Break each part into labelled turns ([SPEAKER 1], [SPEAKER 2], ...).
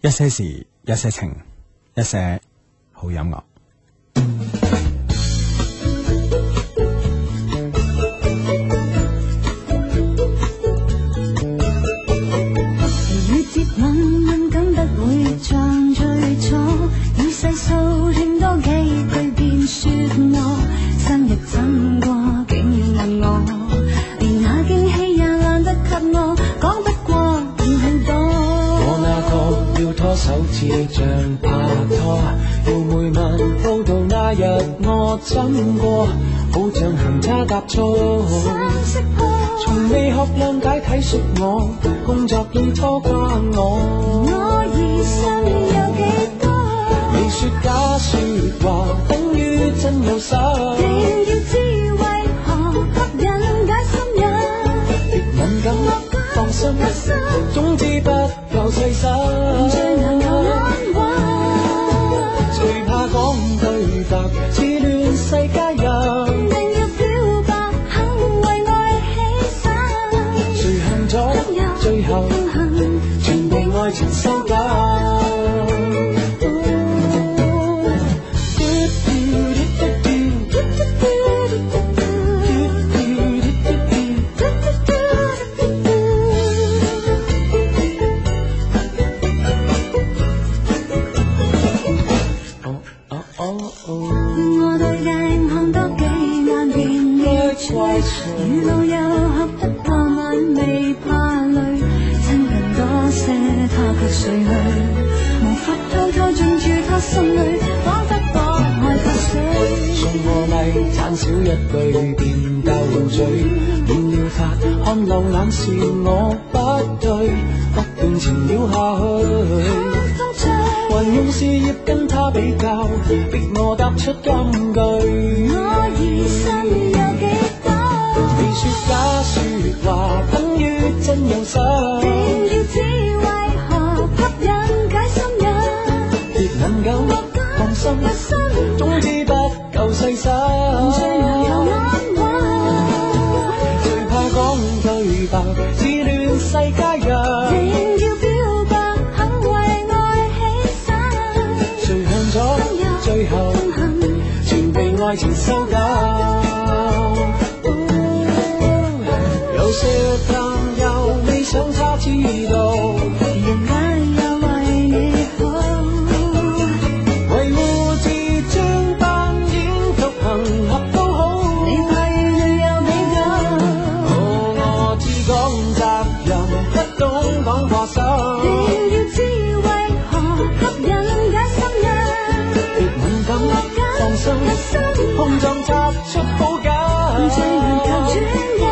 [SPEAKER 1] 一些事，一些情，一些好音樂。
[SPEAKER 2] 如接吻，敏感不會像最初，以細數聽多幾句便說我生日怎過，竟然問我，連那驚喜也懶得給我，講不過要好多。
[SPEAKER 3] 我那個要拖手指像拍拖，要每晚報到那日我怎過，好像行差踏錯。
[SPEAKER 2] 相識過，
[SPEAKER 3] 從未學諒解體恤我，工作要拖垮我。
[SPEAKER 2] 我疑心有幾多？
[SPEAKER 3] 你說假說話，等於真有失。
[SPEAKER 2] 你要知為何吸引解心癮，
[SPEAKER 3] 別敏感，放心，
[SPEAKER 2] 不心
[SPEAKER 3] 總之不夠細
[SPEAKER 2] 最難求
[SPEAKER 3] 心。
[SPEAKER 2] 安穩。
[SPEAKER 3] 最怕講對白，似亂世佳人。
[SPEAKER 2] 定要表白，肯為愛犧牲，
[SPEAKER 3] 誰行咗最後，
[SPEAKER 2] 不幸
[SPEAKER 3] 全被愛情收緊。
[SPEAKER 2] 我對鏡看多幾眼便要醉，與老友合得過晚未怕累，親近多些他卻睡去，無法偷偷進駐他心裏，彷彿我愛他死。
[SPEAKER 3] 送我禮，讚少一句便鬥嘴，亂了法，看漏眼是我不對，不斷情了下去。
[SPEAKER 2] 風吹，
[SPEAKER 3] 還用事業跟他比較，逼我答出金句。
[SPEAKER 2] 我疑心有幾多？
[SPEAKER 3] 你說假説話，等於真有失。
[SPEAKER 2] 定要知為何吸引解心癮，
[SPEAKER 3] 別能夠放心，
[SPEAKER 2] 不心
[SPEAKER 3] 總之不夠細
[SPEAKER 2] 最難有
[SPEAKER 3] 心。
[SPEAKER 2] 安穩。
[SPEAKER 3] 最怕講對白，似亂世佳人。
[SPEAKER 2] 定要表白，肯為愛犧牲，
[SPEAKER 3] 誰向左，最後
[SPEAKER 2] 不幸
[SPEAKER 3] 全被愛情收緊。有些擔憂，你想他知道。
[SPEAKER 2] 人間有為你好，
[SPEAKER 3] 維護自尊扮演獨行俠都好，
[SPEAKER 2] 你怕與女友比較，
[SPEAKER 3] 我我只講責任，不懂講話心，
[SPEAKER 2] 定要知為何吸引解心癮，
[SPEAKER 3] 別敏感，放心，
[SPEAKER 2] 一生
[SPEAKER 3] 胸膛插出好緊，
[SPEAKER 2] 最難求轉忍。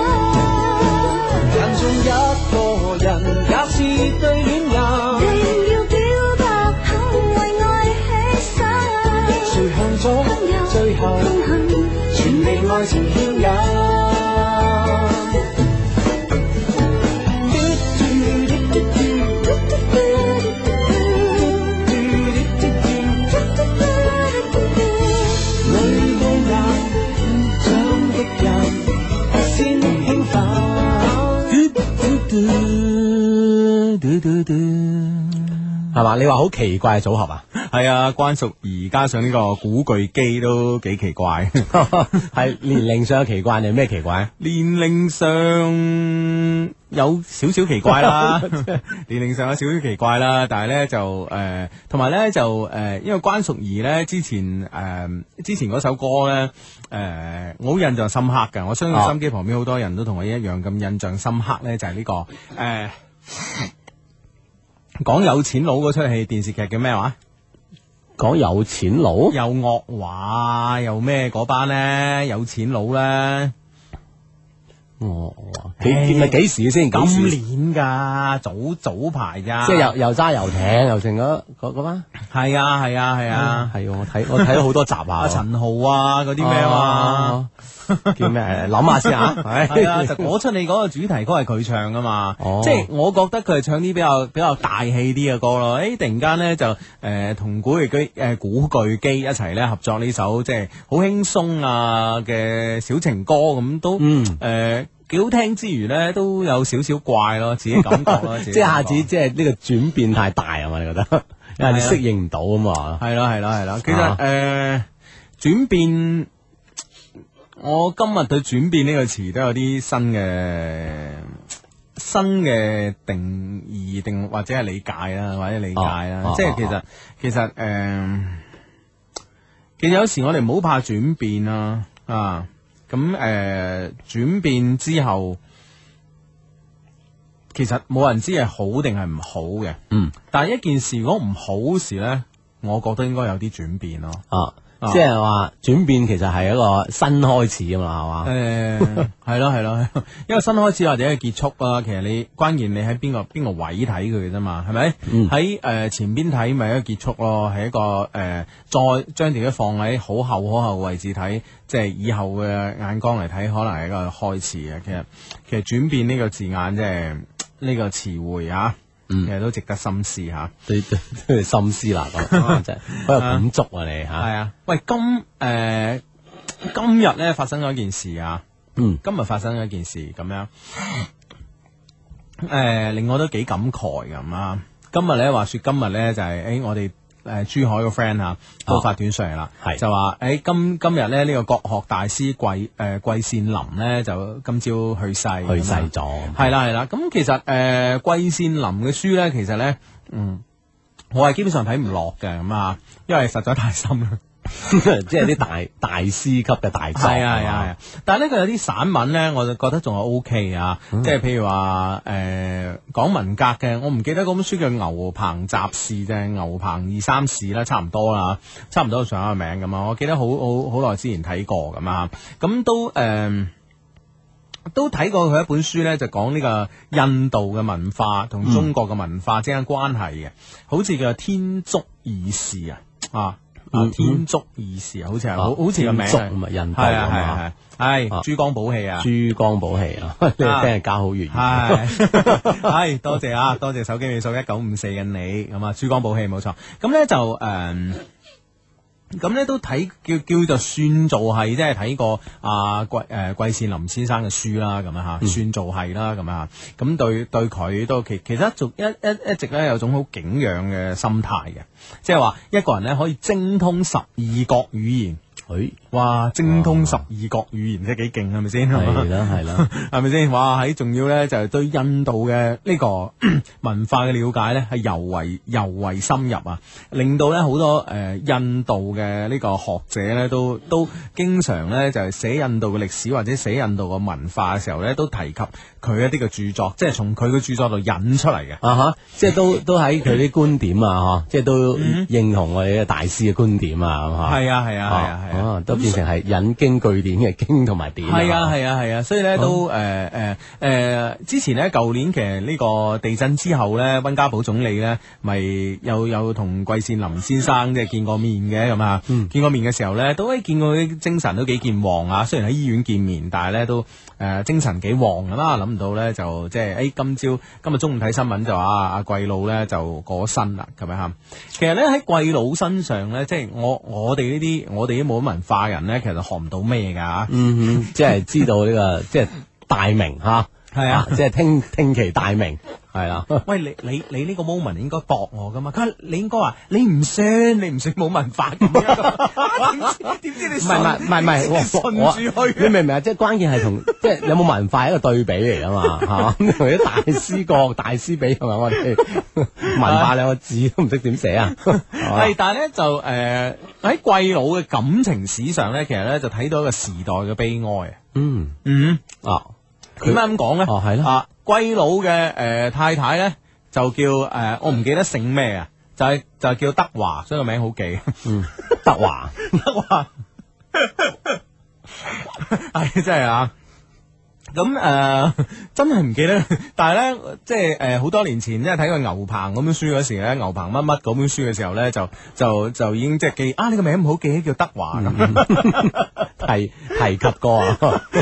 [SPEAKER 3] 眼中一個人，假是對戀人，
[SPEAKER 2] 定要表白，肯為愛犧牲，
[SPEAKER 3] 誰向左
[SPEAKER 2] 朋友，
[SPEAKER 3] 最後
[SPEAKER 2] 痛恨
[SPEAKER 3] 全被愛情牽引。女高冷，掌的人先興奮。
[SPEAKER 1] 係嘛？你話好奇怪嘅組合啊？係啊，關淑怡加上呢個古巨基都幾奇怪。
[SPEAKER 4] 係年齡上有奇怪定係咩奇怪？
[SPEAKER 1] 年齡上有少少奇怪啦， 年齡上有少少奇怪啦，但係咧就誒，同埋咧就誒、呃因為關淑怡咧之前誒、呃之前嗰首歌咧誒、呃我好印象深刻㗎，我相信
[SPEAKER 4] 啊
[SPEAKER 1] 心機旁邊好多人都同我一樣咁印象深刻咧，就係、呢、個誒。呃講有錢佬嗰出戲電視劇叫咩話？
[SPEAKER 4] 講有錢佬
[SPEAKER 1] 有惡話，有咩嗰班咧？有錢佬咧？
[SPEAKER 4] 哦，幾幾咪幾時先？幾時
[SPEAKER 1] 今年噶，早早排咋，
[SPEAKER 4] 即係又又揸遊艇又剩嗰嗰嗰班
[SPEAKER 1] 係啊係啊係啊，
[SPEAKER 4] 係喎我睇我睇咗好多集啊，
[SPEAKER 1] 阿陳豪啊嗰啲咩嘛，
[SPEAKER 4] 哦叫 咩？誒諗下先啊，
[SPEAKER 1] 係啊，就嗰出你嗰個主題歌係佢唱噶嘛
[SPEAKER 4] 哦，
[SPEAKER 1] 即係我覺得佢係唱啲比較比較大氣啲嘅歌咯。誒，突然間咧就誒同古巨基誒古巨基一齊咧合作呢首即係好輕鬆啊嘅小情歌咁都
[SPEAKER 4] 嗯
[SPEAKER 1] 誒。幾好聽之餘咧，都有少少怪咯，自己感覺咯，自己
[SPEAKER 4] 即係一下
[SPEAKER 1] 感覺
[SPEAKER 4] 子即係呢個轉變太大啊係嘛？你覺
[SPEAKER 1] 啊
[SPEAKER 4] 得一下子適應唔到啊嘛？
[SPEAKER 1] 系啦系啦系啦，其
[SPEAKER 4] 啊
[SPEAKER 1] 實诶转变，我今日對轉變呢個詞都有啲新嘅新嘅定義定或者係理解啦，或者理解啦，
[SPEAKER 4] 啊啊
[SPEAKER 1] 即係其實、其實诶、誒其實有時我哋唔好怕轉變啦，啊咁诶转变之後，其實冇人知係好定係唔好嘅。
[SPEAKER 4] 嗯
[SPEAKER 1] 但系一件事如果唔好時呢，我覺得應該有啲轉變咯。
[SPEAKER 4] 啊，
[SPEAKER 1] 啊
[SPEAKER 4] 即係話轉變其實係一個新開始啊嘛，係嘛？
[SPEAKER 1] 诶，係咯係咯，因為新開始或者係結束啊啦，其實你關鍵你喺邊個边个位睇佢嘅啫嘛，係咪？
[SPEAKER 4] 嗯
[SPEAKER 1] 喺诶、呃前邊睇咪一個結束咯，係一個诶、呃再將自己放喺好後好後嘅位置睇，即係以後嘅眼光嚟睇，可能係一個開始啊嘅。其實其實轉變呢個字眼即係呢個詞彙啊，
[SPEAKER 4] 嗯
[SPEAKER 1] 其實都值得深思吓。
[SPEAKER 4] 對對對心思啦， 咁真係好有感觸啊你
[SPEAKER 1] 系
[SPEAKER 4] 吓，
[SPEAKER 1] 啊，喂，今诶、今日咧發生咗一件事啊，
[SPEAKER 4] 嗯
[SPEAKER 1] 今日發生咗一件事咁樣，诶、令我都幾感慨咁啊。今日咧話说今日咧就係誒我哋。誒珠海個 friend 嚇都發短信嚟啦，
[SPEAKER 4] 啊係
[SPEAKER 1] 就話誒、今今日咧呢、個國學大師季誒季善林咧就今朝去世咁樣，
[SPEAKER 4] 去世咗，
[SPEAKER 1] 係啦係啦，咁其實誒、呃、季善林嘅書咧，其實咧，嗯，我係基本上睇唔落嘅咁啊，因為實在太深啦。
[SPEAKER 4] 即係啲大大師級嘅大作，
[SPEAKER 1] 係啊係啊係
[SPEAKER 4] 係嘛
[SPEAKER 1] 啊，但係呢個有啲散文咧，我就覺得仲係 O K 啊，即係譬如話誒講文革嘅，我唔記得嗰本書叫《牛棚雜事》啫，《牛棚二三事》啦，差唔多啦，差唔多上下名咁啊，我記得好好好耐之前睇過咁啊，咁都誒。都睇過佢一本書呢，就講呢個印度嘅文化同中國嘅文化之間關係嘅，好似叫《天竺二事》啊，啊，啊
[SPEAKER 4] 嗯
[SPEAKER 1] 天竺二事啊，好似係，好
[SPEAKER 4] 啊
[SPEAKER 1] 好似個名
[SPEAKER 4] 天竺
[SPEAKER 1] 係
[SPEAKER 4] 咁啊印度
[SPEAKER 1] 係
[SPEAKER 4] 咁啊
[SPEAKER 1] 啊係係係
[SPEAKER 4] 啊
[SPEAKER 1] 珠江寶氣啊，
[SPEAKER 4] 珠江寶氣啊，你聽係加好粵語。
[SPEAKER 1] 係係 多謝啊，多謝手機尾數一九五四嘅你咁啊，珠江寶氣冇錯，咁呢就誒。嗯咁咧都睇叫叫做算做係即係睇過阿季誒季善林先生嘅書啦，咁樣嚇，算做係啦，咁樣嚇。咁對對佢都其其實一直一一一直咧有種好敬仰嘅心態嘅，即係話一個人咧可以精通十二國語言，
[SPEAKER 4] 誒
[SPEAKER 1] 哇！精通十二國語言真係幾勁，係咪先？
[SPEAKER 4] 哎係 啦係啦，
[SPEAKER 1] 系咪先？哇！喺仲要咧，就係對印度嘅呢個 文化嘅了解咧，係尤為尤為深入啊，令到咧好多诶、呃印度嘅呢個學者咧，都都經常咧就係寫印度嘅歷史或者寫印度嘅文化嘅時候咧，都提及佢一啲嘅著作，即係從佢嘅著作度引出嚟嘅。
[SPEAKER 4] 啊哈，即係都都喺佢啲觀點啊，嗬，即係都認同我哋嘅大師嘅觀點啊，咁啊
[SPEAKER 1] 嗯係啊，係啊，係啊，係啊。
[SPEAKER 4] 都變成係引經據典嘅經同埋典。
[SPEAKER 1] 系啊係啊係啊，所以咧都诶诶诶，之前咧舊年其實呢個地震之後咧，温家寶總理咧咪又有同季善林先生即係見過面嘅咁啊，見過面嘅時候咧，都誒哎見過佢精神都幾健旺啊，雖然喺醫院見面，但係咧都。誒、精神幾旺㗎啦，諗唔到咧就即係誒、哎今朝今日中午睇新聞就話阿阿貴老咧就過咗身啦，咁樣嚇。其實咧喺貴老身上咧，即係我我哋呢啲我哋啲冇乜文化人咧，其實學唔到咩㗎啊嚇
[SPEAKER 4] 嗯哼，即係知道呢個即係大名吓，
[SPEAKER 1] 係啊
[SPEAKER 4] 即係聽聽其大名係啦。
[SPEAKER 1] 喂，你你你呢個 moment 應該駁我噶嘛？佢話你應該話你唔信，你唔信冇文化咁樣。啊 點知點知你
[SPEAKER 4] 唔
[SPEAKER 1] 信
[SPEAKER 4] 係唔係唔係唔係
[SPEAKER 1] 順
[SPEAKER 4] 我
[SPEAKER 1] 住去
[SPEAKER 4] 我，你明唔明啊？即係關鍵係同即係有冇文化係一個對比嚟啊嘛，係嘛？同啲大師國大師比係咪？我哋文化兩個字都唔識點寫啊，
[SPEAKER 1] 係
[SPEAKER 4] 係，
[SPEAKER 1] 但係咧就誒喺貴佬嘅感情史上咧，其實咧就睇到一個時代嘅悲哀。啊
[SPEAKER 4] 嗯
[SPEAKER 1] 嗯，
[SPEAKER 4] 啊，
[SPEAKER 1] 點解咁講咧？
[SPEAKER 4] 哦係咯
[SPEAKER 1] 啊，貴佬嘅誒太太咧就叫誒我唔記得姓咩啊，就係就係叫德華，所以個名好記。
[SPEAKER 4] 嗯 德華
[SPEAKER 1] 系真系啊！咁誒、呃真係唔記得，但係咧，即係誒好多年前，即係睇過牛棚嗰本書嗰時咧，牛棚乜乜嗰本書嘅時候咧，就就就已經即係記啊呢、個名唔好記，叫德華
[SPEAKER 4] 嗯
[SPEAKER 1] 咁，
[SPEAKER 4] 提提及過啊，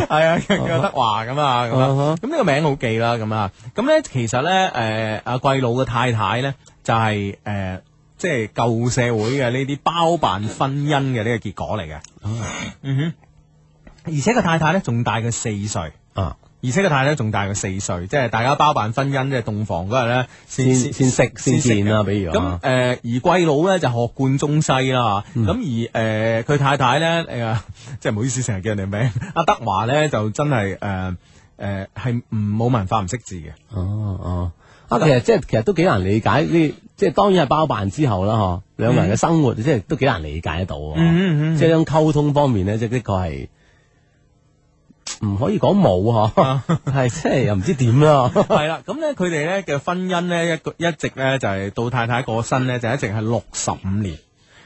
[SPEAKER 1] 係 啊，叫德華咁啊，咁
[SPEAKER 4] 啊
[SPEAKER 1] 啊
[SPEAKER 4] 哈，
[SPEAKER 1] 咁呢個名好記啦，咁啊，咁咧其實咧誒阿貴老嘅太太咧就係、呃即係舊社會嘅呢啲包辦婚姻嘅呢個
[SPEAKER 4] 啊
[SPEAKER 1] 結果嚟嘅，嗯哼，而且個太太咧仲大佢四歲。
[SPEAKER 4] 啊
[SPEAKER 1] 而且個太太仲大佢四歲，即係大家包辦婚姻，即係洞房嗰日咧先
[SPEAKER 4] 先先識先
[SPEAKER 1] 識
[SPEAKER 4] 見啦，
[SPEAKER 1] 嘅
[SPEAKER 4] 比如
[SPEAKER 1] 咁
[SPEAKER 4] 啊
[SPEAKER 1] 誒、呃而貴佬咧就學貫中西啦，
[SPEAKER 4] 嗯
[SPEAKER 1] 咁、而誒佢、太太咧誒、呃 即係唔好意思，成日叫人哋名。阿德華咧就真係誒誒係唔冇文化唔識字嘅，
[SPEAKER 4] 哦哦。啊，其實即係其實都幾難理解呢，即係當然係包辦之後啦，嗬，兩個人嘅生活即係都幾難理解得到啊。
[SPEAKER 1] 嗯嗯嗯嗯
[SPEAKER 4] 即係呢種溝通方面咧，即係的確係唔可以講冇
[SPEAKER 1] 啊
[SPEAKER 4] 嗬， 係即係又唔知點啦。
[SPEAKER 1] 係啦。咁咧佢哋咧嘅婚姻咧一個一直咧就係、到太太過身咧就一直係六十五年。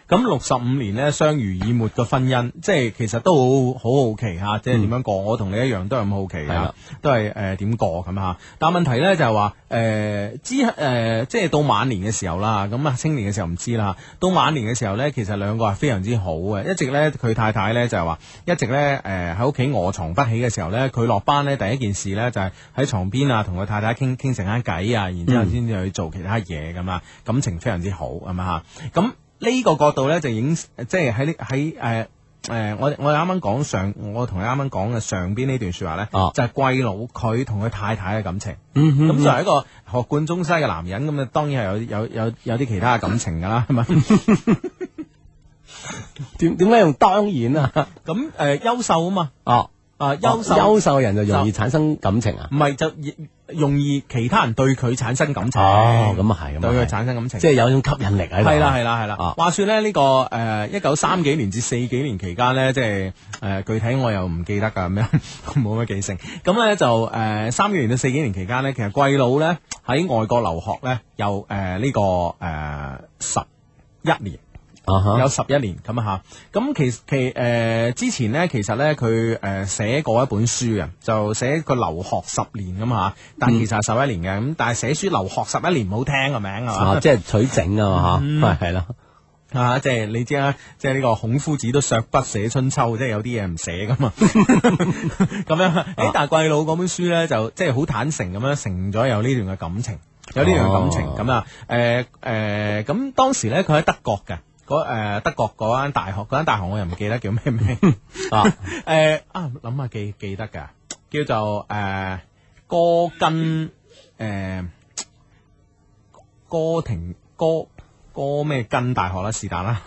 [SPEAKER 1] 咁六十五年咧相濡以沫嘅婚姻，即係其實都好好好奇嚇，即係點樣過？我同你一樣都係咁好奇
[SPEAKER 4] 係啦
[SPEAKER 1] 嚇，都係呃誒點過咁嚇。但係問題咧就係話誒之誒、呃即係到晚年嘅時候啦，咁啊青年嘅時候唔知啦，到晚年嘅時候咧，其實兩個係非常之好嘅，一直咧佢太太咧就係話一直咧誒喺屋企卧床不起嘅時候咧，佢落班咧第一件事咧就係喺床邊啊同佢太太傾傾成間偈啊，然之後先至去做其他嘢咁啊，感情非常之好咁啊嚇咁。呢個角度咧就影，即係喺呢喺呃誒誒，我我啱啱講上，我同你啱啱講嘅上邊呢段説話咧，
[SPEAKER 4] 哦
[SPEAKER 1] 就係貴佬佢同佢太太嘅感情。
[SPEAKER 4] 嗯
[SPEAKER 1] 咁作為一個學貫中西嘅男人，咁啊當然係有有有有啲其他嘅感情㗎啦，係咪？
[SPEAKER 4] 點點解用當 然啊？
[SPEAKER 1] 咁誒優秀啊嘛，
[SPEAKER 4] 哦，
[SPEAKER 1] 啊優秀
[SPEAKER 4] 優秀嘅人就容易
[SPEAKER 1] 就
[SPEAKER 4] 產生感情啊。
[SPEAKER 1] 唔係就易容易其他人對佢產生感情，
[SPEAKER 4] 哦，咁啊係，咁
[SPEAKER 1] 對佢
[SPEAKER 4] 啊係
[SPEAKER 1] 產生感情，
[SPEAKER 4] 即係有一種吸引力喺度。
[SPEAKER 1] 係啦，係啦，係啦
[SPEAKER 4] 啊。
[SPEAKER 1] 話說咧，呢個誒一九三幾年至四幾年期間咧，即係誒具體我又唔記得㗎咁樣， 冇乜記性。咁咧就誒三幾年到四幾年期間咧，其實貴佬咧喺外國留學咧，有誒呢個誒十一年。
[SPEAKER 4] 啊哈
[SPEAKER 1] 有十一年咁啊吓，咁其其誒、呃之前咧，其實咧佢誒寫過一本書嘅，就寫佢留學十年咁啊，但其實係十一年嘅，咁但係寫書留學十一年唔好聽個名啊
[SPEAKER 4] 啊，，即係取整啊嘛
[SPEAKER 1] 嗯
[SPEAKER 4] 吓， 係係啦，
[SPEAKER 1] 啊，即係你知啦，即係呢個孔夫子都削筆寫春秋，即係有啲嘢唔寫噶嘛。 咁樣，誒，但係貴佬嗰本書咧，就即係好坦誠咁樣承咗有呢段嘅感情，有呢段嘅感情
[SPEAKER 4] 哦
[SPEAKER 1] 咁啊。誒誒，咁當時咧佢喺德國嘅，嗰誒德國嗰間大學，嗰間大學我又唔記得叫咩名。
[SPEAKER 4] 啊，
[SPEAKER 1] 誒啊，諗下記記得㗎，叫做誒哥根誒哥廷哥哥咩根大學啦，是但啦，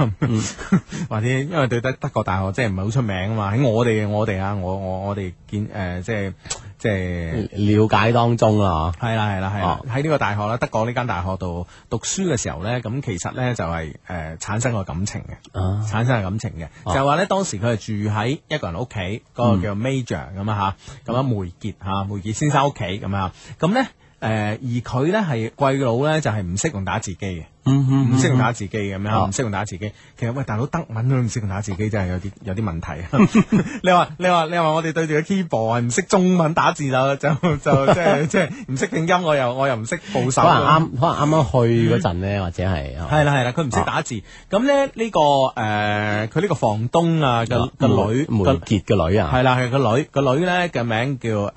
[SPEAKER 1] 或者因為對德德國大學即係唔係好出名啊嘛，喺我哋我哋啊，我我我哋見誒即係即係。
[SPEAKER 4] 了解當中啦，
[SPEAKER 1] 係啦係啦係啦
[SPEAKER 4] 嗯哦，
[SPEAKER 1] 喺呢個大學啦，德國呢間大學度讀書嘅時候咧，咁其實咧就係、誒、產生個感情嘅。
[SPEAKER 4] 啊，
[SPEAKER 1] 產生嘅感情嘅，就
[SPEAKER 4] 啊
[SPEAKER 1] 係話咧當時佢係住喺一個人屋企，嗰、個
[SPEAKER 4] 嗯
[SPEAKER 1] 叫 Major 咁啊嚇，咁啊梅傑嚇梅傑先生屋企咁啊，咁咧誒而佢咧係貴佬咧就係唔識用打字機嘅，
[SPEAKER 4] 嗯嗯
[SPEAKER 1] 唔識用打字機咁
[SPEAKER 4] 啊
[SPEAKER 1] 樣，唔識用打字機。其實喂大佬德文都唔識用打字機，真係有啲有啲問題啊。 你話你話你話我哋對住個 keyboard 係唔識中文打字就就就即係即係唔識拼音，我又我又唔識報啊手。
[SPEAKER 4] 可能啱，可能啱啱去嗰陣
[SPEAKER 1] 嗯
[SPEAKER 4] 咧，或者係啊
[SPEAKER 1] 系啦系啦，佢唔識打字。咁咧呢個誒，佢呢個房東啊嘅個女
[SPEAKER 4] 梅
[SPEAKER 1] 個
[SPEAKER 4] 傑嘅女啊，
[SPEAKER 1] 係啦係個女個女咧嘅名叫誒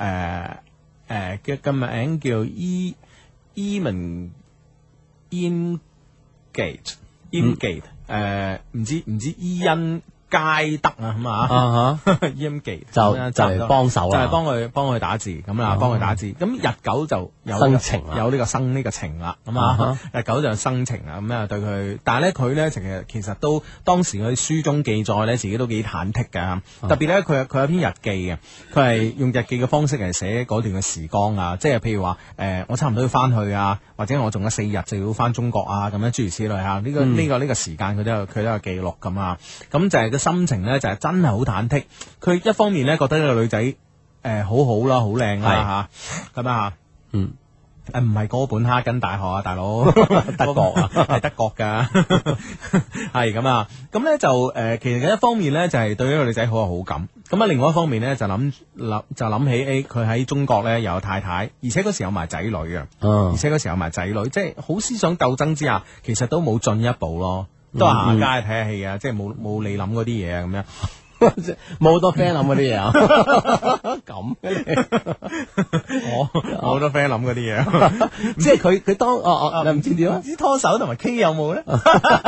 [SPEAKER 1] 誒嘅嘅名叫伊伊文 Ingate Ingate
[SPEAKER 4] 嗯
[SPEAKER 1] 誒唔知唔知伊恩街德啊咁啊。
[SPEAKER 4] 啊哈，
[SPEAKER 1] Ingate
[SPEAKER 4] 就
[SPEAKER 1] 咁樣
[SPEAKER 4] 就嚟幫手啦
[SPEAKER 1] 就係幫佢幫佢打字咁啦，
[SPEAKER 4] 哦
[SPEAKER 1] 幫佢打字。咁日久就有
[SPEAKER 4] 生情啊啦
[SPEAKER 1] 有呢個生呢個情啦。咁
[SPEAKER 4] 啊
[SPEAKER 1] 啊
[SPEAKER 4] 哈，
[SPEAKER 1] 日久就生情啦。咁啊，對佢，但係咧佢咧其實其實都當時佢書中記載咧，自己都幾忐忑
[SPEAKER 4] 啊
[SPEAKER 1] 㗎。特別咧，佢佢有篇日記嘅，佢係用日記嘅方式嚟寫嗰段嘅時光啊，即係譬如話誒，我差唔多要翻去啊，或者我仲有四日就要翻中國啊，咁樣諸如此類啊。呢個
[SPEAKER 4] 嗯
[SPEAKER 1] 呢個呢個時間佢都有佢都有記錄咁啊。咁就係個心情咧，就係真係好忐忑。佢一方面咧覺得呢個女仔誒、呃好好啦，好靚啦嚇，咁啊，
[SPEAKER 4] 嗯，
[SPEAKER 1] 誒唔係哥本哈根大學啊，大佬，德國啊，係德國㗎， 係咁啊，咁咧就誒、呃其實一方面咧就係、對呢個女仔好有好感，咁啊另外一方面咧就諗諗就諗起誒佢喺中國咧有太太，而且嗰時有埋仔女啊。而
[SPEAKER 4] 嗯，
[SPEAKER 1] 且嗰時候埋仔女，即係好思想鬥爭之下，其實都冇進一步咯，都係行街睇下戲啊，即係冇冇你諗嗰啲嘢啊咁樣。
[SPEAKER 4] 冇好多 friend 諗嗰啲嘢啊， 咁嘅你，
[SPEAKER 1] 我
[SPEAKER 4] 我
[SPEAKER 1] 好多 friend 諗嗰啲嘢，
[SPEAKER 4] 即係佢佢當
[SPEAKER 1] 嗯
[SPEAKER 4] 哦哦，你唔知點啊
[SPEAKER 1] 唔？知拖手同埋 K 有冇咧？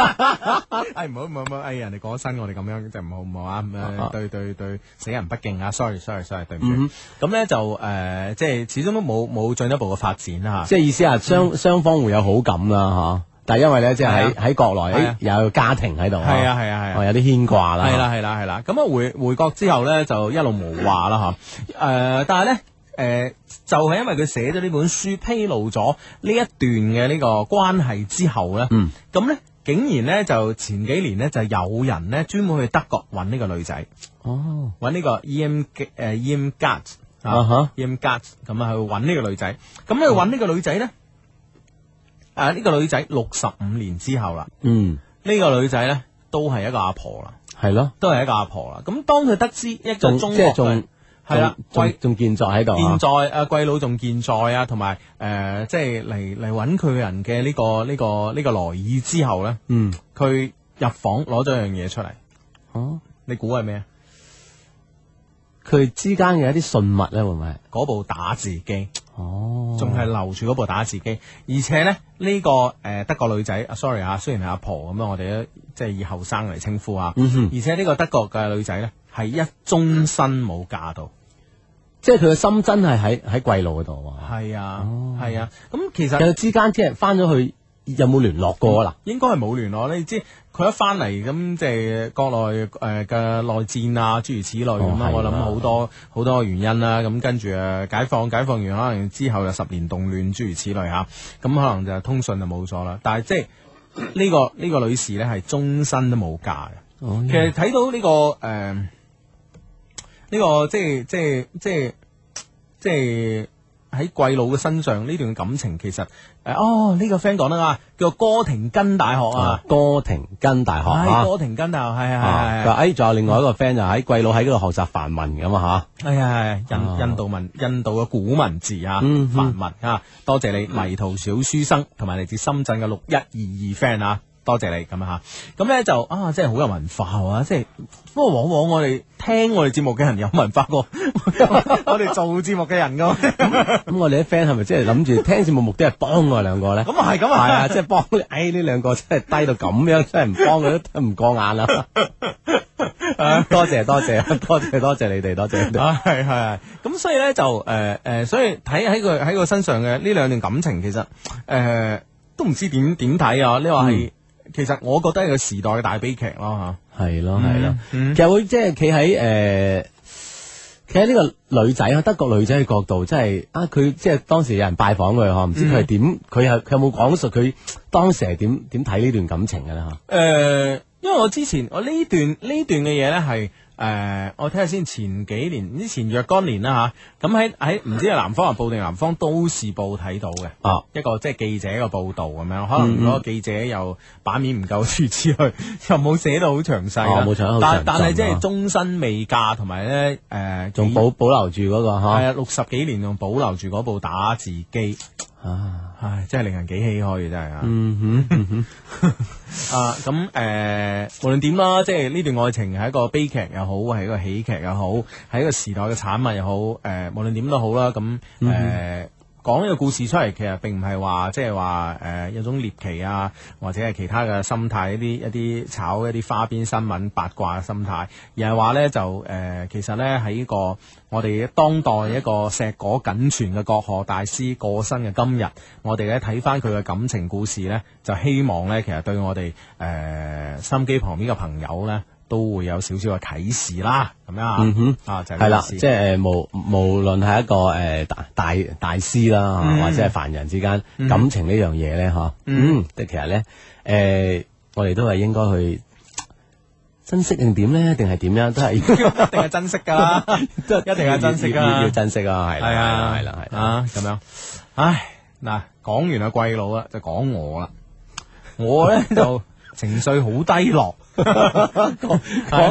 [SPEAKER 1] 哎，唔好唔好唔好，哎，人哋過咗身，我哋咁樣就唔好唔好啊！嗯咁
[SPEAKER 4] 啊
[SPEAKER 1] 樣對對對，死人不敬啊！sorry sorry sorry，對唔住。咁咧就誒，即係始終都冇冇進一步嘅發展啊啦嚇。
[SPEAKER 4] 即係意思係雙雙方會有好感啦，嚇。但係因為咧，即係喺
[SPEAKER 1] 嗯係啊
[SPEAKER 4] 喺國內
[SPEAKER 1] 係啊
[SPEAKER 4] 誒有家庭喺度，
[SPEAKER 1] 係啊係啊係啊
[SPEAKER 4] 哦。有啲牽掛啦，
[SPEAKER 1] 系啦，系啦，系啦。咁啊回回國之後咧，就一路無話啦吓。诶、但係咧。诶、就係因為佢寫咗呢本書，披露咗呢一段嘅呢個關係之後咧，
[SPEAKER 4] 嗯
[SPEAKER 1] 咁咧、竟然咧就前幾年咧就有人咧專門去德國揾呢個女仔，
[SPEAKER 4] 哦，
[SPEAKER 1] 揾呢個 E M 誒 E M g a t
[SPEAKER 4] 啊哈
[SPEAKER 1] E M g a t 咁啊去揾呢個女仔，咁去揾呢個女仔咧，啊呢、個女仔六十五年之後啦，
[SPEAKER 4] 嗯，
[SPEAKER 1] 呢、個女仔咧都係一個阿婆啦。
[SPEAKER 4] 係咯，
[SPEAKER 1] 都係一個阿婆啦。咁當佢得知一個
[SPEAKER 4] 仲
[SPEAKER 1] 中國
[SPEAKER 4] 即係仲
[SPEAKER 1] 嘅係啦，
[SPEAKER 4] 仲
[SPEAKER 1] 貴
[SPEAKER 4] 仲仲健在喺度
[SPEAKER 1] 健
[SPEAKER 4] 啊，
[SPEAKER 1] 在啊，貴佬仲健在啊，同埋誒，即係嚟嚟揾佢嘅人嘅呢個呢個呢個來意之後咧，
[SPEAKER 4] 嗯，
[SPEAKER 1] 佢入房攞咗樣嘢出嚟，
[SPEAKER 4] 哦，
[SPEAKER 1] 你估係咩啊？
[SPEAKER 4] 佢之間嘅一啲信物咧，會唔會係？
[SPEAKER 1] 嗰部打字機，
[SPEAKER 4] 哦，
[SPEAKER 1] 仲係留住嗰部打字機，而且咧呢、個誒、德國女仔啊，sorry 啊，雖然係阿婆咁樣，我哋都即係以後生嚟稱呼啊，
[SPEAKER 4] 嗯哼
[SPEAKER 1] 而且呢個德國嘅女仔咧係一終身冇嫁到。
[SPEAKER 4] 即係佢嘅心真係喺喺貴路嗰度啊。
[SPEAKER 1] 係啊，係啊，咁其
[SPEAKER 4] 其
[SPEAKER 1] 實
[SPEAKER 4] 實之間即係翻咗去，有冇聯絡過啊？
[SPEAKER 1] 應該係冇聯絡，你知佢一翻嚟咁即係國內誒嘅內戰啊，諸如此類咁
[SPEAKER 4] 哦
[SPEAKER 1] 啦。
[SPEAKER 4] 係
[SPEAKER 1] 我諗
[SPEAKER 4] 啦
[SPEAKER 1] 好多好多原因啦。咁跟住誒解放，解放完可能之後就十年動亂，諸如此類嚇。咁可能就通訊就冇咗啦。但係即係呢個呢個女士呢，係終身都冇嫁嘅。
[SPEAKER 4] 嗱，
[SPEAKER 1] 哦其實睇到呢、個誒呢、個即係即係即係即係喺貴佬嘅身上呢段感情，其實誒、哦呢、個 friend 講得啱，叫哥廷根大學啊
[SPEAKER 4] 啊，，哥廷根大學
[SPEAKER 1] 係
[SPEAKER 4] 啊。
[SPEAKER 1] 哥廷根大學，係
[SPEAKER 4] 啊
[SPEAKER 1] 係
[SPEAKER 4] 佢
[SPEAKER 1] 係
[SPEAKER 4] 話誒，仲有另外一個 friend 就喺貴佬喺嗰度學習梵文咁啊
[SPEAKER 1] 係係係
[SPEAKER 4] 啊
[SPEAKER 1] 哎印印度文印度嘅古文字啊，
[SPEAKER 4] 嗯哼嗯
[SPEAKER 1] 梵文啊，多謝你迷途小書生同埋嚟自深圳嘅六一二二 friend 啊。多謝你咁啊嚇，咁咧就啊，真係好有文化啊！即係不過往往我哋聽我哋節目嘅人有文化過 我哋做節目嘅人 噶，
[SPEAKER 4] 嚇。咁我哋啲 friend 係咪即係諗住聽節目目的係幫我哋兩個咧？
[SPEAKER 1] 咁啊係咁
[SPEAKER 4] 係
[SPEAKER 1] 啊
[SPEAKER 4] 啊，即係幫你，哎呢兩個真係低到咁樣，真係唔幫佢都唔過 眼啦。啊多謝多謝多謝多謝你哋，多謝你哋。
[SPEAKER 1] 啊，系系，係咁所以咧就诶诶、呃所以睇喺佢喺佢身上嘅呢兩段感情，其實诶、呃都唔知點點睇啊！你話係，其實我覺得係個時代嘅大悲劇咯
[SPEAKER 4] 係咯
[SPEAKER 1] 吓，
[SPEAKER 4] 係咯，
[SPEAKER 1] 嗯
[SPEAKER 4] 其實會即係企喺誒。企喺呢個女仔啊，德國女仔嘅角度，即係啊，佢即係當時有人拜訪佢嗬，唔知
[SPEAKER 1] 嗯
[SPEAKER 4] 佢係點，佢係佢有冇講述佢當時係點點睇呢段感情嘅咧嚇？
[SPEAKER 1] 诶、呃因為我之前我呢段呢段嘅嘢咧係诶，我睇下先，前幾年之前若干年啦吓，咁喺喺唔知係南方日報定南方都市報睇到嘅。
[SPEAKER 4] 啊，嗯
[SPEAKER 1] 一個即係記者嘅報導咁樣，可能嗰個記者又版面唔夠諸如此類， 又冇寫到好詳細啦
[SPEAKER 4] 哦冇寫得好
[SPEAKER 1] 但
[SPEAKER 4] 詳盡
[SPEAKER 1] 但係即係
[SPEAKER 4] 啊
[SPEAKER 1] 終身未嫁，同埋呃咧誒，
[SPEAKER 4] 仲
[SPEAKER 1] 幾
[SPEAKER 4] 保保留住嗰個
[SPEAKER 1] 係
[SPEAKER 4] 嚇
[SPEAKER 1] 啊六十幾年仲保留住嗰部打字機，
[SPEAKER 4] 啊，
[SPEAKER 1] 唉，真係令人幾唏噓嘅真係啊！
[SPEAKER 4] 嗯哼，
[SPEAKER 1] 啊，咁誒、呃，無論點啦，即係呢段愛情係一個悲劇又好，係一個喜劇又好，係一個時代嘅產物又好，誒、呃，無論點都好啦，咁誒。
[SPEAKER 4] 嗯
[SPEAKER 1] 呃講呢個故事出嚟，其實並唔係話即係話誒有種獵奇啊，或者係其他嘅心態，一啲一啲炒一啲花邊新聞八卦嘅心態，而係話呢，就誒、呃其實呢，喺呢個我哋當代一個碩果僅存嘅國學大師過身嘅今日，我哋呢睇翻佢嘅感情故事呢，就希望呢，其實對我哋誒、呃心機旁邊嘅朋友呢，都會有少少嘅啟示啦，咁樣啊，
[SPEAKER 4] 嗯哼
[SPEAKER 1] 啊就係呢
[SPEAKER 4] 係啦，
[SPEAKER 1] 個意
[SPEAKER 4] 即
[SPEAKER 1] 思
[SPEAKER 4] 係誒無無論係一個誒大大大師啦，啊
[SPEAKER 1] 嗯
[SPEAKER 4] 或者係凡人之間感情呢樣嘢咧，嚇，
[SPEAKER 1] 嗯
[SPEAKER 4] 嗯，即係其實咧，誒，我哋都係應該去珍惜定點咧，定係點樣都係
[SPEAKER 1] 一定係珍惜㗎啦，一定係珍惜㗎
[SPEAKER 4] 要要
[SPEAKER 1] 啦
[SPEAKER 4] 要。珍惜啊，係
[SPEAKER 1] 係啊
[SPEAKER 4] 啦，，係啦，係啦，
[SPEAKER 1] 啊，咁樣，唉，嗱，講完阿貴佬啦，就講我啦，我咧就情緒好低落，
[SPEAKER 4] 講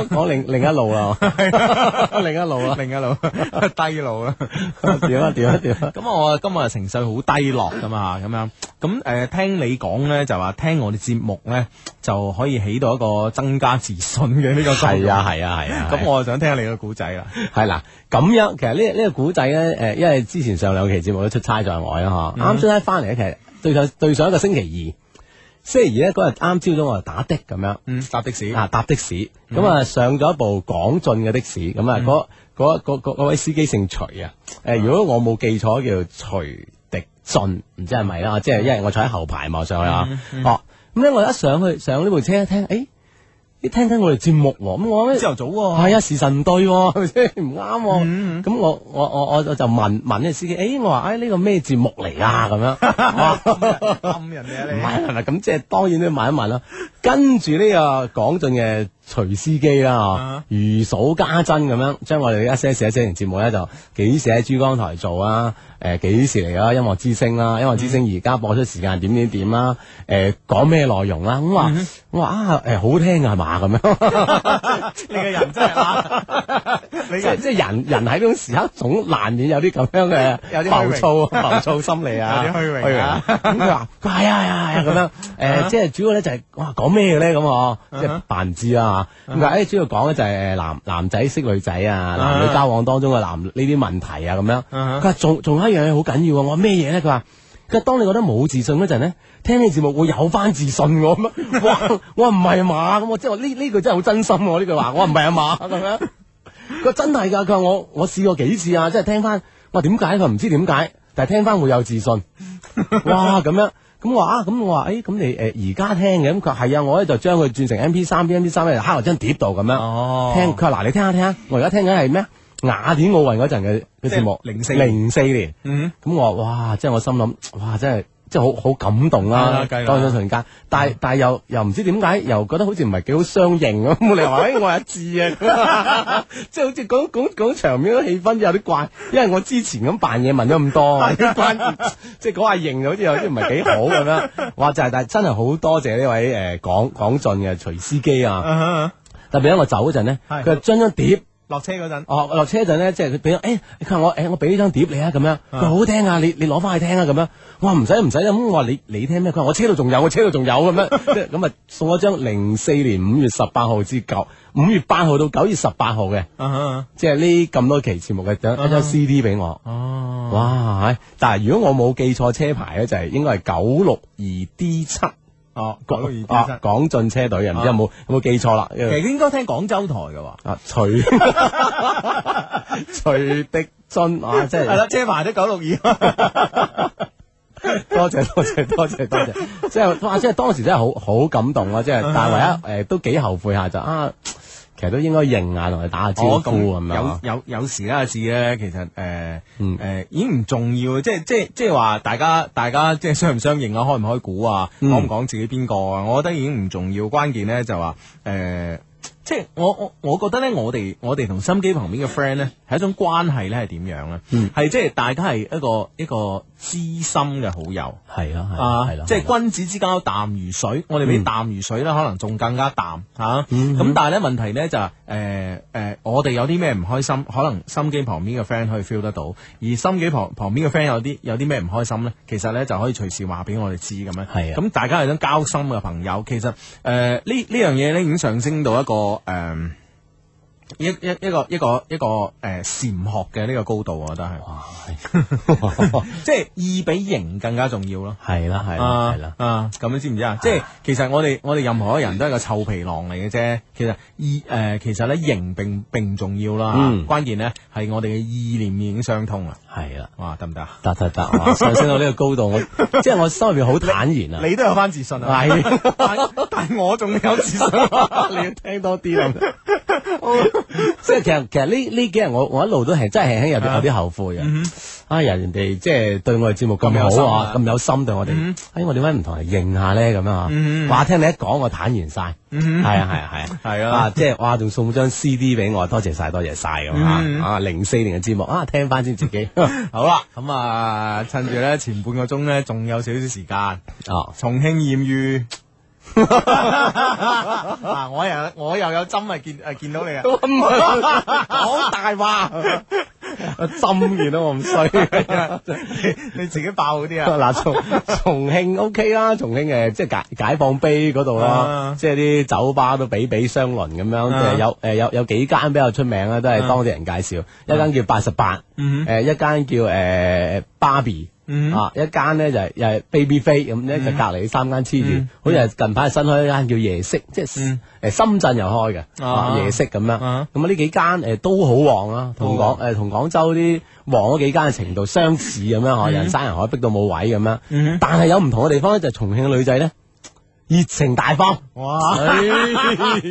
[SPEAKER 4] 講另另一路啦， 另一路啊 啦，
[SPEAKER 1] 另一路低路啦。
[SPEAKER 4] 點啊點啊點啊！
[SPEAKER 1] 咁我今日情緒好低落咁啊，咁樣咁誒、呃，聽你講咧就話聽我哋節目咧就可以起到一個增加自信嘅呢個作用
[SPEAKER 4] 係啊係啊係啊！
[SPEAKER 1] 咁我就想聽下你個故仔啦。
[SPEAKER 4] 係啦，咁樣其實呢呢個古仔咧，誒，因為之前上兩期節目都出差在外啦，
[SPEAKER 1] 嗯
[SPEAKER 4] 嚇，啱出差翻嚟咧，其實對上對上一個星期二，星期二咧嗰日啱朝早我就打的咁樣，
[SPEAKER 1] 嗯，搭的士嗯
[SPEAKER 4] 啊搭的士，咁啊上咗一部廣進嘅的士，咁啊嗰嗰嗰嗰嗰位司機姓徐啊，誒，
[SPEAKER 1] 嗯
[SPEAKER 4] 如果我冇記錯叫徐迪進，唔知係咪啦，
[SPEAKER 1] 嗯
[SPEAKER 4] 即係因為我坐喺後排望上去啊，哦，咁咧我一上去上呢部車一聽，誒，啲聽緊我哋節目喎，咁我
[SPEAKER 1] 朝頭早喎、
[SPEAKER 4] 係啊，時辰唔對喎，係咪先唔啱喎？咁我我我我我就問問呢個司機，誒，我話誒哎呢個咩節目嚟啊？咁樣，我話
[SPEAKER 1] 暗人哋
[SPEAKER 4] 唔係係咪？咁即係當然都要問一問啦。跟住呢個廣進嘅徐司機
[SPEAKER 1] 啊
[SPEAKER 4] 啦，啊如數家珍咁樣，將我哋一些事一些情節目咧就幾時喺珠江台做啊？誒幾時嚟啊？音樂之聲啦，音樂之聲而家播出時間點點點啦，誒講咩內容啦？咁
[SPEAKER 1] 嗯
[SPEAKER 4] 話我話啊誒好聽啊係嘛咁樣。
[SPEAKER 1] 你個人真係啊， 你
[SPEAKER 4] 即係即係人人喺呢種時刻總難免有啲咁樣嘅
[SPEAKER 1] 有啲虛榮
[SPEAKER 4] 浮躁啊浮躁心理啊，
[SPEAKER 1] 有啲虛榮啊
[SPEAKER 4] 虛榮咁佢話佢係啊係啊係啊咁樣誒，即係主要咧就係哇講咩嘅咧咁啊，即係扮唔知啦嚇。咁佢話誒主要講嘅就係誒男男仔識女仔啊，男女交往當中嘅男呢啲問題啊咁樣。
[SPEAKER 1] 嗯
[SPEAKER 4] 佢話仲仲有一樣嘢好緊要啊！我話咩嘢咧？佢話。佢話當你覺得冇自信嗰陣咧，聽呢個節目會有翻自信喎咁樣。哇！我話唔係啊嘛咁，我即係我呢呢句真係好真心喎呢句話。我話唔係啊嘛咁樣。佢話真係㗎，佢話我我試過幾次啊，即係聽翻，我話點解？佢話唔知點解，但係聽翻會有自信。哇咁樣，咁我話啊，咁我話，誒咁你誒而家聽嘅，咁佢話係啊，我咧就將佢轉成 M P 三，M P 三咧就刻落張碟度咁樣。
[SPEAKER 1] 哦
[SPEAKER 4] 聽佢話嗱，你聽下聽下，我而家聽緊係咩啊？雅典奧運嗰陣嘅嘅節目，
[SPEAKER 1] 即係04
[SPEAKER 4] 零四年。
[SPEAKER 1] 嗯，
[SPEAKER 4] 咁我話哇，即係我心諗，哇，真係真係好好感動啦
[SPEAKER 1] 係啦，梗係啦嗯
[SPEAKER 4] 當上瞬間，但係但係又又唔知點解，又覺得好似唔係幾好相應咁， 你話誒我係一致啊， 即係好似講講講場面嘅氣氛有啲怪，因為我之前咁扮嘢問咗咁 多，關 即係講下型好似有啲唔係幾好咁樣， 哇！就係但係真係好多謝呢位誒廣廣進嘅徐司機
[SPEAKER 1] 嗯
[SPEAKER 4] 啊，特別喺我走嗰陣咧，
[SPEAKER 1] 係
[SPEAKER 4] 佢就將張碟。
[SPEAKER 1] 落車嗰陣，
[SPEAKER 4] 哦，落車嗰陣咧，即係佢俾咗，誒，佢話我，誒，我俾呢張碟你啊，咁樣，佢話好聽啊，你你攞翻去聽啊，咁樣，我話唔使唔使啦，咁我話你你聽咩？佢話我車度仲有，我車度仲有 咁樣，即係咁啊送咗張零四年五月十八號至九五月八號到九月十八號嘅，
[SPEAKER 1] 啊
[SPEAKER 4] 即係呢咁多期節目嘅一張 CD 俾我，
[SPEAKER 1] 哦，
[SPEAKER 4] 哇！唉但係如果我冇記錯車牌咧，就係應該係九六二 D 七，
[SPEAKER 1] 哦，
[SPEAKER 4] 廣
[SPEAKER 1] 二啊
[SPEAKER 4] 啊廣進車隊嘅，唔知有冇有冇記錯啦？
[SPEAKER 1] 其實佢應該聽廣州台嘅喎。
[SPEAKER 4] 啊，徐 徐迪俊啊，即
[SPEAKER 1] 係
[SPEAKER 4] 係
[SPEAKER 1] 啦，車牌都九六二，
[SPEAKER 4] 多謝多謝多謝多謝，即係哇！即係當時真係好好感動啊！即係，但係唯一誒都幾後悔下就啊，其實都應該認下同佢打下招呼咁
[SPEAKER 1] 哦
[SPEAKER 4] 樣
[SPEAKER 1] 有
[SPEAKER 4] 啊。
[SPEAKER 1] 有有時咧，有時咧，啊其實誒
[SPEAKER 4] 嗯
[SPEAKER 1] 誒已經唔重要，即係即係即係話大家大家即係相唔相認啊，開唔開股啊，
[SPEAKER 4] 嗯
[SPEAKER 1] 講唔講自己邊個啊，我覺得已經唔重要，關鍵咧就話誒。即係我我我覺得咧，我哋我哋同心機旁邊嘅 friend 咧，係一種關係咧，係點樣咧？
[SPEAKER 4] 嗯
[SPEAKER 1] 係即係大家係一個一個知心嘅好友。
[SPEAKER 4] 係咯，係咯
[SPEAKER 1] 啊
[SPEAKER 4] 係咯，，
[SPEAKER 1] 即
[SPEAKER 4] 係嗯咯
[SPEAKER 1] 係君子之交淡如水，我哋比淡如水咧，可能仲更加淡吓。咁、
[SPEAKER 4] 嗯
[SPEAKER 1] 但係咧問題咧就係誒誒，我哋有啲咩唔開心，可能心機旁邊嘅 friend 可以 feel 得到，而心機旁旁邊嘅 friend 有啲有啲咩唔開心咧，其實咧就可以隨時話俾我哋知咁樣。
[SPEAKER 4] 係啊
[SPEAKER 1] 咁大家係種交心嘅朋友，其實誒呢呢樣嘢咧已經上升到一個誒。一一一個一個一個誒禪學嘅呢個高度，我覺得係，
[SPEAKER 4] 哇係
[SPEAKER 1] 即係意比形更加重要咯。
[SPEAKER 4] 係啦係啦
[SPEAKER 1] 啊
[SPEAKER 4] 係啦，
[SPEAKER 1] 啊！咁你知唔知啊？即係其實我哋我哋任何一個人都係個臭皮囊嚟嘅啫。其實意誒、呃其實咧形並並唔重要啦。
[SPEAKER 4] 嗯
[SPEAKER 1] 關鍵咧係我哋嘅意念已經相通啦。
[SPEAKER 4] 係啦，
[SPEAKER 1] 哇，得唔得啊？
[SPEAKER 4] 得得得，哇上升到呢個高度，我即係我心入邊好坦然啊。
[SPEAKER 1] 你都有翻自信啊！
[SPEAKER 4] 係
[SPEAKER 1] 但但係我仲有 自信。
[SPEAKER 4] 你要聽多啲啦。即係其實其實呢呢幾日我我一路都係真係輕輕有啲有啲後悔嘅。啊，人哋即係對我哋節目
[SPEAKER 1] 咁有
[SPEAKER 4] 咁
[SPEAKER 1] 心
[SPEAKER 4] 好
[SPEAKER 1] 啊，
[SPEAKER 4] 啊咁有心對我哋，哎，我點解唔同人認下咧咁樣啊？話聽你一講，我坦然晒。係啊係啊係啊。
[SPEAKER 1] 係
[SPEAKER 4] 啊！即係哇，仲送張 CD 俾我，多謝晒，多謝晒咁啊！啊，零四年嘅節目啊，聽翻先自己哦
[SPEAKER 1] 好啦，咁啊，趁住咧前半個鐘咧仲有少少時間，
[SPEAKER 4] 哦，
[SPEAKER 1] 重慶艷遇。嗱，我又我又有針啊，見诶見到你啊，
[SPEAKER 4] 講大話，針見到我咁衰。
[SPEAKER 1] 你自己爆嗰啲啊，
[SPEAKER 4] 嗱，重重慶 OK 啦，重慶誒即係解解放碑嗰度啦
[SPEAKER 1] 啊，
[SPEAKER 4] 即係啲酒吧都比比相鄰咁樣，
[SPEAKER 1] 啊
[SPEAKER 4] 誒有誒有有幾間比較出名啦，都係
[SPEAKER 1] 啊
[SPEAKER 4] 當地人介紹，一間叫八十八，
[SPEAKER 1] 嗯
[SPEAKER 4] 誒一間叫誒 Barbie。
[SPEAKER 1] 嗯
[SPEAKER 4] 啊，一間咧就係又係 Baby 飛咁咧，就隔離三間黐住
[SPEAKER 1] 嗯，
[SPEAKER 4] 好似係近排新開一間叫夜色，即係
[SPEAKER 1] 嗯
[SPEAKER 4] 誒深圳又開嘅啊
[SPEAKER 1] 啊
[SPEAKER 4] 夜色咁樣。咁啊
[SPEAKER 1] 啊哦
[SPEAKER 4] 呢幾間誒都好旺啊，同
[SPEAKER 1] 好
[SPEAKER 4] 廣誒同廣州啲旺嗰幾間嘅程度相似咁樣嗬，人山人海逼到冇位咁樣。
[SPEAKER 1] 嗯
[SPEAKER 4] 但係有唔同嘅地方咧，就係重慶嘅女仔咧熱情大方。
[SPEAKER 1] 哇， 啊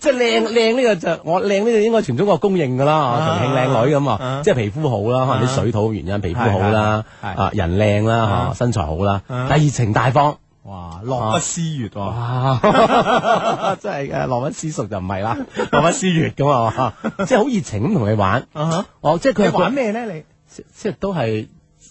[SPEAKER 4] 即係靚靚呢個就我靚呢個應該全中國公認㗎啦，
[SPEAKER 1] 啊
[SPEAKER 4] 重慶靚女咁啊
[SPEAKER 1] 啊，
[SPEAKER 4] 即係皮膚好啦，可能啲水土原因皮膚好啦，
[SPEAKER 1] 係係
[SPEAKER 4] 啊人靚啦，嚇
[SPEAKER 1] 啊
[SPEAKER 4] 身材好啦，
[SPEAKER 1] 啊
[SPEAKER 4] 但係熱情大方，
[SPEAKER 1] 哇，樂不啊思哦越喎，
[SPEAKER 4] 哇！ 真係誒羅温私塾就唔係啦，羅温私月咁啊，即係好熱情咁同你玩，
[SPEAKER 1] 啊哈
[SPEAKER 4] 哦，即係佢
[SPEAKER 1] 你
[SPEAKER 4] 係
[SPEAKER 1] 玩咩咧你？
[SPEAKER 4] 即即係都係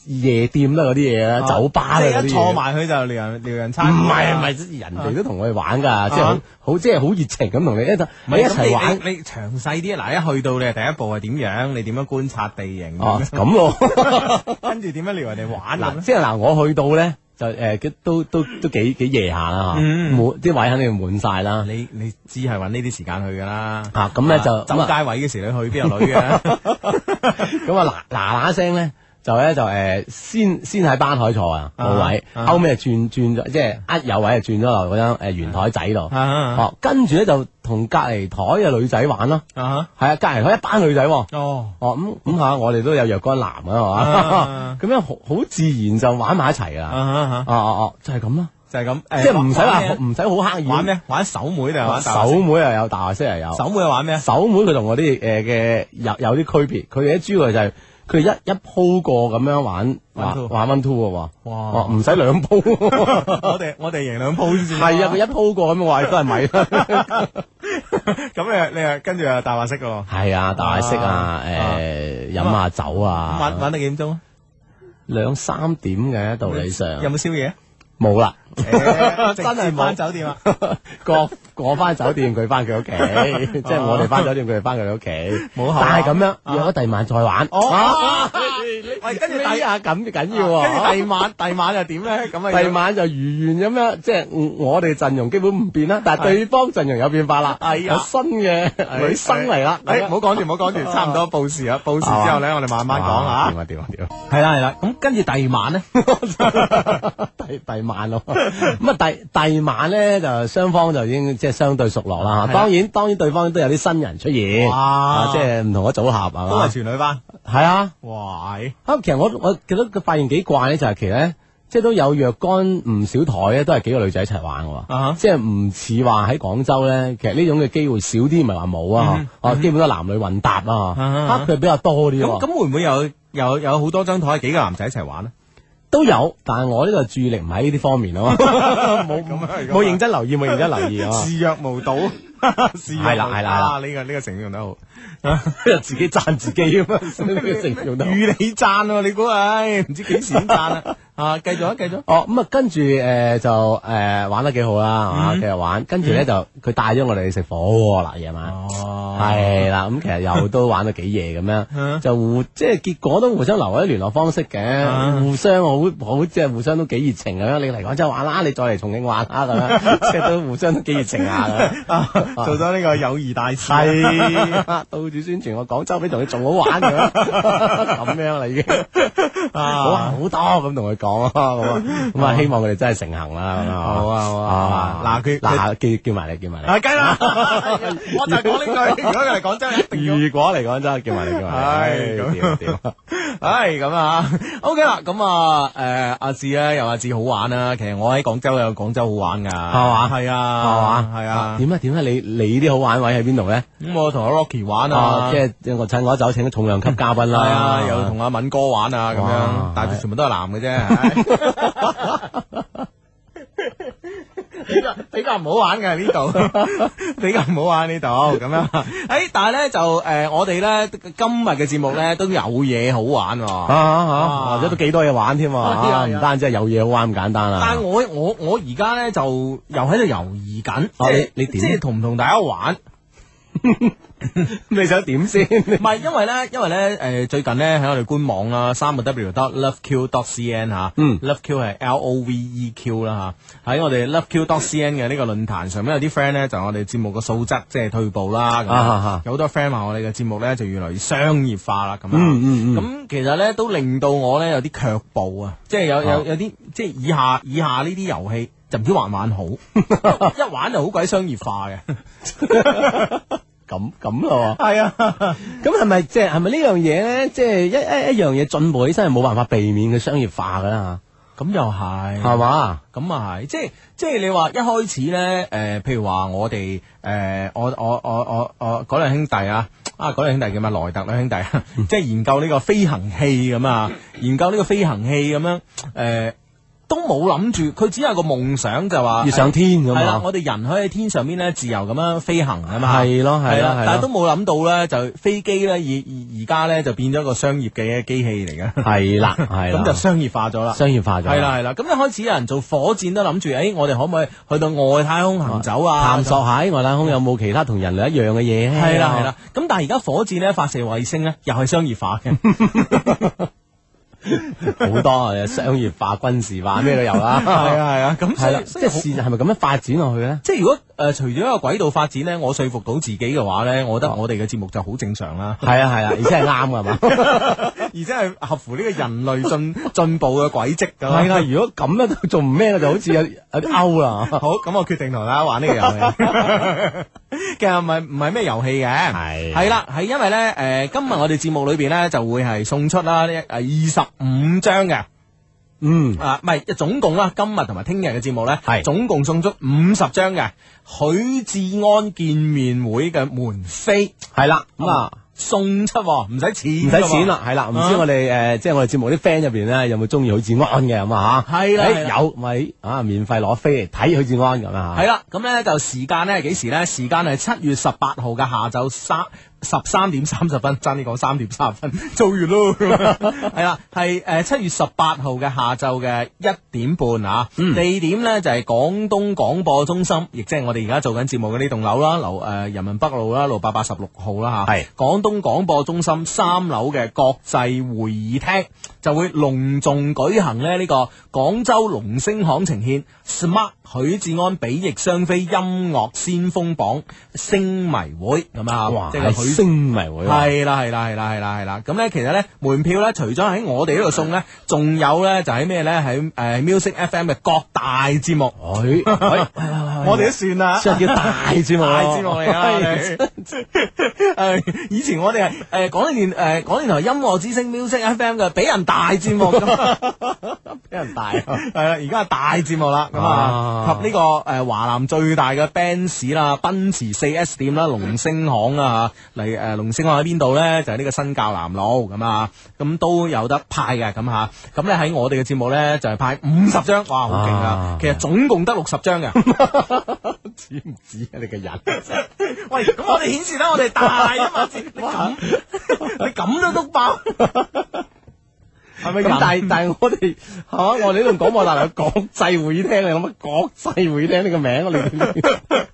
[SPEAKER 4] 夜店啦嗰啲嘢啦，酒吧啦
[SPEAKER 1] 啊即係
[SPEAKER 4] 嗰啲
[SPEAKER 1] 一
[SPEAKER 4] 嘢
[SPEAKER 1] 坐。埋去就撩人撩人餐，
[SPEAKER 4] 唔係唔係，人哋都同我哋玩㗎，即係好好即係好熱情咁同你一齊
[SPEAKER 1] 啊唔
[SPEAKER 4] 咪一齊玩。
[SPEAKER 1] 你你詳細啲嗱，一去到你係第一步係點樣？你點樣觀察地形？
[SPEAKER 4] 哦，咁咯，
[SPEAKER 1] 跟住點樣撩人哋玩咁
[SPEAKER 4] 嗱，
[SPEAKER 1] 呢？
[SPEAKER 4] 即係嗱，我去到咧就誒，佢都都都幾幾夜下啦嚇，
[SPEAKER 1] 嗯
[SPEAKER 4] 滿啲位肯定滿晒啦。
[SPEAKER 1] 你你知係揾呢啲時間去㗎啦。
[SPEAKER 4] 啊咁咧就
[SPEAKER 1] 啊走
[SPEAKER 4] 咁啊
[SPEAKER 1] 街位嘅時候你去邊有女嘅？
[SPEAKER 4] 咁啊嗱嗱嗱聲咧，就咧就誒先先喺班海坐啊冇位，
[SPEAKER 1] 啊
[SPEAKER 4] 後尾就轉轉咗，即係一有位就轉咗落嗰張誒圓台仔度。
[SPEAKER 1] 啊
[SPEAKER 4] 哦，跟住咧就同隔離台嘅女仔玩咯，
[SPEAKER 1] 啊
[SPEAKER 4] 係啊，隔離台一班女仔喎。
[SPEAKER 1] 哦，
[SPEAKER 4] 哦，咁咁嚇，我哋都有若干男啊，係嘛
[SPEAKER 1] 啊，
[SPEAKER 4] 咁樣好好自然就玩埋一
[SPEAKER 1] 啊
[SPEAKER 4] 齊啦。
[SPEAKER 1] 啊啊
[SPEAKER 4] 哦哦哦，就係咁啦。
[SPEAKER 1] 就係咁，誒
[SPEAKER 4] 即系唔使
[SPEAKER 1] 玩
[SPEAKER 4] 话
[SPEAKER 1] 咩
[SPEAKER 4] 唔使好刻意
[SPEAKER 1] 玩咩？玩手妹定係玩大學
[SPEAKER 4] 手
[SPEAKER 1] 生
[SPEAKER 4] 妹又有，大學識又有。
[SPEAKER 1] 手妹玩咩？
[SPEAKER 4] 手妹佢同我啲誒嘅有有啲區別，佢哋一主要就係佢哋一一鋪過咁樣玩
[SPEAKER 1] One
[SPEAKER 4] 玩
[SPEAKER 1] two
[SPEAKER 4] 玩 one two 嘅喎，
[SPEAKER 1] 哇
[SPEAKER 4] 哦唔使兩鋪，係
[SPEAKER 1] 我哋我哋贏兩鋪先。
[SPEAKER 4] 啊，佢一鋪過咁樣話都係咪 啦？
[SPEAKER 1] 咁你你又跟住又大話識喎。
[SPEAKER 4] 係啊，大學識啊
[SPEAKER 1] 啊，
[SPEAKER 4] 誒飲下酒
[SPEAKER 1] 玩
[SPEAKER 4] 啊，
[SPEAKER 1] 玩到幾點鐘啊？
[SPEAKER 4] 兩三點嘅道理上
[SPEAKER 1] 有冇宵 夜？
[SPEAKER 4] 冇啦，
[SPEAKER 1] 誒直接
[SPEAKER 4] 真係冇
[SPEAKER 1] 翻酒店啊！
[SPEAKER 4] 過過翻酒店佢翻佢 屋企，即係我哋翻酒店佢哋翻佢哋屋企，
[SPEAKER 1] 冇後
[SPEAKER 4] 但係咁
[SPEAKER 1] 話
[SPEAKER 4] 樣約咗第二晚再玩。啊
[SPEAKER 1] 哦，喂，跟住
[SPEAKER 4] 跟住
[SPEAKER 1] 第
[SPEAKER 4] 第下咁緊要啊！
[SPEAKER 1] 跟住第二晚，第二晚又點咧？咁啊，
[SPEAKER 4] 第二晚就如願咁樣，即係我哋陣容基本唔變啦，但係對方陣容有變化啦，
[SPEAKER 1] 係啊
[SPEAKER 4] 有新嘅女生嚟啦，
[SPEAKER 1] 誒，唔好講住，唔好講住，差唔多報時啦。報時之後咧，我哋慢慢講啊
[SPEAKER 4] 點。啊點啊點啊！
[SPEAKER 1] 係啦係啦，咁跟住第二晚 咧，
[SPEAKER 4] 第第晚咯，咁啊第第二晚咧就雙方就已經即係相對熟絡啦。
[SPEAKER 1] 係啊
[SPEAKER 4] 當然當然對方都有啲新人出現，
[SPEAKER 1] 哇
[SPEAKER 4] 啊即係唔同嘅組合係
[SPEAKER 1] 都係
[SPEAKER 4] 嘛，
[SPEAKER 1] 全女班。
[SPEAKER 4] 係啊。
[SPEAKER 1] 哇！
[SPEAKER 4] 啊，其實我我記得佢發現幾怪咧，就係其實咧，即係都有若干唔少台咧，都係幾個女仔一齊玩嘅喎。
[SPEAKER 1] 啊哈
[SPEAKER 4] 即係唔似話喺廣州咧，其實呢種嘅機會少啲，唔係話冇啊，哦、基本都男女混搭啊，
[SPEAKER 1] 嗯
[SPEAKER 4] 嚇佢、比較多啲
[SPEAKER 1] 咁
[SPEAKER 4] 喎。
[SPEAKER 1] 咁會唔會有有有好多張台幾個男仔一齊玩咧？
[SPEAKER 4] 都有，但係我呢個注意力唔喺呢啲方 面啊嘛，冇
[SPEAKER 1] 咁啊係咁啊
[SPEAKER 4] 冇認真留意，冇認真留 意啊嘛，
[SPEAKER 1] 視若無睹，視若無睹
[SPEAKER 4] 係啦係啦係啦
[SPEAKER 1] 啊呢個呢個成語用得好。
[SPEAKER 4] 自己讚自己 啊嘛，呢個成用得好。
[SPEAKER 1] 與你讚喎， 你估唉，唔知幾時先讚 啊？啊，繼續啊，繼續。
[SPEAKER 4] 哦，咁啊，跟住誒就誒玩得幾好啦，係嘛？繼續玩，跟住咧就佢帶咗我哋去食火鍋啦，夜晚。
[SPEAKER 1] 哦
[SPEAKER 4] 系啦，咁其實又都玩到幾夜咁 樣，
[SPEAKER 1] 嗯
[SPEAKER 4] 就互即係結果都互相留咗啲聯絡方式嘅，
[SPEAKER 1] 嗯
[SPEAKER 4] 互相好好即係互相都幾熱情咁樣。你嚟廣州玩啦，你再嚟重慶玩啦咁樣， 即係都互相都幾熱情下 㗎。 哦
[SPEAKER 1] 做咗呢個友誼大使。
[SPEAKER 4] 係啊 到處宣傳我廣州比同你仲好玩咁樣， 咁樣啦已經，好啊玩好多咁同佢講啊咁啊，咁啊希望佢哋真係成行啦咁啊。
[SPEAKER 1] 好啊好啊好啊嗱佢佢
[SPEAKER 4] 嗱叫叫埋你叫埋你
[SPEAKER 1] 啊， 梗啦，我就係講 呢句。如果佢嚟廣州，一 定要。
[SPEAKER 4] 如果嚟廣州叫埋你叫埋你，
[SPEAKER 1] 係
[SPEAKER 4] 唉
[SPEAKER 1] 咁
[SPEAKER 4] 屌屌。
[SPEAKER 1] 唉，咁啊，OK 啦，咁啊，诶，阿志咧又阿志好玩啊。其實我喺廣州有廣州好玩噶，係
[SPEAKER 4] 嘛
[SPEAKER 1] 係啊，
[SPEAKER 4] 係嘛
[SPEAKER 1] 係啊。
[SPEAKER 4] 點啊點啊！你你啲好玩位喺邊度咧？
[SPEAKER 1] 咁我同阿 Rocky 玩啊，係
[SPEAKER 4] 即係我趁我走請重量級嘉賓啦。
[SPEAKER 1] 啊，又同阿敏哥玩啊，咁
[SPEAKER 4] 哇
[SPEAKER 1] 樣，但係全部都係男嘅啫。 比較比較唔好玩嘅呢 度，比較唔好玩呢度咁樣。 誒，哎但係咧就誒、呃我哋咧今日嘅節目咧都有嘢好玩喎、
[SPEAKER 4] 啊啊，或者都幾多嘢玩添喎
[SPEAKER 1] 係啊
[SPEAKER 4] 啊，
[SPEAKER 1] 係啊
[SPEAKER 4] 唔單止係有嘢好玩咁簡單啊
[SPEAKER 1] 但係
[SPEAKER 4] 啦。
[SPEAKER 1] 我我我而家咧就又喺度猶豫緊，即
[SPEAKER 4] 哦
[SPEAKER 1] 係
[SPEAKER 4] 你你點
[SPEAKER 1] 即係同唔同大家玩？
[SPEAKER 4] 你想點先？
[SPEAKER 1] 唔係，因為咧，因為咧，誒、最近咧喺我哋官網啦，三個 W dot loveq dot cn 嚇，
[SPEAKER 4] 嗯
[SPEAKER 1] ，loveq 係 L O V E Q 啦嚇，喺我哋 loveq dot cn 嘅呢個論壇上面有啲 friend 咧就我哋節目嘅素質即係退步啦，咁樣
[SPEAKER 4] 啊啊啊
[SPEAKER 1] 有好多 friend 話我哋嘅節目咧就越嚟越商業化啦，咁樣，咁、
[SPEAKER 4] 嗯嗯嗯
[SPEAKER 1] 其實咧都令到我咧有啲卻步啊，即係有有有啲即係以下以下呢啲遊戲就唔知玩唔玩 好，一玩就好鬼商業化嘅，
[SPEAKER 4] 咁咁咯喎，
[SPEAKER 1] 係啊。
[SPEAKER 4] 咁係咪即係係咪呢樣嘢咧？即係一一一樣嘢進步起身係冇辦法避免佢商業化㗎啦
[SPEAKER 1] 咁又係，
[SPEAKER 4] 嚇，係嘛？
[SPEAKER 1] 咁啊係，即係即係你話一開始咧，誒、譬如話我哋誒、我我我我我嗰兩兄弟啊，啊嗰兩兄弟叫咩？萊特兩兄弟 啊，即係研究呢個飛行器咁啊，研究呢個飛行器咁樣，誒、都冇諗住，佢只有個夢想就話
[SPEAKER 4] 要上天咁
[SPEAKER 1] 係啦，
[SPEAKER 4] 啊，
[SPEAKER 1] 我哋人可以喺天上面咧自由咁樣飛行啊嘛，
[SPEAKER 4] 係咯係
[SPEAKER 1] 係
[SPEAKER 4] 咯
[SPEAKER 1] 啦，
[SPEAKER 4] 係
[SPEAKER 1] 但係
[SPEAKER 4] 咯
[SPEAKER 1] 都。冇諗到咧，就飛機咧而而而家咧就變咗個商業嘅機器嚟嘅，
[SPEAKER 4] 系啦，系啦，
[SPEAKER 1] 咁就商業化咗啦。
[SPEAKER 4] 商業化咗，
[SPEAKER 1] 系啦，系啦，咁一開始有人做火箭都諗住，诶、我哋可唔可以去到外太空行走啊？
[SPEAKER 4] 探索下喺外太空有冇其他同人類一樣嘅嘢啊咧？
[SPEAKER 1] 系啦系啦，咁但係而啊家火箭咧發射衛星咧又係商業化 嘅，
[SPEAKER 4] 係啦，好多啊商業化、軍事 化咩都有啦。
[SPEAKER 1] 系啊，咁
[SPEAKER 4] 係啦，
[SPEAKER 1] 所以
[SPEAKER 4] 即係
[SPEAKER 1] 所以好
[SPEAKER 4] 事係咪咁樣發展落去咧？，
[SPEAKER 1] 即係如果诶、呃除咗一個軌道發展咧，我說服到自己嘅話咧，我覺得我哋嘅節目就好正常啦
[SPEAKER 4] 係啊係啊，而且係啱㗎係嘛？
[SPEAKER 1] 而且係合乎呢個人類 進进步嘅軌跡噶
[SPEAKER 4] 係啦，如果咁咧都做唔咩就好似有有啲勾啦。
[SPEAKER 1] 好，咁我決定同大家玩呢個遊戲。 其實唔係唔係咩遊戲嘅，
[SPEAKER 4] 係
[SPEAKER 1] 係啦，係因為咧，誒、今日我哋節目裏邊咧就會係送出啦呢誒二十五張嘅，
[SPEAKER 4] 嗯，
[SPEAKER 1] 啊唔係總共啦，今日同埋聽日嘅節目咧，
[SPEAKER 4] 係
[SPEAKER 1] 總共送出五十張嘅許志安見面會嘅門飛，
[SPEAKER 4] 係啦，咁啊。
[SPEAKER 1] 送出喎唔使錢，
[SPEAKER 4] 唔使錢。啦，係啦，唔
[SPEAKER 1] 啊
[SPEAKER 4] 知我哋誒，即係我哋節目啲 friend 入邊咧，有冇中意許志安嘅咁啊嚇？
[SPEAKER 1] 係啦係啦
[SPEAKER 4] 誒有咪啊，免費攞飛嚟睇許志安咁啊嚇
[SPEAKER 1] 系。啦，咁咧就時間咧係幾時咧？時間係七月十八號嘅下晝三十三點三十分，爭啲講三點三十分， 做完咯。係啦，係诶七月十八號嘅下晝嘅一點半啊，地點咧就係廣東廣播中心，亦即係我哋而家做緊節目嘅呢棟樓啦，樓诶、呃人民北路啦，路八八十六號啦吓。
[SPEAKER 4] 係
[SPEAKER 1] 廣東廣播中心三樓嘅國際會議廳，就會隆重舉行咧呢個廣州龍星行呈獻 Smart 許志安比翼雙飛音樂先鋒榜星迷會咁啊，
[SPEAKER 4] 哇！
[SPEAKER 1] 即係
[SPEAKER 4] 係
[SPEAKER 1] 許。
[SPEAKER 4] 星迷啊會喎
[SPEAKER 1] 係啦，係啦，係啦，係啦，係啦。咁咧，其實咧，門票咧，除咗喺我哋呢度送咧，仲有咧就喺咩咧？喺誒 Music FM 嘅各大節目，
[SPEAKER 4] 佢
[SPEAKER 1] 我哋都算啦
[SPEAKER 4] 哎啊即係叫大 節目
[SPEAKER 1] 大節目嚟啊！我哋
[SPEAKER 4] 啊！
[SPEAKER 1] 诶，哎以前我哋係呃诶广電电诶广电台音樂之聲 Music FM 嘅，俾人大節目咁，
[SPEAKER 4] 俾人大
[SPEAKER 1] 係啦，而家係大節目啦，咁啊
[SPEAKER 4] 啊，
[SPEAKER 1] 及呢個诶華南最大嘅 Benz 啦，奔馳四 S 店啦，龍星行啊，嚟诶龍星行喺邊度咧？就係呢個新滘南路咁啊，咁都有得派嘅咁吓，咁咧喺我哋嘅節目咧就係派五十張，哇，好勁啊
[SPEAKER 4] 啊！
[SPEAKER 1] 其實總共得六十張嘅。
[SPEAKER 4] 知唔知啊？你個人
[SPEAKER 1] 喂，咁我哋顯示得我哋大啊 嘛，你咁你咁都督爆，係咪
[SPEAKER 4] 咁但係但係我哋嚇我哋呢度廣播大樓國際會議廳，你諗乜國際會議廳呢個名 我哋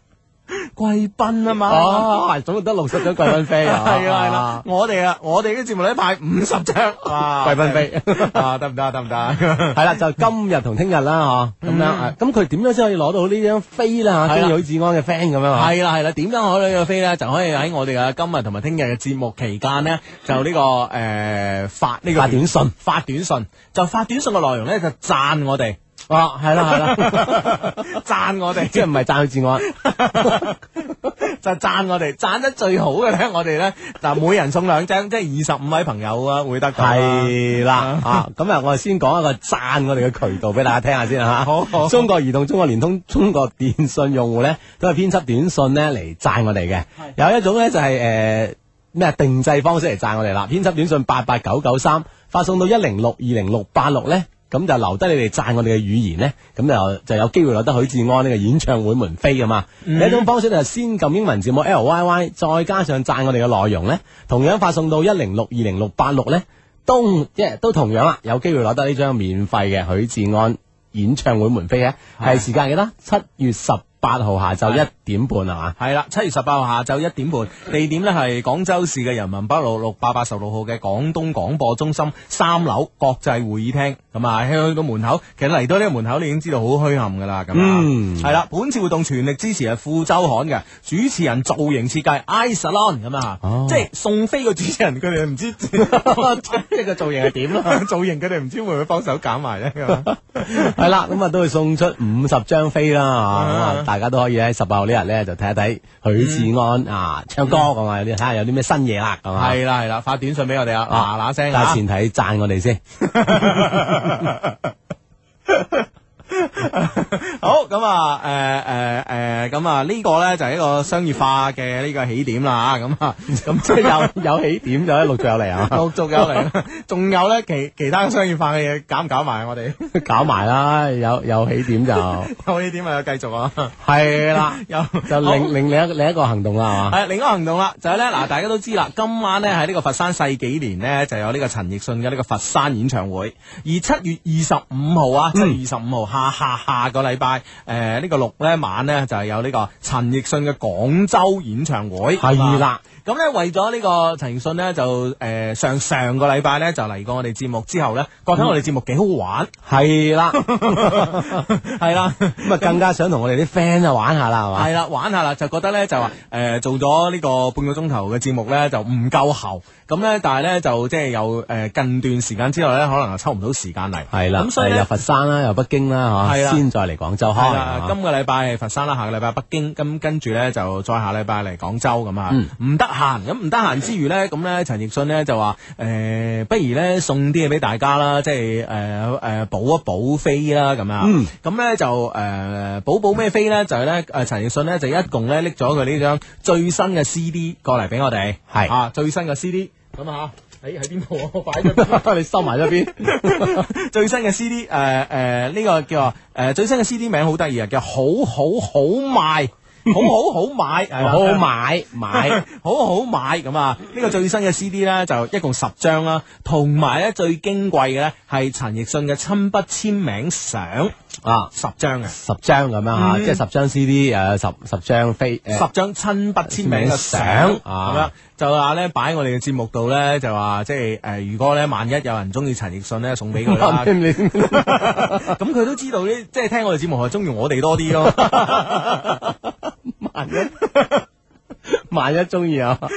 [SPEAKER 1] 貴賓啊嘛？
[SPEAKER 4] 哦，總共得六十張貴賓飛
[SPEAKER 1] 係
[SPEAKER 4] 啊！
[SPEAKER 1] 啦係啦，我哋啊，我哋啲節目咧派五十張，哇
[SPEAKER 4] 貴賓飛
[SPEAKER 1] 啊，得唔得？得唔得？
[SPEAKER 4] 係啦，就今日同聽日啦嚇，咁樣啊咁佢點樣先可以攞到呢張飛啦
[SPEAKER 1] 嗯係
[SPEAKER 4] 嚇？
[SPEAKER 1] 啦
[SPEAKER 4] 中意許志安嘅 friend 咁樣 啊？
[SPEAKER 1] 係啦係啦，點樣可以呢個飛咧？就可以喺我哋嘅啊今日同埋聽日嘅節目期間呢，就呢、個誒、呃、發呢個
[SPEAKER 4] 發短信
[SPEAKER 1] 發短信就發短信嘅內容咧就讚我哋，
[SPEAKER 4] 啊，係啦係啦，
[SPEAKER 1] 讚我哋，
[SPEAKER 4] 即係唔係讚許志安？
[SPEAKER 1] 就讚我哋，讚得最好嘅咧，我哋咧就每人送兩張，即係二十五位朋友啊，會得到啦
[SPEAKER 4] 系啦，啊，咁啊，我哋先講一個赞我哋嘅渠道俾大家聽下先吓。
[SPEAKER 1] 好好
[SPEAKER 4] 中國移動、中國聯通、中國電信用戶咧，都係編輯短信咧嚟赞我哋嘅。有一種咧就係诶咩啊定制方式嚟赞我哋啦，編輯短信八八九九三發送到一零六二零六八六咧。咁就留低你哋讚我哋嘅語言呢，咁就就有機會攞得許志安呢個演唱會門飛噶嘛。
[SPEAKER 1] 嗯
[SPEAKER 4] 另一種方式呢，就先撳英文字母 L Y Y，再加上讚我哋嘅內容呢，同樣發送到一零六二零六八六呢，都即係都同樣啦，有機會攞得呢張免費嘅許志安演唱會門飛嘅，係時間幾多？七月十八號下晝一點半係啊嘛？
[SPEAKER 1] 系啦，七月十八號下晝一點半，地點呢係廣州市嘅人民北路六百八十六號嘅廣東廣播中心三樓國際會議廳。咁啊，去到門口，其實嚟到呢個門口，你已經知道好虛冚噶啦。咁啊，
[SPEAKER 4] 嗯
[SPEAKER 1] 係啦，本次活動全力支持係富州刊嘅主持人造型設計 i Salon 咁啊，
[SPEAKER 4] 哦
[SPEAKER 1] 即係送飛個主持人，佢哋唔 知即係個造型係點咯， 造型佢哋唔知會唔會幫手減埋咧。咁啊
[SPEAKER 4] 系啦，咁啊都會送出五十張飛啦，咁啊大家都可以喺十八號呢日咧就睇一睇許志安啊唱歌咁啊，你睇下有啲咩新嘢啦，咁啊，
[SPEAKER 1] 係啦係啦，發短信俾我哋啊，嗱嗱聲啊
[SPEAKER 4] 但係啊前提讚我哋先，
[SPEAKER 1] 好咁啊，誒誒誒，咁啊呢個咧就係一個商業化嘅呢個起點啦，咁啊，咁即係
[SPEAKER 4] 即
[SPEAKER 1] 有
[SPEAKER 4] 係有有起點就一陸續有嚟啊，
[SPEAKER 1] 陸續有嚟， 仲有咧其其他商業化嘅嘢搞唔搞埋啊我哋？
[SPEAKER 4] 搞埋啦，有有起點就
[SPEAKER 1] 有呢點咪有繼續啊，
[SPEAKER 4] 係啦，
[SPEAKER 1] 有
[SPEAKER 4] 就
[SPEAKER 1] 好
[SPEAKER 4] 另另另一另一個行動啦，係嘛，
[SPEAKER 1] 係另一個行動啦，就係咧嗱，大家都知啦，今晚咧喺呢個佛山世紀年呢，就有呢個陳奕迅嘅呢個佛山演唱會，而七月二十五號
[SPEAKER 4] 嗯
[SPEAKER 1] 啊，七月二十五號下下下個禮拜，誒、呢個六咧晚呢，就係有呢個陳奕迅嘅廣州演唱會，啊
[SPEAKER 4] 係啦。
[SPEAKER 1] 咁咧，為咗呢個陳奕迅呢，就誒、上上個禮拜呢，就嚟過我哋節目之後呢，覺得我哋節目幾好玩，
[SPEAKER 4] 係啦，
[SPEAKER 1] 係 啦、
[SPEAKER 4] 咁啊更加想同我哋啲 friend 啊玩下啦，係嘛
[SPEAKER 1] 系。啦，玩下啦，就覺得咧就話诶、誒做咗呢個半個鐘頭嘅節目咧就唔夠喉，咁咧但係咧就即係有诶、誒近段時間之內咧，可能又抽唔到時間嚟，
[SPEAKER 4] 係啦，
[SPEAKER 1] 咁所以
[SPEAKER 4] 又
[SPEAKER 1] 咧。
[SPEAKER 4] 佛山啦，又北京啦，
[SPEAKER 1] 係
[SPEAKER 4] 吓
[SPEAKER 1] 啦
[SPEAKER 4] 先再嚟廣州
[SPEAKER 1] 係
[SPEAKER 4] 開
[SPEAKER 1] 啦，
[SPEAKER 4] 係嘛。
[SPEAKER 1] 今個禮拜係佛山啦，下個禮拜北京，咁跟住咧就再下禮拜嚟廣州咁啊，
[SPEAKER 4] 嗯
[SPEAKER 1] 唔得閒，咁唔得閒之餘咧，咁咧陳奕迅咧就話诶、誒不如咧送啲嘢俾大家啦，即係诶诶補一補啊飛啦咁啊，
[SPEAKER 4] 嗯
[SPEAKER 1] 咁咧就诶補補咩飛咧？就係咧诶陳奕迅咧就一共咧拎咗佢呢張最新嘅 CD 過嚟俾我哋，
[SPEAKER 4] 係
[SPEAKER 1] 啊最新嘅 CD 咁啊。喺喺邊度啊？我擺咗邊
[SPEAKER 4] 你收埋咗邊？
[SPEAKER 1] 最新嘅 CD，诶诶呢個叫誒、呃最新嘅 CD 名好得意啊，叫好好好賣，好好好買，係啦
[SPEAKER 4] 好好買買。
[SPEAKER 1] 好好買咁啊！呢、個最新嘅 CD 呢，就一共十張啦，同埋呢最矜貴嘅呢，係陳奕迅嘅親筆簽名相
[SPEAKER 4] 啊，
[SPEAKER 1] 十張嘅，
[SPEAKER 4] 十張咁樣吓，即係十張 CD 诶，十十張飛诶，
[SPEAKER 1] 嗯十張親筆簽名嘅相
[SPEAKER 4] 簽名
[SPEAKER 1] 咁
[SPEAKER 4] 相
[SPEAKER 1] 樣
[SPEAKER 4] 啊
[SPEAKER 1] 就話呢，擺我哋嘅節目度呢，就話即係誒、呃如果呢，萬一有人中意陳奕迅呢，送俾 佢啦。
[SPEAKER 4] 你
[SPEAKER 1] 咁佢都知道呢，即係聽我哋節目係中意我哋多啲咯。
[SPEAKER 4] 萬一萬一中 意啊，
[SPEAKER 1] 系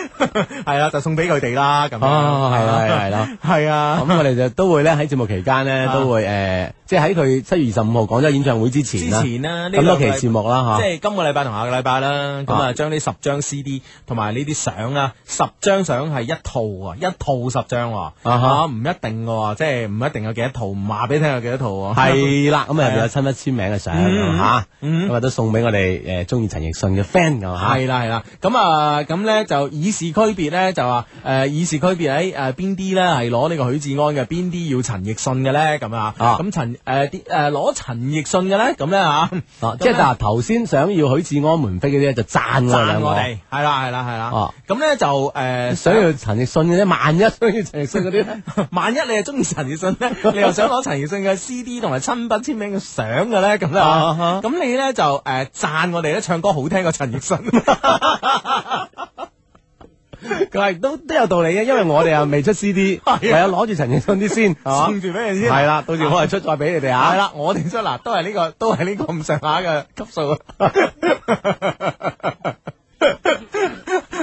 [SPEAKER 1] 啦，就送俾佢哋哦啦，咁樣
[SPEAKER 4] 啊係啦係啦係啦，
[SPEAKER 1] 係啊，
[SPEAKER 4] 咁我哋就都會咧喺節目期間咧
[SPEAKER 1] 啊
[SPEAKER 4] 都會诶，即係喺佢七月二十五號廣州演唱會之
[SPEAKER 1] 之
[SPEAKER 4] 前啦，
[SPEAKER 1] 前啦，呢
[SPEAKER 4] 咁多
[SPEAKER 1] 兩個禮
[SPEAKER 4] 期節目啦
[SPEAKER 1] 即
[SPEAKER 4] 吓，
[SPEAKER 1] 係今個禮拜同下個禮拜啦，咁啊
[SPEAKER 4] 啊
[SPEAKER 1] 將呢十張 CD 同埋呢啲相啦，十張相係一套啊，一套十張喎，
[SPEAKER 4] 啊哈
[SPEAKER 1] 啊唔一定喎，即係唔一定有幾多套，唔話俾你聽有幾多套喎，
[SPEAKER 4] 係啦，咁啊入边有親筆簽名嘅相
[SPEAKER 1] 嗯
[SPEAKER 4] 吓，
[SPEAKER 1] 嗯
[SPEAKER 4] 咁啊都送俾我哋诶中意陳奕迅嘅 friend 咁吓，
[SPEAKER 1] 系啦系啦，咁啊咁咧就以示區別咧就話诶、呃以示區別喺诶邊啲咧係攞呢個許志安嘅，邊啲要陳奕迅嘅咧咁啊，
[SPEAKER 4] 啊
[SPEAKER 1] 咁陳诶啲诶攞陳奕迅嘅咧咁咧吓，
[SPEAKER 4] 啊即係嗱頭先想要許志安門飛嗰啲咧就讚我哋
[SPEAKER 1] 赞
[SPEAKER 4] 兩
[SPEAKER 1] 我
[SPEAKER 4] 個
[SPEAKER 1] 哋係啦係啦係啦
[SPEAKER 4] 哦，
[SPEAKER 1] 咁咧就诶
[SPEAKER 4] 想要陳奕迅嘅啫，萬一想要陳奕迅嗰啲咧。
[SPEAKER 1] 萬一你係中意陳奕迅咧，你又想攞陳奕迅嘅 CD 同埋親筆簽名嘅相嘅咧，咁
[SPEAKER 4] 啊
[SPEAKER 1] 啊
[SPEAKER 4] 哈，
[SPEAKER 1] 咁你咧就誒、呃、讚我哋咧唱歌好聽過陳奕迅，
[SPEAKER 4] 啊 佢話都都有道理嘅，因為我哋又未出 CD，唯有攞住陳奕迅啲啊 先，係嘛？
[SPEAKER 1] 住俾你
[SPEAKER 4] 係啦，到時我哋出再俾你哋
[SPEAKER 1] 係
[SPEAKER 4] 啊。
[SPEAKER 1] 啦，我哋出嗱都係呢、個 都係呢個咁上下嘅級數。啊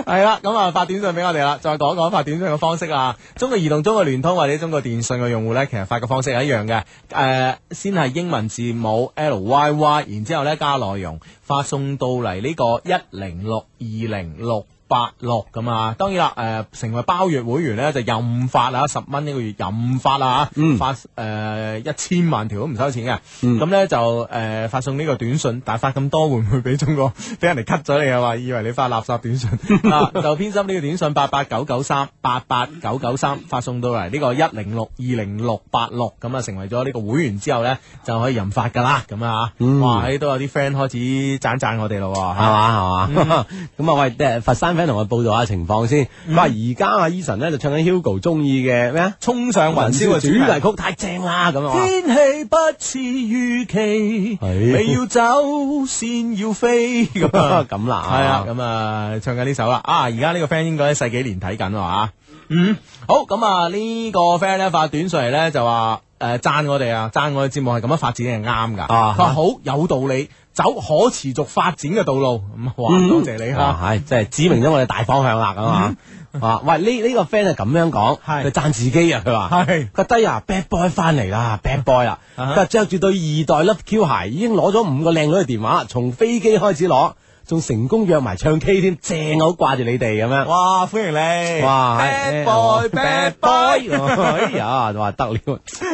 [SPEAKER 1] 係啦，咁啊發短信俾我哋啦，再講一講發短信嘅方式啦。中國移動、中國聯通或者中國電信嘅用戶呢，其實發嘅方式係一樣嘅。誒、先係英文字母 L Y Y，然之後呢加內容，發送到嚟呢個一零六二零六。八六咁啊，當然啦，誒、成為包月會員呢，就任發啊，十蚊一個月任發啊，
[SPEAKER 4] 嗯
[SPEAKER 1] 發誒一千萬條都唔收錢嘅，咁呢就誒、發送呢個 短信，但係發咁多會唔會俾中國俾人哋 cut 咗你啊？話以為你發垃圾短信啊，就偏心呢個短信八八九九三八八九九三發送到嚟呢個一零六二零六八六咁啊，成為咗呢個會員之後呢，就可以任發噶啦，咁啊，
[SPEAKER 4] 嗯
[SPEAKER 1] 哇，喺都有啲 friend 開始讚讚我哋咯，
[SPEAKER 4] 係嘛係嘛， 咁啊喂，誒佛山 friend 同我報道下情況先。佢話而家啊 Eason 咧就唱緊 Hugo 中意嘅咩啊？
[SPEAKER 1] 衝上雲霄嘅主
[SPEAKER 4] 主
[SPEAKER 1] 題
[SPEAKER 4] 題。曲太正啦，咁啊，
[SPEAKER 1] 天氣不似預期，
[SPEAKER 4] 係
[SPEAKER 1] 你要走先要飛 咁啊！
[SPEAKER 4] 咁啦，
[SPEAKER 1] 系啊，咁啊，唱緊呢首啦。啊，而家呢個 friend 應該喺世紀年睇緊喎啊。嗯，好，咁啊呢個 friend 咧發短信嚟咧就話诶赞我哋啊，讚我哋節目係咁樣發展係啱㗎。
[SPEAKER 4] 啊
[SPEAKER 1] 佢話好有道理，走可持續發展嘅道路。咁啊哇，多謝你吓。
[SPEAKER 4] 啊，系即係指明咗我哋大方向啦，咁啊。啊！喂，呢呢個 friend 係咁樣講，
[SPEAKER 1] 嗯係
[SPEAKER 4] 佢讚自己啊！佢話
[SPEAKER 1] 係
[SPEAKER 4] 佢話低啊，bad boy 翻嚟啦，bad boy 啦！
[SPEAKER 1] 啊哈
[SPEAKER 4] 佢話着住對二代 love Q 鞋，已經攞咗五個靚女嘅電話，從飛機開始攞，仲成功約埋唱 K 添，正好掛住你哋咁樣。
[SPEAKER 1] 哇，歡迎你！
[SPEAKER 4] 哇哦
[SPEAKER 1] ，bad boy，bad boy。
[SPEAKER 4] 哎呀，話得了，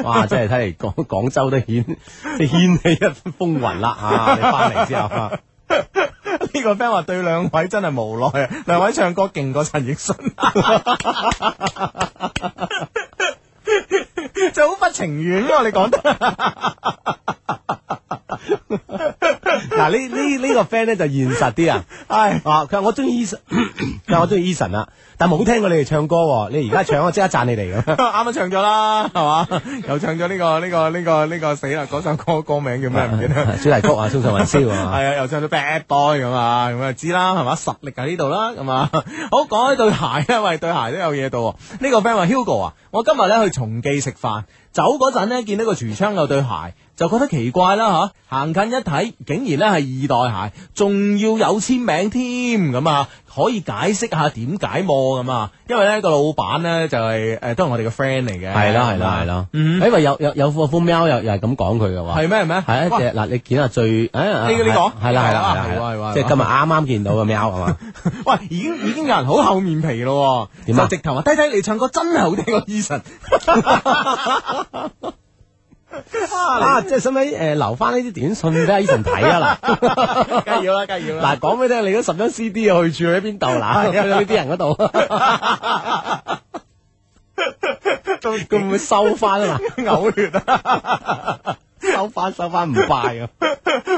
[SPEAKER 4] 哇！真係睇嚟廣廣州都掀即係掀起一風雲啦啊！你翻嚟之後啊。
[SPEAKER 1] 呢個 friend 話對兩位真係無 奈啊，兩位唱歌勁過陳奕迅， 就好不情願喎、你講得
[SPEAKER 4] 嗱呢呢呢個 friend 咧就現實啲啊，
[SPEAKER 1] 係
[SPEAKER 4] 啊佢話我中意 Eason，佢話 我中意 Eason 啊，但冇聽過你哋唱歌喎，你而家唱 我即刻讚你哋咁。
[SPEAKER 1] 啱啱唱咗啦，係嘛？又唱咗呢、個呢、個呢、個呢、個死啦！嗰首歌歌名叫咩唔記 得。
[SPEAKER 4] 主題曲啊，衝上雲霄啊，
[SPEAKER 1] 係啊，又唱咗 Bad Boy 咁啊，咁啊知啦，係嘛？實力喺呢度啦，咁啊， 好講起對鞋咧，喂，對鞋都有嘢到喎。呢、個 friend 話 Hugo 啊，我今日咧去松記食飯，走嗰陣咧見到個櫥窗有對鞋，就覺得奇怪啦吓、行近一睇，竟然咧係二代鞋，仲要有簽名添，咁啊，可以解釋下點解麼咁啊？因為咧個老闆咧就係、呃都係我哋嘅 friend 嚟嘅，
[SPEAKER 4] 係啦係啦係啦，
[SPEAKER 1] 嗯
[SPEAKER 4] 誒喂有有有個 f 喵又又係咁講佢嘅話，
[SPEAKER 1] 係咩係咩？
[SPEAKER 4] 係啊
[SPEAKER 1] 哇
[SPEAKER 4] 一隻嗱你見下最誒呢
[SPEAKER 1] 個呢個
[SPEAKER 4] 係啦係啦
[SPEAKER 1] 啊係喎
[SPEAKER 4] 係啦係
[SPEAKER 1] 係
[SPEAKER 4] 啦，
[SPEAKER 1] 喎
[SPEAKER 4] 即係今日啱啱見到嘅喵 係嘛，
[SPEAKER 1] 喂，已經已經有人好厚面皮咯喎，
[SPEAKER 4] 點啊
[SPEAKER 1] 就直頭話低低你唱歌真係好聽過 Eason，
[SPEAKER 4] 啊即係使唔使誒留翻呢啲短信俾阿 Eason 睇啊嗱？
[SPEAKER 1] 梗係要啦，梗係要
[SPEAKER 4] 嗱，講俾你聽，你嗰十張 CD 嘅去處喺邊 度嗱？
[SPEAKER 1] 啊
[SPEAKER 4] 去到呢啲人嗰度，佢會唔會收翻啊？
[SPEAKER 1] 嗱， 嘔血啊！
[SPEAKER 4] 嗱， 收翻收翻唔快啊，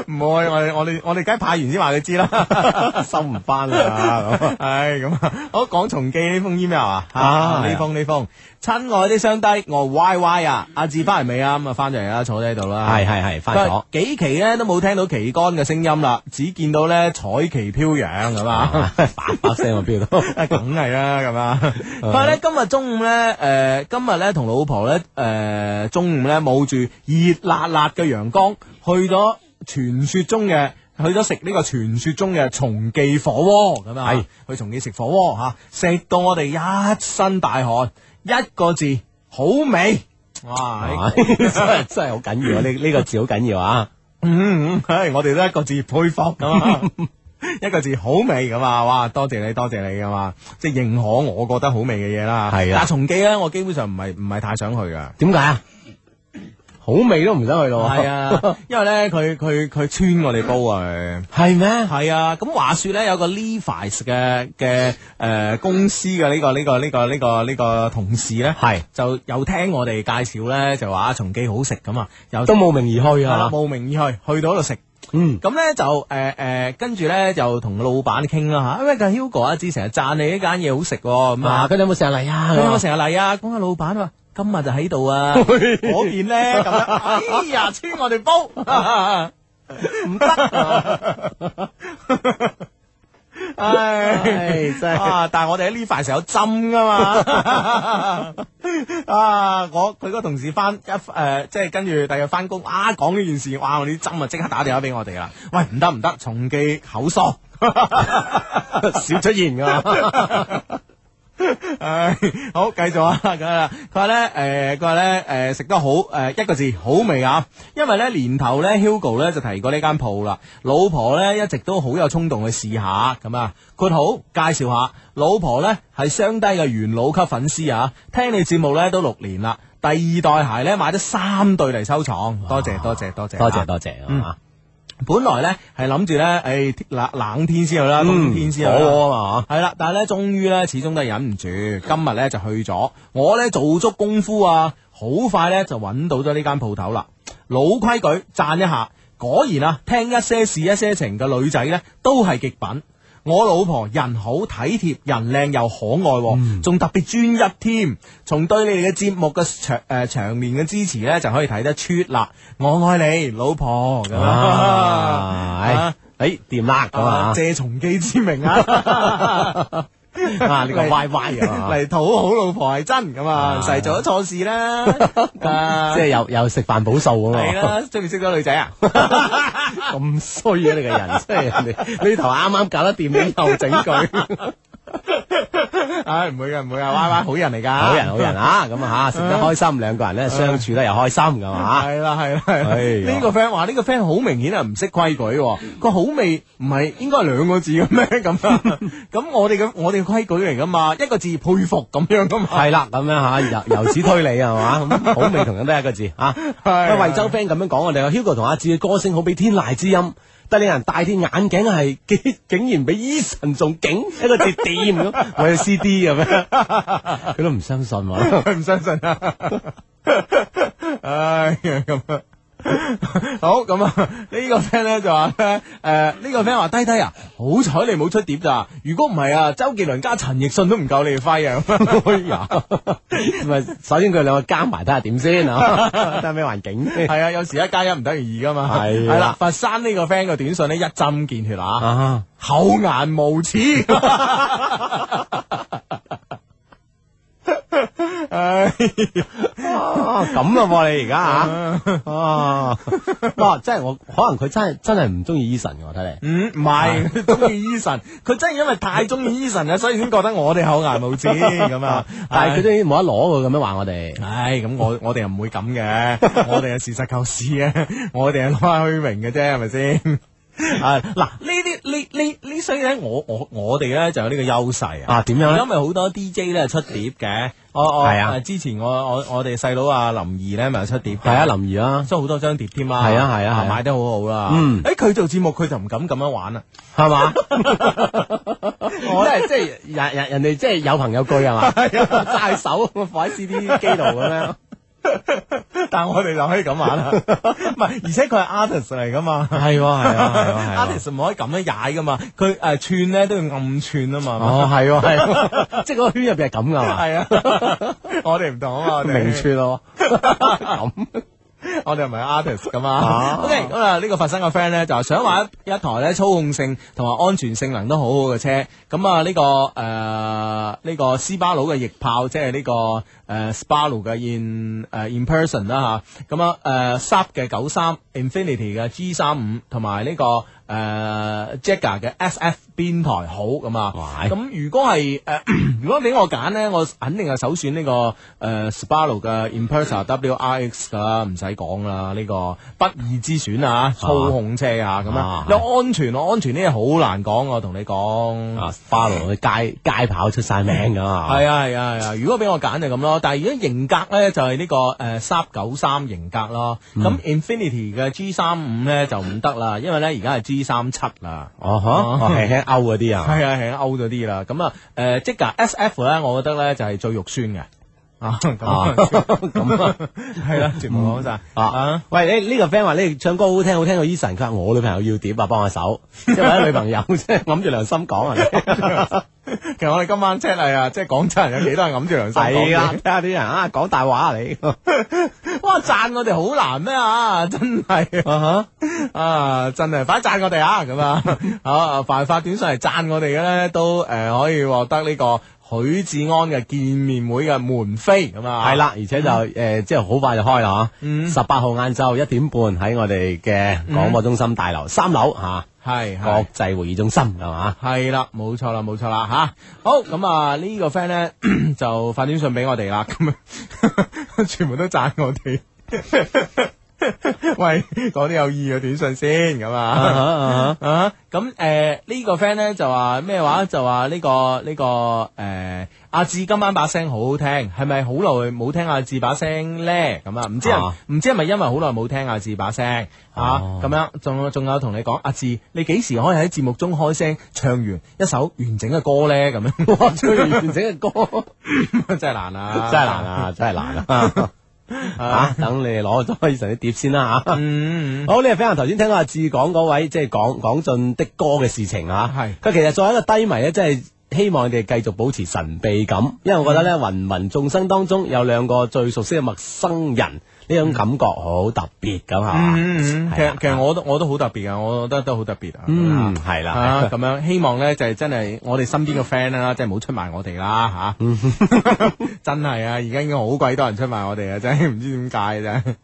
[SPEAKER 1] 唔會，我哋我哋我哋梗係派完先話佢知啦，
[SPEAKER 4] 收唔 翻啦。咁
[SPEAKER 1] 唉，咁啊，好講重記呢封 email 啊，
[SPEAKER 4] 啊係啊
[SPEAKER 1] 呢封呢封，親愛啲雙低，我 Y Y 啊，阿志翻嚟未啊？咁啊，翻咗嚟啦，坐低喺度啦，
[SPEAKER 4] 係係係，翻咗。
[SPEAKER 1] 幾期咧都冇聽到旗杆嘅聲音啦，只見到咧彩旗飄揚咁 啊。
[SPEAKER 4] 叭叭聲我飆 到，
[SPEAKER 1] 啊，梗係啦，咁啊。不過咧，今日中午咧，誒、今日咧同老婆咧，誒、中午咧冒住熱辣辣嘅陽光，去咗傳說中嘅。去咗食呢個傳說中嘅松記火鍋咁啊，
[SPEAKER 4] 係
[SPEAKER 1] 去松記食火鍋嚇，食到我哋一身大汗，一個字好味，哇！哎
[SPEAKER 4] 真係真係好緊要啊！呢呢個字好緊要啊！
[SPEAKER 1] 嗯，唉，我哋都一個字佩服咁啊，一個字好味咁啊，哇！多謝你，多謝你咁啊，即係認可我覺得好味嘅嘢啦。
[SPEAKER 4] 係啊
[SPEAKER 1] 但松記咧，我基本上唔係唔係太想去噶。
[SPEAKER 4] 點解啊？好味都唔想去咯。
[SPEAKER 1] 係，啊，因為咧佢佢佢穿我哋煲啊佢。
[SPEAKER 4] 係咩？
[SPEAKER 1] 係啊，咁話說咧，有個 Levi's 嘅嘅誒公司嘅呢個呢個呢個呢個呢個同事咧，
[SPEAKER 4] 係
[SPEAKER 1] 就又聽我哋介紹咧，就話啊松記好食咁啊，又
[SPEAKER 4] 都慕名而去
[SPEAKER 1] 係啦
[SPEAKER 4] 啊！
[SPEAKER 1] 慕名而去，去到嗰度食。
[SPEAKER 4] 嗯，
[SPEAKER 1] 咁咧就誒誒、呃呃跟住咧就同老闆傾啦嚇，因為個 Hugo 啊，之成日讚你呢間嘢好食喎，咁
[SPEAKER 4] 啊，
[SPEAKER 1] 啊，
[SPEAKER 4] 佢哋有冇成日 嚟啊？
[SPEAKER 1] 佢
[SPEAKER 4] 咁
[SPEAKER 1] 我
[SPEAKER 4] 啊
[SPEAKER 1] 成日嚟啊，咁啊老闆話今日就喺度啊， 嗰件咧咁樣，哎呀，穿我哋煲， 唔得，唉。
[SPEAKER 4] 唉，真係
[SPEAKER 1] 啊！但系我哋喺呢塊時候有針噶嘛， 啊！我佢嗰個同事翻一誒、呃即係跟住第二日翻工，啊講呢件事，哇！我啲針啊即刻打電話俾我哋啦，喂唔得唔得，重記口疏，
[SPEAKER 4] 少出現㗎。
[SPEAKER 1] 唉、好繼續啊， 咁啊，佢呃話咧誒，佢話咧誒食得好誒、呃一個字好味啊，因為咧年頭咧 Hugo 咧就提過呢間鋪啦，老婆咧一直都好有衝動去試下咁啊，括好介紹下，老婆咧係雙低嘅元老級粉絲啊，聽你節目咧都六年啦，第二代鞋咧買咗三對嚟收藏，多謝多謝多謝
[SPEAKER 4] 多謝
[SPEAKER 1] 啊
[SPEAKER 4] 多謝
[SPEAKER 1] 嗯
[SPEAKER 4] 啊！
[SPEAKER 1] 本來咧係諗住咧，诶冷冷天先去啦，冬天先去
[SPEAKER 4] 火
[SPEAKER 1] 啦。
[SPEAKER 4] 鍋啊嘛
[SPEAKER 1] 系啦，但係咧，終於咧，始終都係忍唔住，今日咧就去咗。我咧做足功夫啊，好快咧就揾到咗呢間鋪頭啦。老規矩，讚一下，果然啊，聽一些事一些情嘅女仔咧，都係極品。我老婆人好體貼，人靚又可愛喎，
[SPEAKER 4] 嗯
[SPEAKER 1] 仲、特別專一添。從對你哋嘅節目嘅長誒、呃、長年嘅支持咧，就可以睇得出啦。我愛你，老婆咁樣
[SPEAKER 4] 啊，唉
[SPEAKER 1] 啊
[SPEAKER 4] 诶掂啦咁
[SPEAKER 1] 啊
[SPEAKER 4] 啊，
[SPEAKER 1] 借從基之名啊！
[SPEAKER 4] 啊呢個
[SPEAKER 1] 嚟
[SPEAKER 4] Y Y 啊，
[SPEAKER 1] 嚟討好老婆係真咁啊，
[SPEAKER 4] 啊
[SPEAKER 1] 實係做咗錯事 啦，啊
[SPEAKER 4] 即係又又食飯補數咁
[SPEAKER 1] 係
[SPEAKER 4] 嘛，
[SPEAKER 1] 啦，中意識咗女仔啊，
[SPEAKER 4] 咁衰嘅你個人，即係人哋呢頭啱啱搞得掂，你又整佢，
[SPEAKER 1] 唉唔會噶唔會噶，Y 啊 Y 好人嚟㗎，
[SPEAKER 4] 好人好人啊，咁 啊吓食得開心，兩個人咧相處得又開心咁 啊，
[SPEAKER 1] 係啦係啦係
[SPEAKER 4] 哎
[SPEAKER 1] 啦，
[SPEAKER 4] 呀
[SPEAKER 1] 呢個 friend 話呢個 friend 好明顯係唔識規矩喎，個好味唔係應該係兩個字嘅咩咁 啊？咁我哋嘅我哋嘅規矩嚟㗎嘛，一個字佩服咁樣㗎嘛，
[SPEAKER 4] 係啦，咁樣吓由由此推理啊係嘛， 咁好味同樣都係一個字啊。喂，
[SPEAKER 1] 係
[SPEAKER 4] 惠州 friend 咁樣講我哋，Hugo 同阿志嘅歌聲好比天籟之音，但你人戴啲眼鏡係竟 竟然比 Eason 仲勁，一個字掂咁，我有 CD 咁 樣，佢都唔相信喎。
[SPEAKER 1] 佢唔相信啊！唉，咁啊。好咁啊！呢個 friend 咧就話咧，诶呢個 friend 話低低啊，好彩你冇出碟咋，如果唔係啊，周杰倫加陳奕迅都唔夠你哋揮啊！
[SPEAKER 4] 哎呀，咪首先佢兩個加埋睇下點先啊， 睇下咩環境先。
[SPEAKER 1] 係啊，有時一加一唔等於二噶嘛。
[SPEAKER 4] 係啊
[SPEAKER 1] 係啦，佛山呢個 friend 個短信呢，一針見血啊，
[SPEAKER 4] 啊，
[SPEAKER 1] 厚顏無 恥。唉，
[SPEAKER 4] 咁啊喎， 你而家吓啊，哇！真係我可能佢真係真係唔中意 Eason 嘅，我睇嚟。
[SPEAKER 1] 嗯，唔係， 佢中意 Eason，佢真係因為太中意 Eason 啊，所以先覺得我哋厚顏無恥 咁啊。
[SPEAKER 4] 但嗯係佢都冇得攞喎，咁樣話我哋。
[SPEAKER 1] 唉，咁我我哋又唔會咁 嘅，我哋係事實求是嘅，我哋係攞下虛榮嘅啫，係咪先？ 啊，嗱，呢啲呢呢呢，所以咧，我我我哋咧就有呢個優勢啊。
[SPEAKER 4] 啊，點樣
[SPEAKER 1] 而
[SPEAKER 4] 咧
[SPEAKER 1] 家？咪好多 DJ 咧出碟嘅，我我
[SPEAKER 4] 係啊
[SPEAKER 1] 之前我我我哋細佬啊林怡咧咪有出碟嘅，
[SPEAKER 4] 係啊，林怡啊。
[SPEAKER 1] 出好多張碟添啦，
[SPEAKER 4] 係啊係啊係啊
[SPEAKER 1] 買得好好啦。
[SPEAKER 4] 嗯
[SPEAKER 1] 誒佢做節目佢就唔敢咁樣玩啦。啊
[SPEAKER 4] 系嘛？ 我啊真系即系人人人哋即系有朋有據系 嘛？揸手咁放喺 CD 機度咁樣，
[SPEAKER 1] 但我哋就可以咁玩 啦，唔係，而且佢係 artist 嚟噶嘛。
[SPEAKER 4] 係喎係喎係喎啊
[SPEAKER 1] artist 唔可以咁樣踩噶嘛，佢誒串咧都要暗串啊嘛。
[SPEAKER 4] 哦係喎係 喎，即係嗰個圈入邊係咁噶嘛？
[SPEAKER 1] 係啊， 我哋唔同啊嘛，我哋
[SPEAKER 4] 明處 咯，咁
[SPEAKER 1] 我哋唔係 artist 噶嘛
[SPEAKER 4] 啊。
[SPEAKER 1] OK，咁啊呢個佛生嘅 friend 咧就係想話一一台咧操控性同埋安全性能都好好嘅車。咁啊呢個誒呢個斯巴魯嘅翼炮，即係呢個誒 Subaru 嘅 in 誒 in person 啦嚇。咁啊誒 Sub 嘅九三 Infinity 嘅 G 三五同埋呢個誒 Jaguar 嘅 SF 邊台好咁啊。
[SPEAKER 4] 喂
[SPEAKER 1] 咁如果係誒 如果俾我揀咧，我肯定係首選呢、個誒、呃 Subaru 嘅 Impreza WRX 噶啦，唔使講啦，呢、個不二之選啊，操控車啊咁啊
[SPEAKER 4] 啊，
[SPEAKER 1] 有安全啊，安全呢嘢好難講，我同你講。
[SPEAKER 4] 啊，花路啲街街跑出晒名噶嘛？
[SPEAKER 1] 係啊係啊係啊！如果俾我揀就咁咯，但係如果型格咧就係呢、個誒三九三型格咯，咁、Infinity 嘅 G 三五咧就唔得啦，因為咧而家係 G 三七啦。
[SPEAKER 4] 哦呵，哦輕輕勾嗰啲啊，
[SPEAKER 1] 系啊，系啊，勾咗啲啦。咁啊，诶，即噶 S F 咧，我覺得咧就係最肉酸嘅。啊，咁啊
[SPEAKER 4] 啊
[SPEAKER 1] 咁啊，系啦，全部講晒
[SPEAKER 4] 啊！喂，呢呢個 friend 話你唱歌好聽好聽過 Eason，佢話我女朋友要碟啊，幫下手，即係或者女 朋 友，即係揞住良心 講啊。
[SPEAKER 1] 其實我哋今晚 check 嚟啊，即係廣州人有幾多人揞住良心講嘢
[SPEAKER 4] 係啦，睇下啲人啊講大話啊你。
[SPEAKER 1] 哇，讚我哋好難咩啊， 真係啊 啊，真係快讚我哋啊，咁啊， 啊，凡發短信嚟讚我哋嘅咧，都诶可以獲得呢個許志安嘅見面會嘅門飛咁啊，
[SPEAKER 4] 系啦，而且就诶，即係好快就開啦吓，十八號晏晝一點半喺我哋嘅廣播中心大樓三樓吓，
[SPEAKER 1] 係，係
[SPEAKER 4] 國際會議中心係嘛？
[SPEAKER 1] 系啦，冇錯啦，冇錯啦吓。好咁啊，呢 個 friend 咧 就發短信俾我哋啦，咁啊全部都讚我哋。 喂，講啲有意義嘅短信先咁
[SPEAKER 4] 啊哈
[SPEAKER 1] 啊。
[SPEAKER 4] 啊
[SPEAKER 1] 啊，咁诶呢個 friend 咧就話咩話？就話呢、個呢、個诶阿志今晚把聲好好聽，係咪好耐冇聽阿志把聲咧？咁啊，唔知係
[SPEAKER 4] 啊
[SPEAKER 1] 唔知係咪因為好耐冇聽阿志把聲啊？
[SPEAKER 4] 哦
[SPEAKER 1] 咁樣仲有仲有同你講，阿志你幾時可以喺節目中開聲唱完一首完整嘅歌咧？咁樣
[SPEAKER 4] 哈！哇，最完整嘅歌，
[SPEAKER 1] 真係難啊，
[SPEAKER 4] 真系難！啊，真系難啊！啊，等你攞咗以前啲碟先啦啊吓。
[SPEAKER 1] 嗯， 嗯
[SPEAKER 4] 好，呢個 friend 頭先聽到阿志講嗰位，即係講講進的歌嘅事情啊。
[SPEAKER 1] 係
[SPEAKER 4] 佢其實作為一個低迷咧，真係希望你哋繼續保持神秘感，因為我覺得
[SPEAKER 1] 嗯
[SPEAKER 4] 咧，芸芸眾生當中有兩個最熟悉嘅陌生人，呢種感覺好特別咁係
[SPEAKER 1] 嗯
[SPEAKER 4] 嘛？
[SPEAKER 1] 嗯嗯其
[SPEAKER 4] 係啊
[SPEAKER 1] 實其實我都我都好特別啊，我覺得都好特別啊。
[SPEAKER 4] 嗯係啦，
[SPEAKER 1] 啊，咁樣希望咧就係真係我哋身邊嘅 friend 啦，即係唔好出賣我哋啦吓，真係啊，而家已經好鬼多人出賣我哋啊，真係唔知點解真係。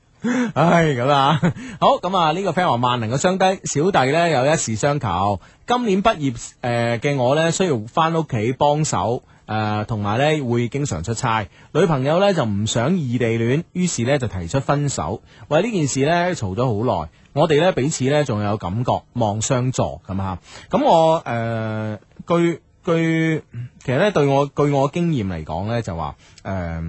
[SPEAKER 1] 唉，咁啊，好咁啊，呢、個 friend 話萬能嘅雙低，小弟呢有一事相求，今年畢業誒嘅、我呢，需要翻屋企幫手。誒，同埋呢會經常出差，女朋友呢就唔想異地戀，於是呢就提出分手。為呢件事呢嘈咗好耐，我哋呢彼此呢仲有感覺，望相助咁嚇。咁我誒、呃據據其實呢對我據我經驗嚟講呢，就話誒。呃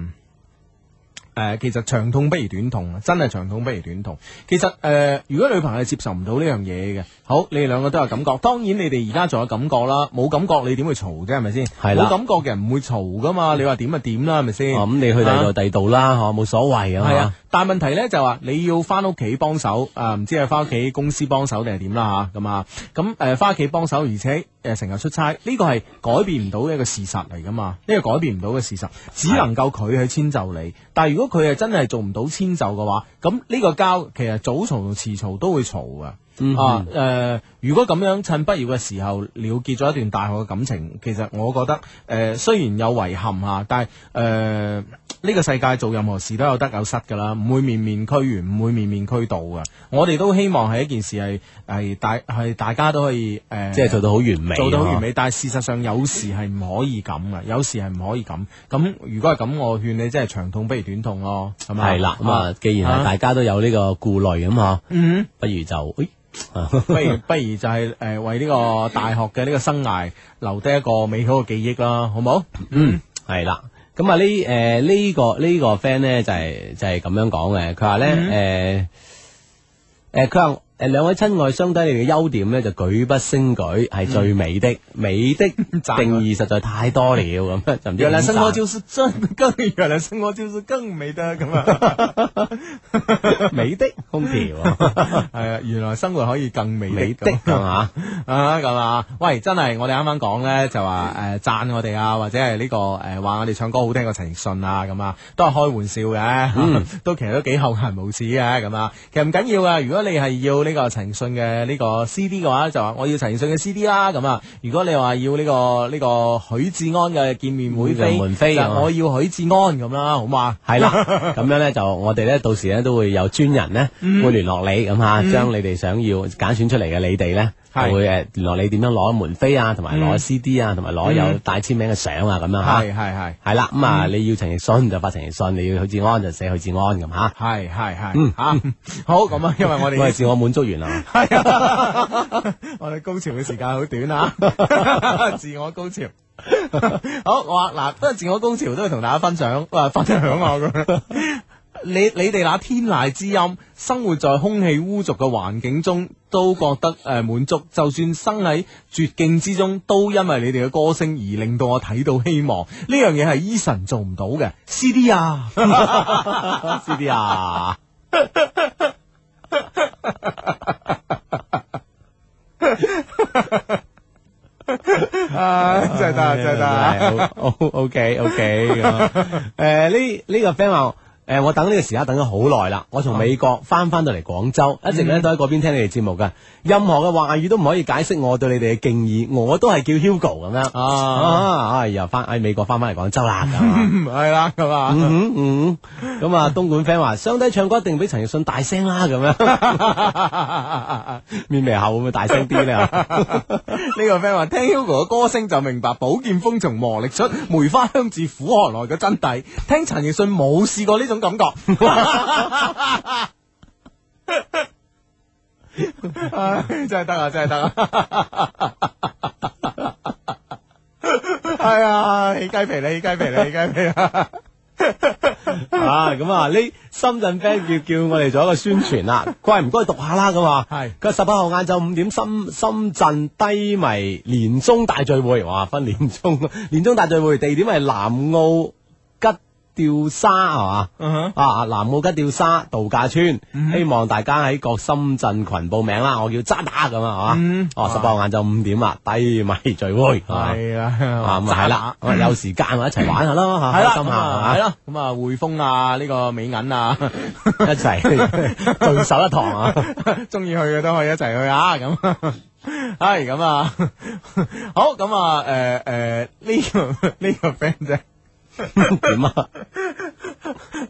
[SPEAKER 1] 誒、其實長痛不如短痛啊，真係長痛不如短痛。其實誒、呃如果女朋友係接受唔到呢樣嘢嘅，好，你哋兩個都有感覺。當然你哋而家仲有感覺啦，冇感覺你點會嘈啫？係咪先？
[SPEAKER 4] 係啦
[SPEAKER 1] 冇感覺嘅人唔會嘈噶嘛。你話點就點啦，係咪先？
[SPEAKER 4] 哦咁你去第二
[SPEAKER 1] 啊
[SPEAKER 4] 度第二度啦，嗬，冇所謂啊。
[SPEAKER 1] 系啊，，但系问题咧就話你要翻屋企幫手，啊唔知係翻屋企公司幫手定係點啦吓，咁啊，咁诶翻屋企幫手，而且诶成日出差，呢個係改變唔到嘅一個事實嚟噶嘛，呢個改變唔到嘅事實，只能夠佢去遷就你。但系如果佢係真係做唔到遷就嘅話，咁呢個交其實早嘈同遲嘈都會嘈噶。
[SPEAKER 4] 嗯
[SPEAKER 1] 啊，誒、如果咁樣趁畢業嘅時候了結咗一段大學嘅感情，其實我覺得誒、呃，雖然有遺憾嚇，但係誒呢個世界做任何事都有得有失㗎啦，唔會面面俱圓，唔會面面俱到㗎。我哋都希望係一件事係係大係大家都可以誒，呃
[SPEAKER 4] 即係做到好完美，
[SPEAKER 1] 做到好完。美，但係事實上有時係唔可以咁嘅，有時係唔可以咁。咁如果係咁，我勸你真係長痛不如短痛咯，係咪？
[SPEAKER 4] 係啦，咁啊，既然
[SPEAKER 1] 啊
[SPEAKER 4] 係大家都有呢個顧慮咁嗬，
[SPEAKER 1] 嗯。
[SPEAKER 4] 不如就誒啊
[SPEAKER 1] 不 如不如就係诶为呢個大學嘅呢個生涯留低一個美好嘅記憶啦，好冇？
[SPEAKER 4] 嗯，系啦。咁啊呢誒呢個呢、個 friend 咧就係、就係、咁樣講嘅，佢話
[SPEAKER 1] 嗯
[SPEAKER 4] 咧誒誒佢話誒兩位親愛相低你嘅優點咧就舉不勝舉，係最美的，美的定
[SPEAKER 1] 嗯 讚佢啊
[SPEAKER 4] 義實在太多了咁樣，就唔知
[SPEAKER 1] 原來
[SPEAKER 4] 點
[SPEAKER 1] 生
[SPEAKER 4] 讚
[SPEAKER 1] 活就是真更， 原來生活就是更美得咁 啊！
[SPEAKER 4] 美的空調啊
[SPEAKER 1] 係啊，原來生活可以更 美
[SPEAKER 4] 美
[SPEAKER 1] 的
[SPEAKER 4] 的
[SPEAKER 1] 咁
[SPEAKER 4] 係嘛？
[SPEAKER 1] 啊咁啊！喂，真係我哋啱啱講咧，就話
[SPEAKER 4] 嗯
[SPEAKER 1] 誒讚我哋啊，或者係呢個誒話我哋唱歌好聽過陳奕迅啊咁啊，都係開玩笑嘅，
[SPEAKER 4] 嗯
[SPEAKER 1] 都其實都幾厚顏無恥嘅咁啊。其實唔緊要啊，如果你係要呢個陳奕迅嘅呢個 CD 嘅話，就話我要陳奕迅嘅 CD 啦咁啊。如果你話要呢個呢個許志安嘅見面會飛，
[SPEAKER 4] 嗯門飛
[SPEAKER 1] 就
[SPEAKER 4] 啊
[SPEAKER 1] 我要許志安咁啦，好嘛？
[SPEAKER 4] 係啦，咁樣咧就我哋咧到時咧都會有專人咧、會聯絡你咁嚇，將你哋想要揀選出嚟嘅你哋咧。就
[SPEAKER 1] 係
[SPEAKER 4] 會誒聯絡你點樣攞門飛啊，同埋攞 CD 啊，同埋攞有帶簽名嘅相啊，咁樣嚇。
[SPEAKER 1] 係係係。
[SPEAKER 4] 係啦，咁啊，你要陳奕迅就發陳奕迅，你要許志安就寫許志安咁嚇。
[SPEAKER 1] 係係
[SPEAKER 4] 嗯
[SPEAKER 1] 係吓， 好咁啊！因為我哋
[SPEAKER 4] 我哋自我滿足完啦，
[SPEAKER 1] 系啊， 我哋高潮嘅時間好短啊， 自我高潮。好，我話嗱，不過自我高潮都要同大家分享，啊、分享啊咁樣。你你哋那天籟之音，生活在空氣污濁嘅環境中，都覺得诶满、滿足。就算生喺絕境之中，都因為你哋嘅歌聲而令到我睇到希望。呢樣嘢係 Eason 做唔到嘅，CD 啊，CD 啊。啊！真係得啊，真係得啊！
[SPEAKER 4] O K O K 咁啊。誒呢呢個 friend 話。誒，我等呢個時刻等咗好耐啦！我從美國翻翻到嚟廣州，一直咧都喺嗰邊聽你哋節目噶。任何嘅話啊語都唔可以解釋我對你哋嘅敬意，我都係叫 Hugo 咁樣。
[SPEAKER 1] 啊，
[SPEAKER 4] 啊，哎又翻喺美國翻翻嚟廣州啦咁 啊。
[SPEAKER 1] 系啦，咁啊，
[SPEAKER 4] 嗯嗯，咁啊，東莞 friend 話，相低唱歌一定比陳奕迅大聲啦，咁樣
[SPEAKER 1] 嗯
[SPEAKER 4] 面皮厚會唔會大聲啲咧？
[SPEAKER 1] 呢個 friend 話聽 Hugo 嘅歌聲就明白寶劍鋒從磨砺出，梅花香自苦寒來嘅真諦。聽陳奕迅冇試過呢種感覺。唉真系得啊，真系得啊！ 哎呀，起鸡皮啦，起鸡皮啦，起鸡皮 啦！
[SPEAKER 4] 啊，咁啊，呢深圳 friend 叫叫我哋做一個宣傳 啦，怪唔該讀下啦，咁啊，
[SPEAKER 1] 係
[SPEAKER 4] 佢話十八號晏晝五點深深圳低迷年中大聚會，哇，分年中 年中大聚會，地點係南澳吉吊沙係嘛？
[SPEAKER 1] 嗯哼嗯
[SPEAKER 4] 啊！南澳吉吊沙度假村，希望大家喺各深圳群報名啦。我叫渣打咁啊，係
[SPEAKER 1] 嗯
[SPEAKER 4] 嘛？哦，十八號晏晝五點啊，低迷聚會啊
[SPEAKER 1] 系 啦，
[SPEAKER 4] 啊，咁啊係啦，咁啊有時間啊一齊玩下咯，嚇
[SPEAKER 1] 系啦，
[SPEAKER 4] 開心
[SPEAKER 1] 咁
[SPEAKER 4] 下啊
[SPEAKER 1] 啊，系啦，咁啊，汇丰啊，呢个美银啊，
[SPEAKER 4] 一齊聚首一堂啊！
[SPEAKER 1] 中意去嘅都可以一齐去啊，咁。 系咁啊， 好咁啊，诶、诶，呢、个呢、个 friend 啫，
[SPEAKER 4] 點啊？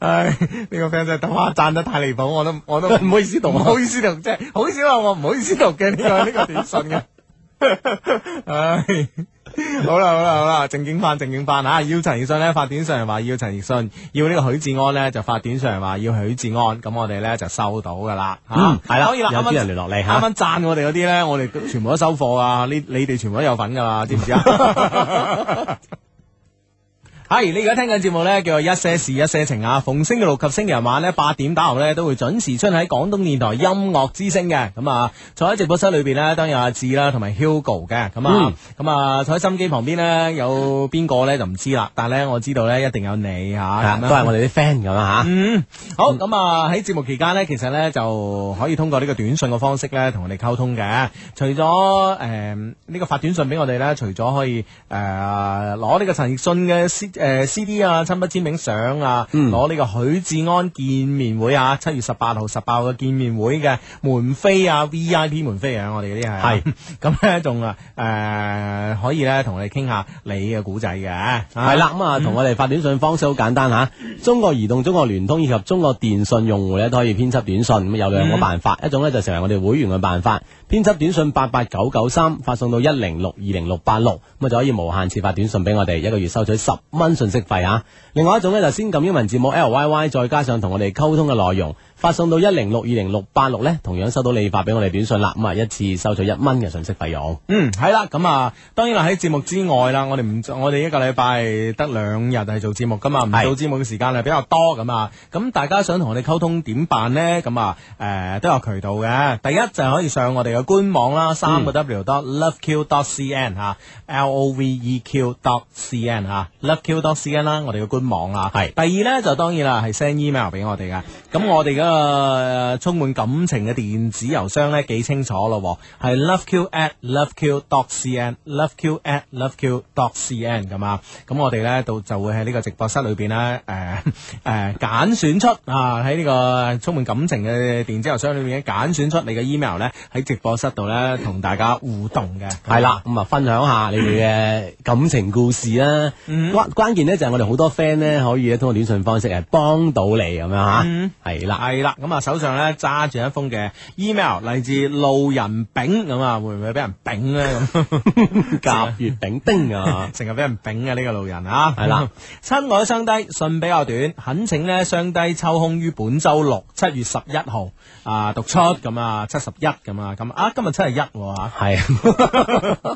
[SPEAKER 1] 唉，呢、个 friend 真系他媽赞得太离谱，我都我都
[SPEAKER 4] 唔好意思讀啊
[SPEAKER 1] 唔好意思读，即系好少话我唔好意思读嘅呢、 个呢、个短信嘅，唉。好啦好啦好啦，正经翻正經翻啊！要陳奕迅咧發短信嚟話要陳奕迅，要呢個許志安咧就發短信嚟話要許志安，咁我哋咧就收到噶啦吓，
[SPEAKER 4] 嗯係啦
[SPEAKER 1] 當然
[SPEAKER 4] 有啲
[SPEAKER 1] 啱啱
[SPEAKER 4] 人聯絡你嚇
[SPEAKER 1] 啱啱讚我哋嗰啲咧，我哋都全部都收貨啊！呢你哋全部都有份噶啦，知唔知啊？ 系你而家聽緊節目咧，叫做一些事一些情啊！逢星期六及星期日晚咧八點打後咧都會準時出現喺廣東電台音樂之聲嘅。咁啊，坐喺直播室裏边咧，當然有阿志啦，同埋 Hugo 嘅。咁啊，
[SPEAKER 4] 嗯
[SPEAKER 1] 咁啊、坐喺心機旁邊咧有邊個咧就唔知啦，但系咧我知道咧一定有你吓。
[SPEAKER 4] 啊
[SPEAKER 1] 咁
[SPEAKER 4] 都
[SPEAKER 1] 樣
[SPEAKER 4] 係我哋啲 friend 咁啊
[SPEAKER 1] 嗯，好咁啊！喺節目期間呢，其實呢就可以通過呢個短信嘅方式呢，同我哋溝通嘅。除咗诶呢個發短信俾我哋呢，除咗可以诶攞呢個陳奕迅嘅 C 诶 CD 啊、親筆簽名相啊，攞呢、個許志安見面會啊，七月十八號、十八號嘅見面會嘅門飛啊、VIP 門飛啊，我哋嗰啲係
[SPEAKER 4] 係
[SPEAKER 1] 咁呢，仲啊诶可以呢，同我哋傾下你嘅古仔嘅，
[SPEAKER 4] 吓，係啦，咁啊，同我哋發短信方式好簡單吓。中國移動、中國聯通以及中國電信用戶咧都可以編輯短信，咁有兩個辦法，一種咧就成為我哋會員嘅辦法，編輯短信八八九九三發送到一零六二零六八六，咁啊就可以無限次發短信俾我哋，一個月收取十蚊信息費啊。另外一種咧就先撳英文字母 L Y Y，再加上同我哋溝通嘅內容。發送到一零六二零六八六咧，同樣收到你發俾我哋短信啦，咁啊一次收取一蚊嘅信息費用。
[SPEAKER 1] 嗯，系啦，咁啊，當然啦，喺節目之外啦，我哋唔我哋一個禮拜得兩日係做節目噶嘛，唔
[SPEAKER 4] 係
[SPEAKER 1] 做節目嘅時間係比較多咁啊。咁大家想同我哋溝通點辦呢？咁啊，诶、都有渠道嘅。第一就係可以上我哋嘅官網
[SPEAKER 4] 嗯
[SPEAKER 1] 啦，三個 W dot loveq dot cn 吓，L O V E Q dot cn 吓，loveq dot cn 啦，我哋嘅官網啊。
[SPEAKER 4] 係
[SPEAKER 1] 第二呢，就當然啦，係 send email 俾我哋嘅。咁我哋嘅呃充滿感情嘅電子郵箱呢，記清楚咯喎，係 loveq at loveq dot cn，loveq at loveq dot cn 咁啊。咁我哋呢，到就會喺呢個直播室裏邊呢， 誒誒揀選出啊，喺呢個充滿感情嘅電子郵箱裏面揀選出你嘅 email 呢，喺直播室度呢，同大家互動嘅。
[SPEAKER 4] 系啦，咁啊，分享下你哋 嘅感情故事啦。
[SPEAKER 1] 嗯
[SPEAKER 4] 關關鍵咧就係我哋好多 friend 咧可以咧通過短信方式係幫到你咁樣
[SPEAKER 1] 嗯
[SPEAKER 4] 吓，係啦，
[SPEAKER 1] 系啦，咁啊手上咧揸住一封嘅 email 嚟自路人丙咁啊，會唔會俾人丙咧咁？，
[SPEAKER 4] 甲乙丙丁啊
[SPEAKER 1] 成日俾人丙嘅呢個路人啊，
[SPEAKER 4] 係啦。
[SPEAKER 1] 親愛的雙低，信比較短，懇請呢雙低抽空於本周六七月十一號啊讀出咁啊七十一咁啊咁啊今日七十一喎 嚇
[SPEAKER 4] 係，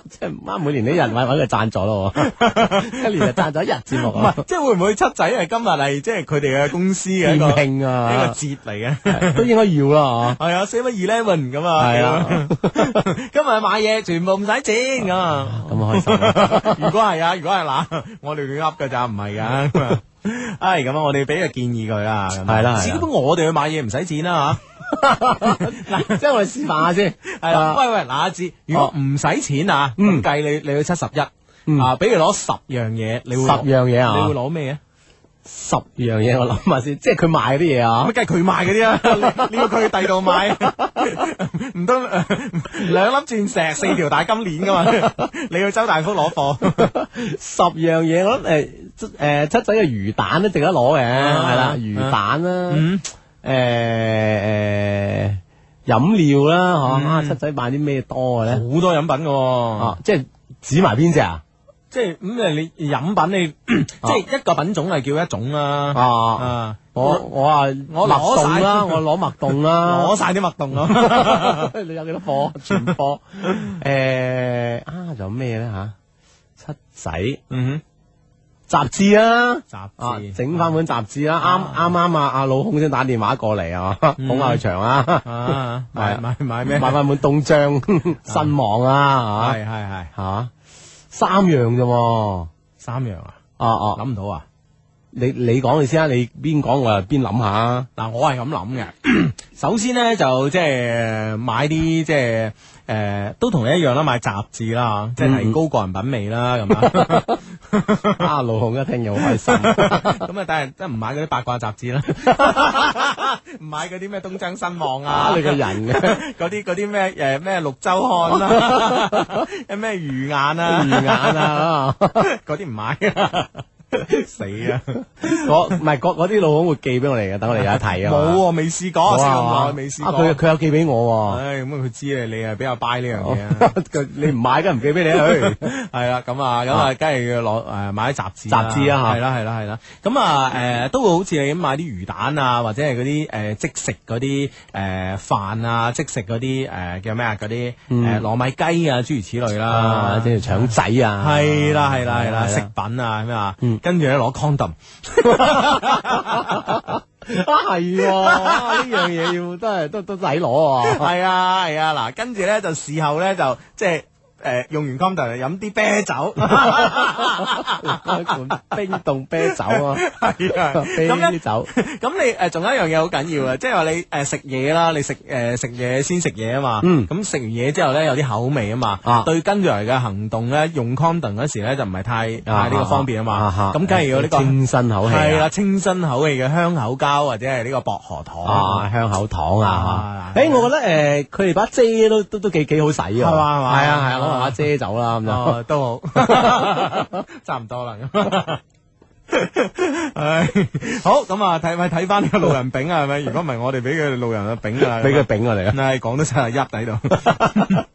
[SPEAKER 4] 即係唔啱每年呢日揾揾佢贊助 咯喎，一年就贊咗一日節目
[SPEAKER 1] 唔
[SPEAKER 4] 啊
[SPEAKER 1] 係，即係會唔會七仔係今日係即係佢哋嘅公司嘅一個
[SPEAKER 4] 店慶啊
[SPEAKER 1] 一個節嚟嘅？
[SPEAKER 4] 都應該要 啦哦
[SPEAKER 1] 系啊，seven eleven 咁啊，
[SPEAKER 4] 係啊，
[SPEAKER 1] 今日買嘢全部唔使錢咁啊。
[SPEAKER 4] 嗬， 咁開心啊，
[SPEAKER 1] 如果係啊，如果係嗱，我哋亂噏㗎咋，唔係㗎。 唉，咁啊，我哋俾個建議佢啦。咁啊
[SPEAKER 4] 係啦係啦
[SPEAKER 1] 至於我哋去買嘢唔使錢啦
[SPEAKER 4] 嗱，即係我哋示範下先，
[SPEAKER 1] 吓。係啦，
[SPEAKER 4] 啊，哦嗯
[SPEAKER 1] 喂喂，嗱，阿志，如果唔使錢啊，咁計你你去七十一啊，俾佢攞十樣嘢， 你會攞
[SPEAKER 4] 十樣嘢啊
[SPEAKER 1] 你會攞咩啊？
[SPEAKER 4] 十樣嘢我諗下先，即係佢賣嗰啲嘢啊
[SPEAKER 1] 咁。梗係佢買嗰啲 啦，你要佢去第度買， 唔通 呃兩粒鑽石四條大金鏈㗎嘛？ 你去周大福攞貨。
[SPEAKER 4] 十樣嘢， 我諗誒誒七仔嘅魚蛋都值得攞嘅，
[SPEAKER 1] 啊
[SPEAKER 4] 係啦，
[SPEAKER 1] 啊嗯
[SPEAKER 4] 魚蛋啦，誒誒飲料啦，嚇啊七仔買啲咩多嘅咧？
[SPEAKER 1] 嗯好多飲品㗎喎
[SPEAKER 4] 啊，即係指埋邊只啊？
[SPEAKER 1] 即系咁誒，你飲品你即係一個品種係叫一種啦。
[SPEAKER 4] 啊，
[SPEAKER 1] 啊，
[SPEAKER 4] 我我啊，我
[SPEAKER 1] 攞
[SPEAKER 4] 麥
[SPEAKER 1] 晒
[SPEAKER 4] 凍啦，我攞麥凍啦，
[SPEAKER 1] 啊 攞晒啲脈動咯。
[SPEAKER 4] 你有幾多貨？啊全貨。诶、啊，仲有咩咧吓？七仔
[SPEAKER 1] 嗯
[SPEAKER 4] 雜誌啊，
[SPEAKER 1] 哼，
[SPEAKER 4] 啊
[SPEAKER 1] 雜，誌
[SPEAKER 4] 整翻本雜誌啦。啱啱啱啊，阿老孔先打電話過嚟啊，捧下佢場 啊，
[SPEAKER 1] 啊，買買買咩？
[SPEAKER 4] 買翻本 凍章新網啊，
[SPEAKER 1] 係係係
[SPEAKER 4] 吓吓三樣啫喎。
[SPEAKER 1] 三樣啊，
[SPEAKER 4] 哦哦，
[SPEAKER 1] 諗唔到啊！
[SPEAKER 4] 你你講你先啊，你邊講我又邊諗 下。
[SPEAKER 1] 嗱，我係咁諗嘅。 首先咧就即係買啲即係誒，都同你一樣啦，買雜誌啦，即係提高個人品味啦，咁 啊。
[SPEAKER 4] 啊，老孔一聽又 好開心。
[SPEAKER 1] 咁啊，但係真唔買嗰啲八卦雜 誌啦，唔買嗰啲咩東張新望啊
[SPEAKER 4] 啊！ 你個人嘅
[SPEAKER 1] 嗰啲嗰啲咩誒咩綠洲漢啦， 咩魚眼啊，
[SPEAKER 4] 魚眼啊，
[SPEAKER 1] 嗰啲唔買 啊，死啊！
[SPEAKER 4] 嗰唔係嗰嗰啲老孔會寄俾我哋嘅，等我哋有一睇啊嘛。
[SPEAKER 1] 冇喎，未試過，
[SPEAKER 4] 哇
[SPEAKER 1] 食咁耐未試
[SPEAKER 4] 啊佢
[SPEAKER 1] 過。
[SPEAKER 4] 佢有寄俾我
[SPEAKER 1] 唉，咁啊佢知你你係比較 buy 呢樣嘢
[SPEAKER 4] 喎。
[SPEAKER 1] 啊。
[SPEAKER 4] 佢你唔買，梗係唔寄 俾你啊。
[SPEAKER 1] 係啦，咁啊，咁啊，梗係要攞誒買啲雜誌啦，
[SPEAKER 4] 雜誌啊嚇
[SPEAKER 1] 係啦，係啦，係啦，咁啊誒都會好似你咁買啲魚蛋啊，或者係嗰啲誒即食嗰啲誒飯啊，即食嗰啲誒叫咩啊，嗰啲誒糯米雞啊，諸如此類啦
[SPEAKER 4] 嗯啊，，即係腸仔啊，
[SPEAKER 1] 係啦，係啦，係啦，
[SPEAKER 4] 係嗯
[SPEAKER 1] 食品啊，咩啊，跟住咧攞 condom，
[SPEAKER 4] 啊係喎，啊呢樣嘢要 都係都都使攞 喎。
[SPEAKER 1] 係啊，係啊，嗱，跟住咧就事後咧就即係誒用完 condom 飲啲啤 酒。
[SPEAKER 4] 一罐冰凍啤酒 啊，
[SPEAKER 1] 係啊咁
[SPEAKER 4] 啤
[SPEAKER 1] 咧，
[SPEAKER 4] 酒
[SPEAKER 1] 咁你誒仲有一樣嘢好緊
[SPEAKER 4] 嗯
[SPEAKER 1] 要啊，即係話你誒食嘢啦，你食誒食嘢先食嘢啊嘛，
[SPEAKER 4] 嗯
[SPEAKER 1] 咁食完嘢之後咧有啲口味啊嘛
[SPEAKER 4] 啊，
[SPEAKER 1] 對跟住嚟嘅行動咧用 condom 嗰時咧就唔係太太呢個方便啊嘛
[SPEAKER 4] 啊，
[SPEAKER 1] 咁梗係要呢個
[SPEAKER 4] 清新口氣啊
[SPEAKER 1] 係啦，清新口味嘅香口膠或者係呢個薄荷糖
[SPEAKER 4] 啊，香口糖
[SPEAKER 1] 啊
[SPEAKER 4] 啊！誒，我覺得誒，佢哋把遮都都都幾幾好使啊，係
[SPEAKER 1] 係嘛係嘛
[SPEAKER 4] 係啊係啊，攞埋把遮走啦咁就。
[SPEAKER 1] 哦，都好， 差唔多啦。咁唉，好咁啊！睇咪睇翻呢個路人丙啊，係咪？如果唔係，我哋俾佢路人啊丙啊，
[SPEAKER 4] 俾佢丙我哋啊！
[SPEAKER 1] 系讲得真係噏喺度。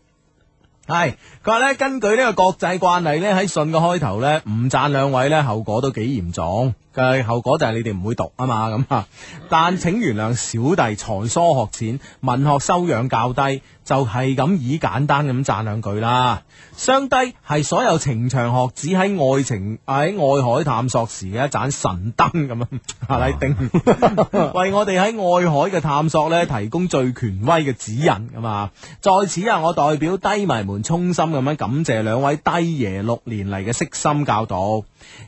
[SPEAKER 1] 系佢話咧，根據呢個國際慣例咧，喺信嘅開頭咧，唔讚兩位咧，後果都幾嚴重。嘅後果就係你哋唔會讀啊嘛咁啊。但請原諒小弟才疏學淺，文學修養較低，就係咁以簡單咁讚兩句啦。相低係所有情場學子喺愛情喺愛海探索時嘅一盞神燈咁啊， 阿拉丁為我哋喺愛海嘅探索咧提供最權威嘅指引咁啊。在此啊，我代表低迷們衷心咁樣感謝兩位低爺六年嚟嘅悉心教導，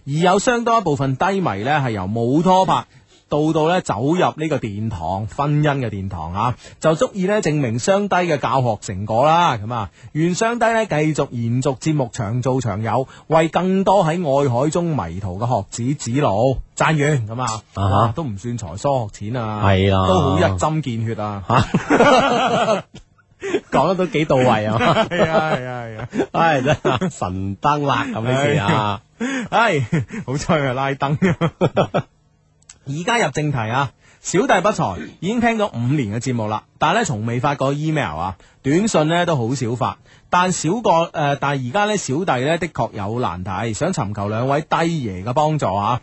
[SPEAKER 1] 而有相當一部分低迷呢係由冇拖拍。到到咧走入呢個殿堂，婚姻嘅殿堂啊，就足以咧證明雙低嘅教學成果啦。咁啊，願雙低咧繼續延續節目長做長有，為更多喺愛海中迷途嘅學子指路。讚完咁啊，
[SPEAKER 4] 啊哈
[SPEAKER 1] 哇都唔算才疏學淺啊，
[SPEAKER 4] 係啦
[SPEAKER 1] 都好一針見血啊。
[SPEAKER 4] 講得都幾到位啊！
[SPEAKER 1] 系啊系啊系啊，
[SPEAKER 4] 唉，真係神燈啦咁呢次啊！
[SPEAKER 1] 唉，好彩係拉登。而家入正題啊，小弟不才，已經聽咗五年嘅節目啦，但係咧從未發過 email 啊，短信咧都好少發，但少個誒、呃但係而家咧小弟咧的確有難題，想尋求兩位低爺嘅幫助啊。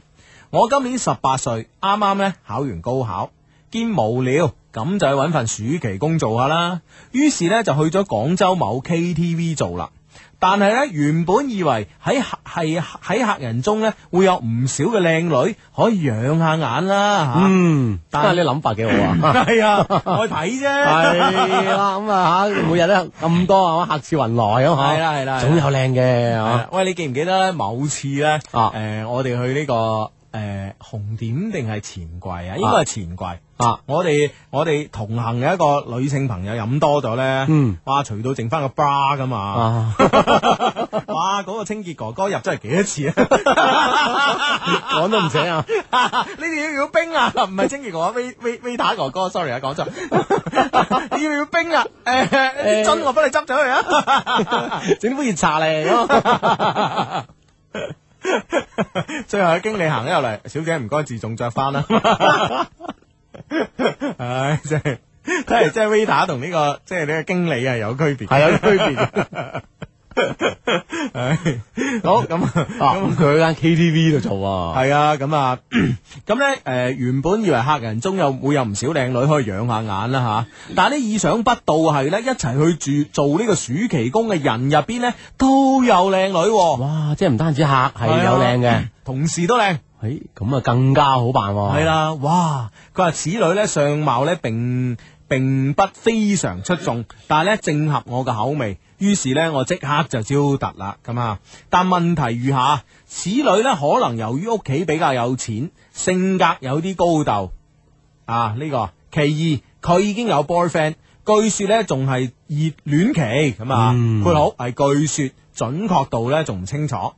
[SPEAKER 1] 我今年十八歲，啱啱咧考完高考，兼無聊，咁就去揾份暑期工做下啦。於是咧就去咗廣州某 KTV 做啦。但係咧，原本以為喺客係喺客人中咧，會有唔少嘅靚女可以養下眼啦吓。
[SPEAKER 4] 嗯，
[SPEAKER 1] 但
[SPEAKER 4] 但係你諗法幾好啊！
[SPEAKER 1] 係啊，我去睇啫。
[SPEAKER 4] 係啦，咁啊吓，每日咧咁多啊，客似雲來咁吓，
[SPEAKER 1] 係啦係啦係啦
[SPEAKER 4] 總有靚嘅
[SPEAKER 1] 係
[SPEAKER 4] 啊
[SPEAKER 1] 啊！喂，你記唔記得咧？某次咧，誒、
[SPEAKER 4] 啊
[SPEAKER 1] 我哋去呢、個誒、紅點定係錢櫃啊？應該係錢櫃。
[SPEAKER 4] 啊！
[SPEAKER 1] 我哋我哋同行嘅一個女性朋友飲多咗咧，
[SPEAKER 4] 嗯
[SPEAKER 1] 哇，除到剩翻個 bra 噶嘛，
[SPEAKER 4] 啊！
[SPEAKER 1] 哇，嗰、個清潔哥哥入咗嚟幾多次啊？
[SPEAKER 4] 講都唔請啊！
[SPEAKER 1] 你哋要唔要冰啊？ 唔係清潔哥哥，威威威打哥哥，sorry 啊，講錯。 你要唔要冰啊？誒、啲樽我幫你執咗佢啊！
[SPEAKER 4] 整杯熱茶嚟咁，
[SPEAKER 1] 最後嘅經理行咗入嚟，小姐唔該自重着翻啦。 唉，真係 睇嚟，即係 waiter 啊同呢個即係呢個經理係有區別嘅。
[SPEAKER 4] 係有區別嘅。
[SPEAKER 1] 好咁啊
[SPEAKER 4] 啊，咁佢喺間 KTV 度做喎，
[SPEAKER 1] 系啊，咁啊， 咁咧，诶、原本以為客人中有會有唔少靚女可以養下眼啦吓，但係咧意想不到係咧，一齊去住做呢個暑期工嘅人入邊咧都有靚女、喎，啊
[SPEAKER 4] 哇！即係唔單止客係有靚嘅，
[SPEAKER 1] 同事都靚，
[SPEAKER 4] 誒咁啊更加好辦喎。
[SPEAKER 1] 係啦、哇！佢話此女咧相貌咧並並不非常出眾，但係咧正合我嘅口味，於是咧我即刻就招突啦，咁啊，但問題如下，此女咧可能由於屋企比較有錢，性格有啲高竇。啊呢、個。其二，佢已經有 boyfriend，據說咧仲係熱戀期咁啊。
[SPEAKER 4] 嗯
[SPEAKER 1] 括號係據說，準確度咧仲唔清楚。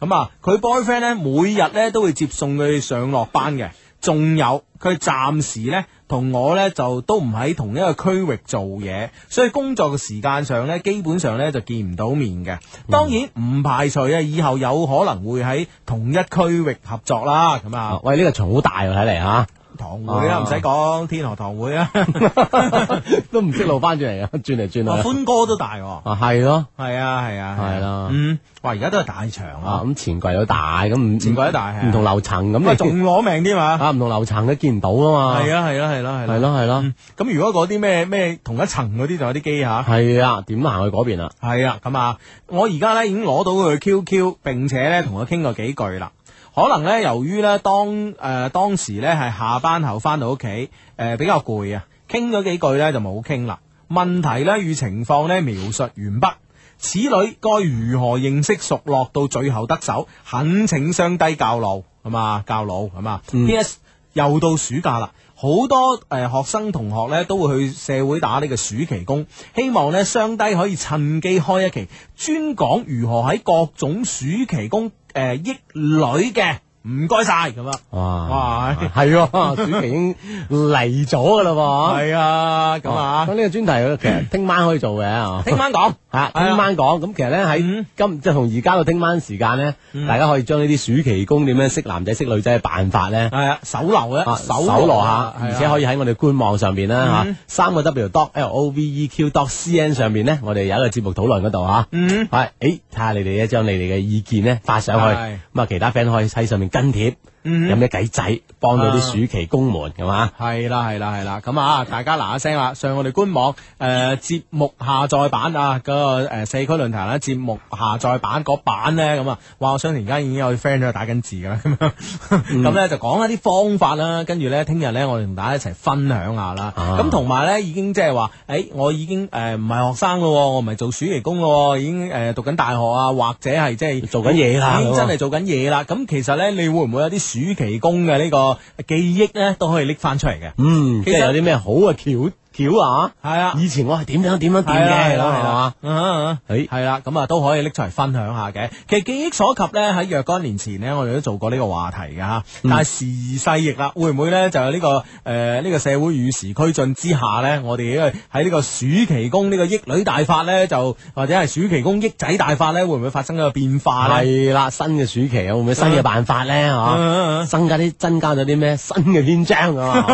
[SPEAKER 1] 咁啊，佢 boyfriend 咧每日咧都會接送佢上落班嘅，仲有佢暫時咧同我咧就都唔喺同一個區域做嘢，所以工作嘅時間上咧基本上咧就見唔到面嘅。
[SPEAKER 4] 嗯
[SPEAKER 1] 當然唔排除啊，以後有可能會喺同一區域合作啦。咁啊
[SPEAKER 4] 啊，喂，呢個場好大喎，睇嚟吓，
[SPEAKER 1] 堂會啦，
[SPEAKER 4] 啊
[SPEAKER 1] 唔使講天河堂會 啊，
[SPEAKER 4] 都唔識路翻轉嚟啊，轉嚟轉
[SPEAKER 1] 哇
[SPEAKER 4] 去
[SPEAKER 1] 歡哥都大喎，
[SPEAKER 4] 啊，係咯，
[SPEAKER 1] 係啊係啊
[SPEAKER 4] 係啦
[SPEAKER 1] 嗯，哇而家都係大場
[SPEAKER 4] 啊
[SPEAKER 1] 啊，
[SPEAKER 4] 咁前櫃有大，咁唔
[SPEAKER 1] 前櫃有大係啊
[SPEAKER 4] 唔同樓層咁
[SPEAKER 1] 咁啊
[SPEAKER 4] 你
[SPEAKER 1] 仲攞命添啊，
[SPEAKER 4] 啊唔同樓層都見唔到 啊嘛，
[SPEAKER 1] 係啊係啦係啦係
[SPEAKER 4] 係
[SPEAKER 1] 啦，
[SPEAKER 4] 咯係咯
[SPEAKER 1] 嗯咁如果嗰啲咩咩同一層嗰啲就有啲機吓。
[SPEAKER 4] 係啊，點行去嗰邊啊？
[SPEAKER 1] 係啊，咁啊，我而家咧已經攞到佢嘅 QQ，並且咧同佢傾過幾句啦。可能咧，由於咧當誒、呃、當時咧係下班後翻到屋企，誒、比較攰啊，傾咗幾句咧就冇傾啦。問題咧與情況咧描述完畢，此女該如何認識熟絡到最後得手？懇請相低教路，咁啊教路，咁啊。
[SPEAKER 4] 嗯
[SPEAKER 1] P.S. 又到暑假啦，好多誒、呃、學生同學咧都會去社會打呢個暑期工，希望咧雙低可以趁機開一期專講如何喺各種暑期工誒、呃益女嘅，唔該晒咁啊！
[SPEAKER 4] 哇
[SPEAKER 1] 哇
[SPEAKER 4] 係喎，暑期已經嚟咗噶啦喎。
[SPEAKER 1] 係啊，咁
[SPEAKER 4] 啊，咁
[SPEAKER 1] 啊，嗯
[SPEAKER 4] 呢個專題其實聽晚可以做嘅啊。
[SPEAKER 1] 聽晚講
[SPEAKER 4] 啊，聽晚講咁，其實咧喺
[SPEAKER 1] 嗯
[SPEAKER 4] 今即係從而家到聽晚時間咧，大家可以將呢啲暑期工點樣識男仔識女仔嘅辦法咧，
[SPEAKER 1] 係啊，手留咧，
[SPEAKER 4] 啊
[SPEAKER 1] 搜
[SPEAKER 4] 搜羅下
[SPEAKER 1] 啊，
[SPEAKER 4] 而且可以喺我哋官網上邊啦嚇
[SPEAKER 1] 嗯，
[SPEAKER 4] 三個 W dot L O V E Q dot C N 上邊咧，我哋有一個節目討論嗰度嚇。
[SPEAKER 1] 嗯
[SPEAKER 4] 係，誒睇下你哋咧，將你哋嘅意見咧發上去，
[SPEAKER 1] 係
[SPEAKER 4] 咁啊其他 friend 可以喺上面跟帖，有
[SPEAKER 1] 嗯。
[SPEAKER 4] 咩計仔幫到
[SPEAKER 1] 啊
[SPEAKER 4] 啲暑期工們係嘛？
[SPEAKER 1] 係啦，係啦，係啦，咁啊，大家嗱一聲啦，上我哋官網誒節、目下載版啊，嗰、個、呃、社區論壇啦，節目下載版嗰版咧，咁啊，哇！我相信而家已經有 friend 喺度打緊字㗎啦，咁樣，
[SPEAKER 4] 嗯
[SPEAKER 1] 咁咧、就講一啲方法啦，跟住咧，聽日咧，我哋同大家一齊分享下啦。
[SPEAKER 4] 啊
[SPEAKER 1] 咁同埋咧，已經即係話，誒、我已經誒唔係學生咯，我唔係做暑期工咯，已經誒、呃、讀緊大學啊，或者係即係
[SPEAKER 4] 做緊嘢啦
[SPEAKER 1] 已經
[SPEAKER 4] 咁啊
[SPEAKER 1] 真係做緊嘢啦。咁其實咧，你會唔會有啲暑期工嘅呢個記憶咧，都可以拎翻出嚟嘅？
[SPEAKER 4] 嗯，即
[SPEAKER 1] 其
[SPEAKER 4] 係
[SPEAKER 1] 實
[SPEAKER 4] 有啲咩好嘅橋橋啊？
[SPEAKER 1] 系啊，
[SPEAKER 4] 以前我係點樣點樣點
[SPEAKER 1] 係啦
[SPEAKER 4] 嘅，
[SPEAKER 1] 係啦係
[SPEAKER 4] 係嘛
[SPEAKER 1] 啦？，嗯
[SPEAKER 4] 誒
[SPEAKER 1] 系啦，咁啊都可以拎出嚟分享下嘅。其實記憶所及咧，喺若干年前呢，我哋都做過呢個話題嘅吓，
[SPEAKER 4] 嗯
[SPEAKER 1] 但係時勢易啦，會唔會咧就係呢個诶呢個社會與時俱進之下咧，我哋因為喺呢個暑期工呢個益女大法咧，就或者係暑期工益仔大法咧，會唔會發生一個變化咧？
[SPEAKER 4] 係啊啦，新嘅暑期有冇新嘅辦法咧？嚇，
[SPEAKER 1] 嗯嗯嗯嗯
[SPEAKER 4] 增加啲增加咗啲咩新嘅篇章啊？哦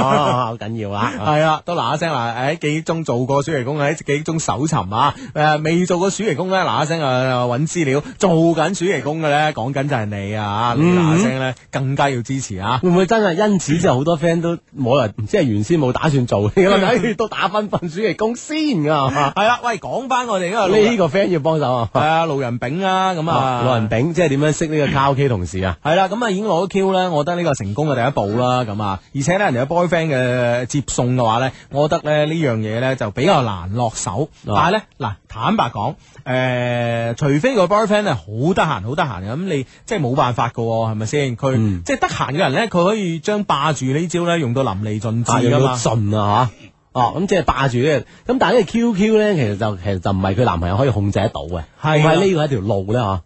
[SPEAKER 4] 好緊要 啦！
[SPEAKER 1] 系啊啦，都嗱一聲嗱，喺記憶中做過暑期工，喺記憶中搜尋啊，诶、未做過暑期工咧，嗱一聲啊揾資料，做緊暑期工嘅咧，講緊就係你啊，你
[SPEAKER 4] 嗯
[SPEAKER 1] 嗱一聲咧，更加要支持啊！
[SPEAKER 4] 會唔會真係因此之後好多 friend 都冇人，即係原先冇打算做嘅啦，唉都打翻份暑期工先㗎 係嘛？
[SPEAKER 1] 啊係啦，喂，講翻我哋嗰個
[SPEAKER 4] 呢個 friend 要幫手啊！
[SPEAKER 1] 系啊路人丙啊，咁啊
[SPEAKER 4] 老人丙即係點樣識呢個卡拉 OK 同事啊？
[SPEAKER 1] 系啦，咁啊已經攞到 Q 咧，我覺得呢個成功嘅第一步啦，咁啊，而且咧人哋有 boyfriend 嘅呃接送嘅話咧，我覺得咧呢樣嘢咧就比較難落手，
[SPEAKER 4] 啊
[SPEAKER 1] 但係咧嗱坦白講，诶、除非個 boyfriend 係好得閒好得閒嘅，咁你即係冇辦法噶，係咪先？佢、
[SPEAKER 4] 嗯
[SPEAKER 1] 即係得閒嘅人咧，佢可以將霸住呢招咧用到淋漓盡
[SPEAKER 4] 啊，
[SPEAKER 1] 致噶
[SPEAKER 4] 用到
[SPEAKER 1] 嘛。
[SPEAKER 4] 盡啊嚇！哦，咁即係霸住呢個，咁但係呢個 QQ 咧，其實就其實就唔係佢男朋友可以控制得到嘅，
[SPEAKER 1] 係啊
[SPEAKER 4] 唔係呢個係一條路咧嚇。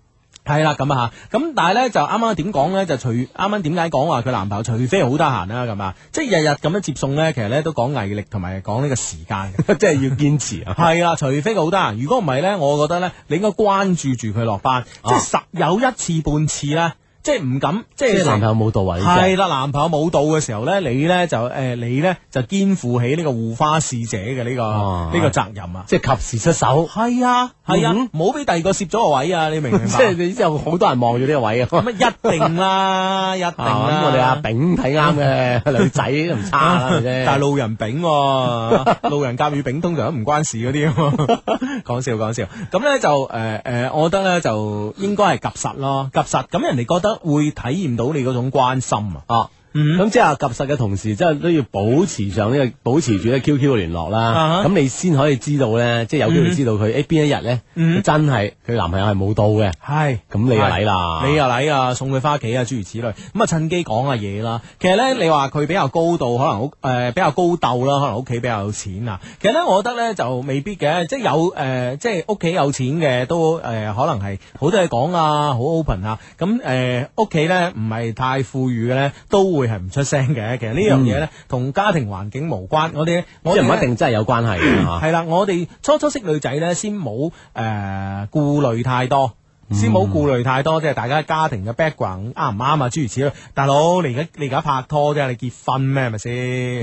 [SPEAKER 1] 系啦，咁啊，咁但系咧就啱啱點講咧，就除啱啱點解講話佢男朋友除非好得閒啦，咁啊，即係日日咁樣接送咧，其實咧都講毅力同埋講呢個時間嘅。
[SPEAKER 4] 即係要堅持 啊！
[SPEAKER 1] 系啦，除非佢好得閒，如
[SPEAKER 4] 啊
[SPEAKER 1] 果唔係呢，我覺得呢，你應該關注住佢落班，即係實有一次半次呢，即係唔敢，即
[SPEAKER 4] 即
[SPEAKER 1] 係
[SPEAKER 4] 係男朋友冇到位，
[SPEAKER 1] 系啦，男朋友冇到嘅時候咧，你咧就诶、呃你咧就肩負起呢個護花使者嘅呢、個
[SPEAKER 4] 哦
[SPEAKER 1] 呢、個責任啊！
[SPEAKER 4] 即係及時出手，
[SPEAKER 1] 係啊，係啊
[SPEAKER 4] 嗯，
[SPEAKER 1] 唔好俾第二個攝咗個位啊！你明唔明
[SPEAKER 4] 即
[SPEAKER 1] 白
[SPEAKER 4] 係？你之後好多人望住呢個位啊。
[SPEAKER 1] 乜一定 啦，一定
[SPEAKER 4] 啊咁、
[SPEAKER 1] 啦！
[SPEAKER 4] 我哋阿炳睇 啱嘅女仔都唔差啦，係咪啫
[SPEAKER 1] 啊但系路人丙喎、 路人甲與丙通常都唔關事嗰啲喎， 講笑講笑。咁咧就诶诶、呃我覺得咧就應該係及實咯，及實咁人哋覺得會體驗到你嗰種關心啊。
[SPEAKER 4] 哦，咁即系及實嘅同時，即係都要保持上呢個保持住呢個 QQ 嘅聯絡啦
[SPEAKER 1] 啊。哈嗯
[SPEAKER 4] 咁你先可以知道咧，即係有機會知道佢誒邊一日咧，佢真係佢男朋友係冇到嘅。
[SPEAKER 1] 系，
[SPEAKER 4] 咁你又禮啦
[SPEAKER 1] 你又禮啊，送佢翻屋企啊，諸如此類。咁啊，趁機講下嘢啦。其實咧，你話佢比較高度，可能屋誒、呃比較高鬥啦，可能屋企比較有錢啊。其實咧，我覺得咧就未必嘅，即係有誒、呃即係屋企有錢嘅都誒、呃可能係好多嘢講啊，好 open 啊。咁誒屋企咧唔係太富裕嘅咧，都會係唔出聲嘅。其實呢樣嘢咧，同、家庭環境無關。我哋我
[SPEAKER 4] 嗯即
[SPEAKER 1] 哋
[SPEAKER 4] 係唔
[SPEAKER 1] 呢
[SPEAKER 4] 一定真係有關係嘅嚇。
[SPEAKER 1] 系啦，我哋初初識女仔咧，先冇诶顾虑太多。先冇顧慮太多，即係大家家庭嘅 background 啱唔啱啊？諸如此類，大佬你而家你而家拍拖啫，你結婚咩？係咪先？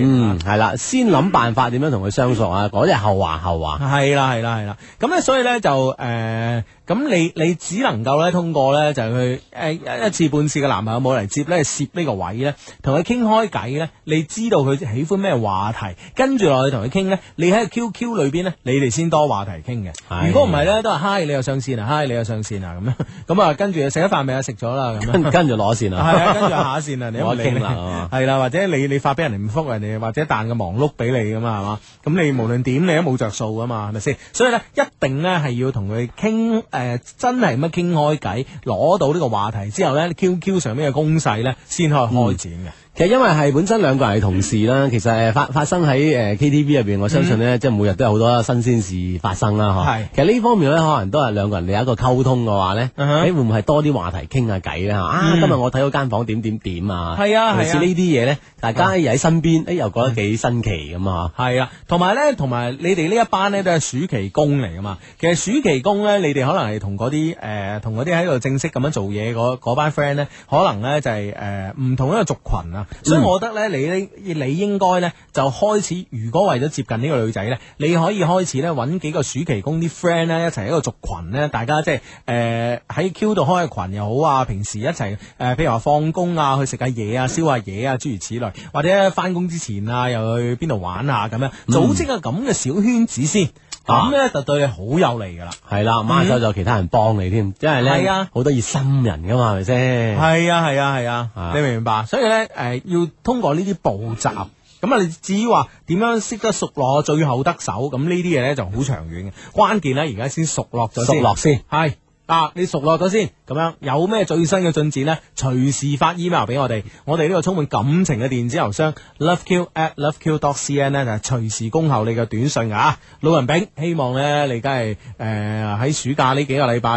[SPEAKER 4] 嗯，係啦，先諗辦法點樣同佢相熟啊，嗰啲係後話後話。
[SPEAKER 1] 係啦，係啦，係啦。咁咧，所以咧就誒，呃咁、你你只能夠咧通過咧就係佢誒一次半次嘅男朋友冇嚟接咧，攝呢個位咧，同佢傾開偈咧，你知道佢喜歡咩話題，跟住落去同佢傾咧，你喺 QQ 裏邊咧，你哋先多話題傾嘅。
[SPEAKER 4] 係
[SPEAKER 1] 如果唔係咧，都係嗨你又上線啊，嗨你又上線啊咁樣。咁啊，跟住食咗飯未啊？食咗啦咁樣。
[SPEAKER 4] 跟跟住攞線
[SPEAKER 1] 系
[SPEAKER 4] 啊，
[SPEAKER 1] 啊，跟住下一線啊，你
[SPEAKER 4] 冇
[SPEAKER 1] 唔
[SPEAKER 4] 得
[SPEAKER 1] 理
[SPEAKER 4] 傾
[SPEAKER 1] 你
[SPEAKER 4] 啦係嘛
[SPEAKER 1] 係啦，或者你你发俾人哋唔复人哋，或者彈個忙碌俾你噶嘛，係嘛？咁你無論點你都冇着數噶嘛，係咪先？所以咧，一定咧係要同佢傾诶，真係乜傾開偈，攞到呢個話題之後咧，QQ 上面嘅攻勢咧，先可以開展嘅。
[SPEAKER 4] 其實因為係本身兩個人係同事啦，其實誒發發生喺誒呃 KTV 入邊，我相信咧，即係每日都有好多新鮮事發生啦，嗬
[SPEAKER 1] 嗯係。
[SPEAKER 4] 其實呢方面咧，可能都係兩個人你有一個溝通嘅話咧，
[SPEAKER 1] 嗯哼
[SPEAKER 4] 你會唔會係多啲話題傾下偈咧？嚇啊，
[SPEAKER 1] 嗯
[SPEAKER 4] 今日我睇到間房點點點啊，
[SPEAKER 1] 係啊嗯
[SPEAKER 4] 類似
[SPEAKER 1] 係啊
[SPEAKER 4] 呢啲嘢咧，大家又喺身邊，誒又覺得幾新奇咁啊，
[SPEAKER 1] 係啊，同埋咧，同埋你哋呢一班咧都係暑期工嚟噶嘛。其實暑期工咧，你哋可能係同嗰啲誒，同嗰啲喺度正式咁樣做嘢嗰嗰班 friend 咧，可能咧就係誒唔同一個族群啊。所以我覺得咧，你呢你應該咧就開始，如果為咗接近呢個女仔咧，你可以開始咧揾幾個暑期工啲 friend 咧一齊喺個族群咧，大家即係誒喺 Q 度開個群又好啊，平時一呃齊誒、譬如話放工啊，去食下嘢啊，燒下嘢啊，諸如此類，或者翻工之前啊，又去邊度玩啊咁樣，組織個咁嘅小圈子先，咁咧、就對你好有利噶啦。
[SPEAKER 4] 係啦，晚手就有其他人幫你添，因為
[SPEAKER 1] 嗯係
[SPEAKER 4] 咧
[SPEAKER 1] 啊
[SPEAKER 4] 好多熱心人噶嘛，係咪先？
[SPEAKER 1] 係啊係啊係啊，
[SPEAKER 4] 啊
[SPEAKER 1] 你明唔明白？所以咧，誒、要通過呢啲步驟。咁啊，你至於話點樣識得熟落最後得手，咁呢啲嘢咧就好長遠嘅。關鍵咧而家先熟落咗
[SPEAKER 4] 熟
[SPEAKER 1] 先
[SPEAKER 4] 落先。
[SPEAKER 1] 系啊，你熟落咗先，咁樣有咩最新嘅進展呢？隨時發 email 俾我哋，我哋呢個充滿感情嘅電子郵箱 loveq at loveq dot cn 呢，就係隨時恭候你嘅短信啊！老人餅，希望呢你梗係诶喺暑假呢幾個禮拜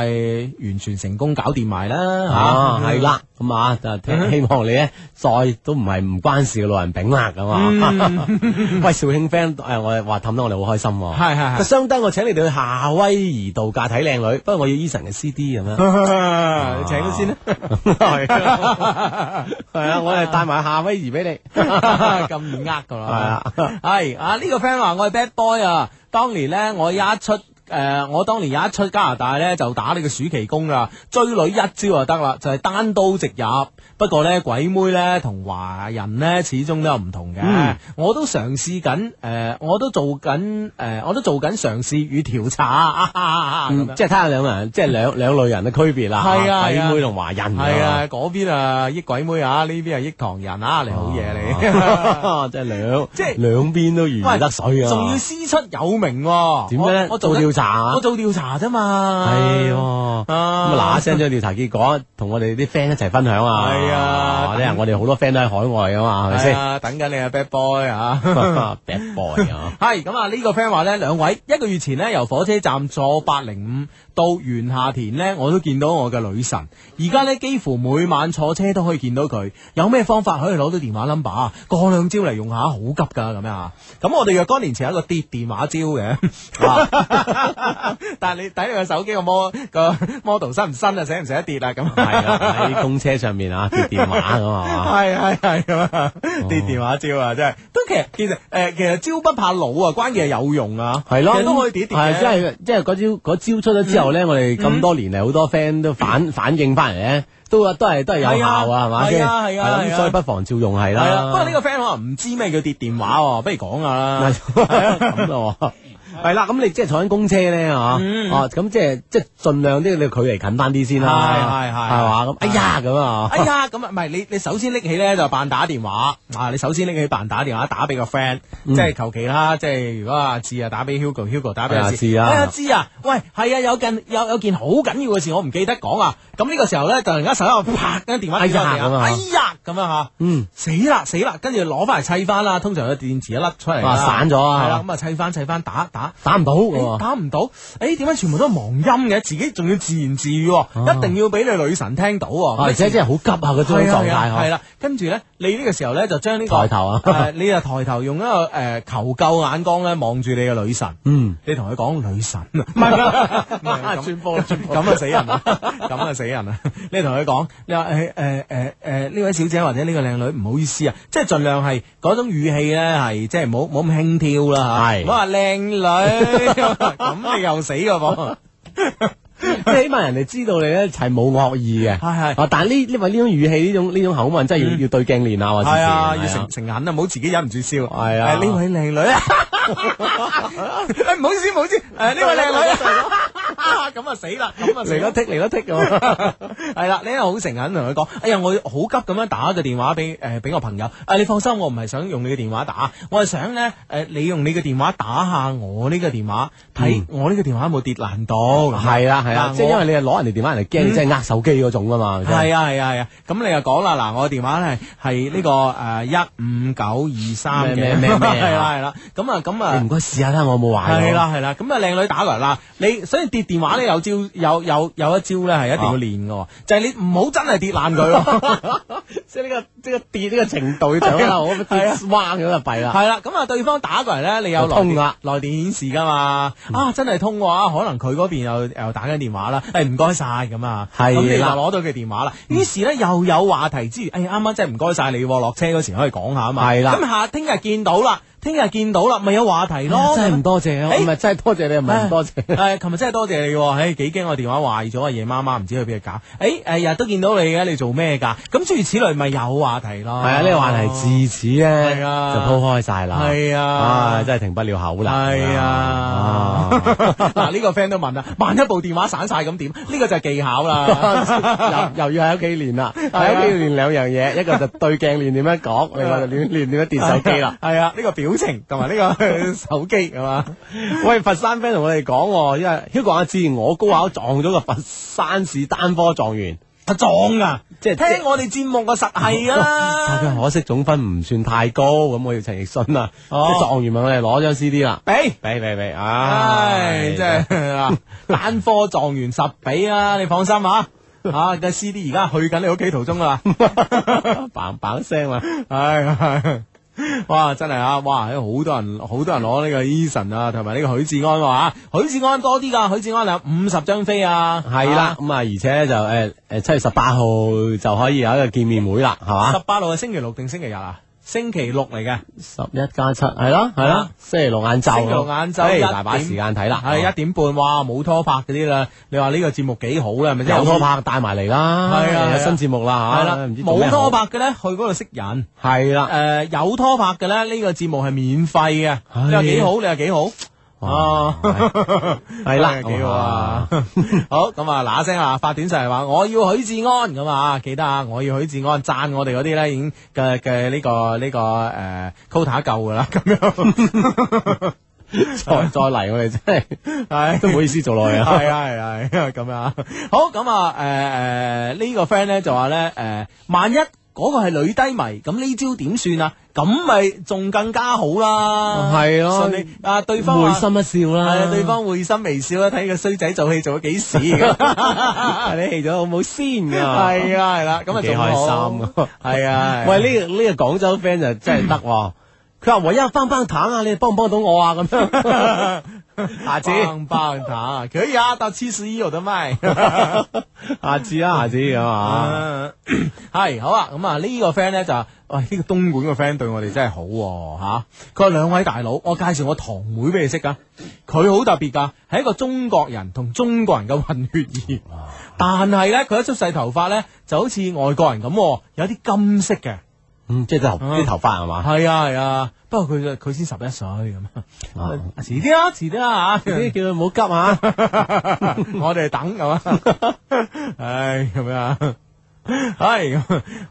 [SPEAKER 1] 完全成功搞掂埋啦嗯吓，
[SPEAKER 4] 啊，係啦，咁啊，就聽希望你咧，再都唔係唔關事嘅老人丙啦，咁啊， 喂，肇慶 friend，誒，我話氹得我哋好開心喎，
[SPEAKER 1] 嗯係係係
[SPEAKER 4] 佢相得我請你哋去夏威夷度假睇靚女，不過我要 Eason 嘅 CD 咁 樣，
[SPEAKER 1] 啊，請佢先 啦，
[SPEAKER 4] 係啊，我哋帶埋夏威夷俾 你，
[SPEAKER 1] 咁易呃噶啦，系啊呢、個 friend 話我係 bad boy 啊，當年呢，我一出诶、呃我當年一出加拿大呢，就打呢個暑期工啦，追女一招就得啦，就係單刀直入。不過呢，鬼妹呢同華人呢，始終都有唔同嘅、
[SPEAKER 4] 嗯
[SPEAKER 1] 我都嘗試緊诶，我都做緊诶、呃我都做緊嘗試與調查啊啊啊啊咁樣
[SPEAKER 4] 嗯即係睇下兩個人，即係兩兩類人嘅區別啦，
[SPEAKER 1] 嗯係啊係啊
[SPEAKER 4] 鬼妹同華人，
[SPEAKER 1] 係啊，，嗰邊啊益鬼妹啊，呢邊啊益唐人啊，你好嘢你。
[SPEAKER 4] 哦 即係兩
[SPEAKER 1] 即係
[SPEAKER 4] 兩邊都如魚得水啊，
[SPEAKER 1] 仲要師出有名喎。
[SPEAKER 4] 點咧
[SPEAKER 1] 我我
[SPEAKER 4] 做
[SPEAKER 1] 得
[SPEAKER 4] 調查啊哎
[SPEAKER 1] 我做調查啫嘛。
[SPEAKER 4] 係喎。咁啊嗱嗱聲將調查結果同我哋啲 friend 一齊分享啊！
[SPEAKER 1] 係啊
[SPEAKER 4] 我哋我哋好多 friend 都喺海外啊嘛，係咪
[SPEAKER 1] 係
[SPEAKER 4] 先
[SPEAKER 1] 啊，等緊你啊，bad boy 啊！
[SPEAKER 4] ？Bad boy 啊！
[SPEAKER 1] 係咁啊！呢個 friend 話呢，兩位一個月前呢，由火車站坐八零五到元夏田呢，我都見到我嘅女神。而家呢，幾乎每晚坐車都可以見到佢。有咩方法可以攞到電話 number 啊？過兩招嚟用下，好急㗎咁樣啊！咁我哋若干年前有一個跌電話招嘅，啊但係你睇你個手機個 mo 個 model 新唔新啊？寫唔寫得跌啊？咁
[SPEAKER 4] 系啦，喺公車上面啊，接電話咁啊，
[SPEAKER 1] 系系系咁啊！啲電話招啊，真係都其實其實诶，其實招不怕老啊，關鍵係有用啊，
[SPEAKER 4] 係咯，
[SPEAKER 1] 其實都可以跌一跌
[SPEAKER 4] 係啊
[SPEAKER 1] 嘅。
[SPEAKER 4] 即係即係嗰招嗰招出咗之後咧，我哋咁多年嚟好多 friend 都反反應翻嚟咧，都都係都係有效啊，係嘛？
[SPEAKER 1] 嗯係啊係啊
[SPEAKER 4] 係啦
[SPEAKER 1] 係啊
[SPEAKER 4] 咁所以不妨照用
[SPEAKER 1] 係
[SPEAKER 4] 係
[SPEAKER 1] 啦，不過呢
[SPEAKER 4] 啦。
[SPEAKER 1] 個 friend 可能唔知咩叫跌電話 喎，不如講下啦。
[SPEAKER 4] 啊咁咯 喎，係啦，咁你即係坐緊公車咧嚇，
[SPEAKER 1] 嗯
[SPEAKER 4] 哦，咁即係即係盡量啲你距離近翻啲先啦，
[SPEAKER 1] 係係係
[SPEAKER 4] 係嘛？咁哎呀咁啊
[SPEAKER 1] 哎，呀，咁啊，唔係你你首先拎起咧就扮打電話啊！你首先拎起扮打電話打俾個 friend，即
[SPEAKER 4] 嗯
[SPEAKER 1] 係求其啦，即係如果阿志啊打俾 Hugo，Hugo 打俾阿志
[SPEAKER 4] 係啊志啊
[SPEAKER 1] 哎呀志啊，喂係啊有件有有件好緊要嘅事我唔記得講啊！咁呢個時候咧突然間手一個啪，跟電話
[SPEAKER 4] 哎呀
[SPEAKER 1] 跌咗落地
[SPEAKER 4] 咁
[SPEAKER 1] 啊
[SPEAKER 4] 啊
[SPEAKER 1] 哎呀咁啊嚇，
[SPEAKER 4] 嗯，
[SPEAKER 1] 死啦死啦，跟住攞翻嚟砌翻啦，通常個電池一甩出嚟啦
[SPEAKER 4] 啊散咗啊
[SPEAKER 1] 係啦，咁啊砌翻砌翻打打。
[SPEAKER 4] 打唔到啊嘅
[SPEAKER 1] 誒
[SPEAKER 4] 喎，
[SPEAKER 1] 打唔到，誒點解全部都係忙音嘅？自己仲要自言自語喎，一定要俾你女神聽到喎。
[SPEAKER 4] 哦而且真係好急啊嗰種
[SPEAKER 1] 係啊
[SPEAKER 4] 狀
[SPEAKER 1] 係
[SPEAKER 4] 態
[SPEAKER 1] 啊係
[SPEAKER 4] 嗬，
[SPEAKER 1] 啦，跟住咧，你呢個時候咧就將呢個
[SPEAKER 4] 抬頭啊
[SPEAKER 1] 誒你就抬頭用一個誒求救眼光咧望住你嘅女神，
[SPEAKER 4] 嗯，
[SPEAKER 1] 你同佢講女 神，唔係唔係
[SPEAKER 4] 轉
[SPEAKER 1] 波咁啊 死人啦，咁啊死人啦！你同佢講，你話誒誒誒誒呢位小姐或者呢個靚女唔好意思啊，即係盡量係嗰種語氣咧係即係唔好唔好咁輕佻啦嚇，
[SPEAKER 4] 係
[SPEAKER 1] 唔好話靚女，咁你又死噶噃。
[SPEAKER 4] 即係起碼人哋知道你咧係冇惡意嘅，
[SPEAKER 1] 係係
[SPEAKER 4] 啊，但係呢呢位呢種語氣呢種呢種口吻真係要要對鏡練啊，或者
[SPEAKER 1] 係啊，
[SPEAKER 4] 是
[SPEAKER 1] 要誠誠懇啊，唔好自己忍唔住笑。
[SPEAKER 4] 係啊
[SPEAKER 1] 誒呢位靚女 啊，誒唔好意思，唔好意思，誒呢位靚女啊， 咁啊死啦，咁啊死
[SPEAKER 4] 嚟
[SPEAKER 1] 啦
[SPEAKER 4] 咗。剔嚟咗剔咁啊，
[SPEAKER 1] 系啦，你又好誠懇同佢講，哎呀，我好急咁樣打個電話俾诶俾我朋友，啊，你放心，我唔係想用你嘅電話打，我係想咧诶、誒你用你嘅電話打下我呢個電話，睇我呢個電話有冇跌爛到，
[SPEAKER 4] 嗯係啊啦係啦，
[SPEAKER 1] 嗱嗯
[SPEAKER 4] 即係因為你係攞人哋電話人哋驚，你真係呃手機嗰種啊嘛，
[SPEAKER 1] 系啊系啊系啊，咁你又講啦，嗱，我電話咧係呢個诶一五九二三嘅，
[SPEAKER 4] 咩咩咩咩
[SPEAKER 1] 係啦係啦，咁啊咁啊。
[SPEAKER 4] 你唔該試下啦，我有冇玩過
[SPEAKER 1] 系，啦系啦，咁啊靚女打過嚟啦，你所以跌電話咧有招有有有一招咧係一定要練嘅喎，就係你唔好真係跌爛佢喎。
[SPEAKER 4] 即係呢個即係個跌呢個程度要掌握好，跌彎咁就弊啦。
[SPEAKER 1] 啊係啦，咁啊對方打過嚟咧，你有
[SPEAKER 4] 就
[SPEAKER 1] 來
[SPEAKER 4] 通
[SPEAKER 1] 電
[SPEAKER 4] 啦嗯
[SPEAKER 1] 來電顯示噶嘛？啊，真係通喎啊，可能佢嗰邊又又打緊電話啦，誒唔該晒咁啊，
[SPEAKER 4] 係
[SPEAKER 1] 咁你就
[SPEAKER 4] 啦
[SPEAKER 1] 攞到佢電話啦。於是咧又有話題之餘，誒啱啱真係唔該晒你喎，落車嗰時可以講下啊嘛。
[SPEAKER 4] 係啦
[SPEAKER 1] 咁下聽日見到啦，聽日見到啦，咪有話題咯。
[SPEAKER 4] 真 係唔多謝啊，
[SPEAKER 1] 誒
[SPEAKER 4] 唔係真係多謝你，唔係唔多謝。
[SPEAKER 1] 诶，琴日真係多謝你喎，唉，幾驚我電話壞咗啊，夜媽媽唔知去邊度搞。诶，诶，日日都見到你嘅，你做咩㗎？咁諸如此類，咪有話題咯。
[SPEAKER 4] 係啊，呢個話題自此咧
[SPEAKER 1] 係
[SPEAKER 4] 就
[SPEAKER 1] 啊
[SPEAKER 4] 鋪開晒啦。
[SPEAKER 1] 係啊
[SPEAKER 4] 唉真係停不了口啦。
[SPEAKER 1] 係啊， 嗱呢個 friend 都問啦，萬一部電話散晒咁點？呢個就係技巧啦。
[SPEAKER 4] 啊又又要喺屋企練啦，
[SPEAKER 1] 啊
[SPEAKER 4] 喺屋企練兩樣嘢，一個就對鏡練點樣講，另外就練練點樣跌手機啦。
[SPEAKER 1] 係啊，呢個表情同埋呢個 手機係嘛？
[SPEAKER 4] 喂，佛山 friend 同我哋講喎，因為 Hugo 阿志，我高考撞咗個佛山市單科狀元，
[SPEAKER 1] 啊撞啊！
[SPEAKER 4] 即係即係哦
[SPEAKER 1] 聽我哋節目個啊實 係
[SPEAKER 4] 但
[SPEAKER 1] 啊
[SPEAKER 4] 係。佢可惜總分唔算太高，咁我要陳奕迅啦，即
[SPEAKER 1] 哦
[SPEAKER 4] 係狀元問我哋攞張 CD 啦，
[SPEAKER 1] 俾
[SPEAKER 4] 俾俾俾，唉
[SPEAKER 1] 唉，，真係 啊！單科狀元十比啊，你放心啊！啊，嘅 CD 而家去緊你屋企途中 啦，
[SPEAKER 4] 砰砰聲啊啦，
[SPEAKER 1] 唉。唉哇，真係啊！哇，好多人好多人攞呢個 Eason 啊，同埋呢個許志安喎啊，許志安多啲㗎，許志安有五十張飛啊，
[SPEAKER 4] 係啦，咁啊，而且就誒誒七月十八號就可以有一個見面會啦，係嘛
[SPEAKER 1] 啊，十？八號係星期六定星期日啊？星期六嚟嘅，
[SPEAKER 4] 十一加七，係啦係啦，星期六晏晝，
[SPEAKER 1] 啊星期六晏晝
[SPEAKER 4] 哎
[SPEAKER 1] 一點
[SPEAKER 4] 大把時間睇啦，啊
[SPEAKER 1] 係一點半，哇，冇拖拍嗰啲啦。你話呢個節目幾好啦，係咪先
[SPEAKER 4] 有拖？拍帶埋嚟啦，
[SPEAKER 1] 係啊係啊
[SPEAKER 4] 有新節目啦
[SPEAKER 1] 係
[SPEAKER 4] 嚇，
[SPEAKER 1] 啦，
[SPEAKER 4] 唔知做咩
[SPEAKER 1] 冇
[SPEAKER 4] 好
[SPEAKER 1] 拖拍，嘅咧，去嗰度識人。
[SPEAKER 4] 係啦，
[SPEAKER 1] 诶，呃有拖拍嘅咧，呢個節目係免費嘅。
[SPEAKER 4] 係
[SPEAKER 1] 你話幾好？你話幾好？啊
[SPEAKER 4] 哇係啦，
[SPEAKER 1] 幾好啊！ 好咁啊，嗱聲啊，發短信嚟話我要許志安咁啊，記得啊，我要許志安讚我哋嗰啲咧，已經嘅嘅呢個呢個诶 quota 夠噶啦，咁 樣
[SPEAKER 4] 再再嚟我哋真係
[SPEAKER 1] 係
[SPEAKER 4] 都唔好意思做 耐啊！
[SPEAKER 1] 係啊係啊係啊咁樣啊。好咁啊，誒誒呢個 friend 咧就話咧誒，萬一嗰個係女低迷，咁呢招點算啊？咁咪仲更加好啦，
[SPEAKER 4] 哦係咯
[SPEAKER 1] 順利啊對方
[SPEAKER 4] 會
[SPEAKER 1] 話
[SPEAKER 4] 心一笑啦，
[SPEAKER 1] 系啊，對方會心微笑啦，睇個衰仔做戲做咗幾時 咁
[SPEAKER 4] 你氣咗好冇先㗎，
[SPEAKER 1] 係啊，係啦，咁啊
[SPEAKER 4] 幾
[SPEAKER 1] 仲
[SPEAKER 4] 開
[SPEAKER 1] 好
[SPEAKER 4] 心啊
[SPEAKER 1] 係啊，
[SPEAKER 4] 喂，呢、個呢、個廣州 friend 就真係得 喎。佢話唯一棒棒糖啊，你哋幫唔幫到我啊？咁樣，下次
[SPEAKER 1] 棒棒糖可以啊，到七十一有得賣。
[SPEAKER 4] 下次啊，下次咁啊。
[SPEAKER 1] 啊，系好啊，咁啊呢個 friend 咧就話喂呢個東莞個 friend 對我哋真係好喎吓，佢話兩位大佬，我介紹我堂妹俾你識噶，佢好特別噶，係一個中國人同中國人嘅混血兒，但係咧佢一出世頭髮咧就好似外國人咁喎，有啲金色嘅，
[SPEAKER 4] 嗯，即係頭
[SPEAKER 1] 啊
[SPEAKER 4] 啲頭髮係嘛？
[SPEAKER 1] 係啊係啊，不過佢就佢先十一歲咁啊，
[SPEAKER 4] 啊
[SPEAKER 1] 遲啲啦遲啲啦吓。
[SPEAKER 4] 啲叫佢唔好急啊嚇。
[SPEAKER 1] 我哋等咁 啊，唉咁樣啊。系，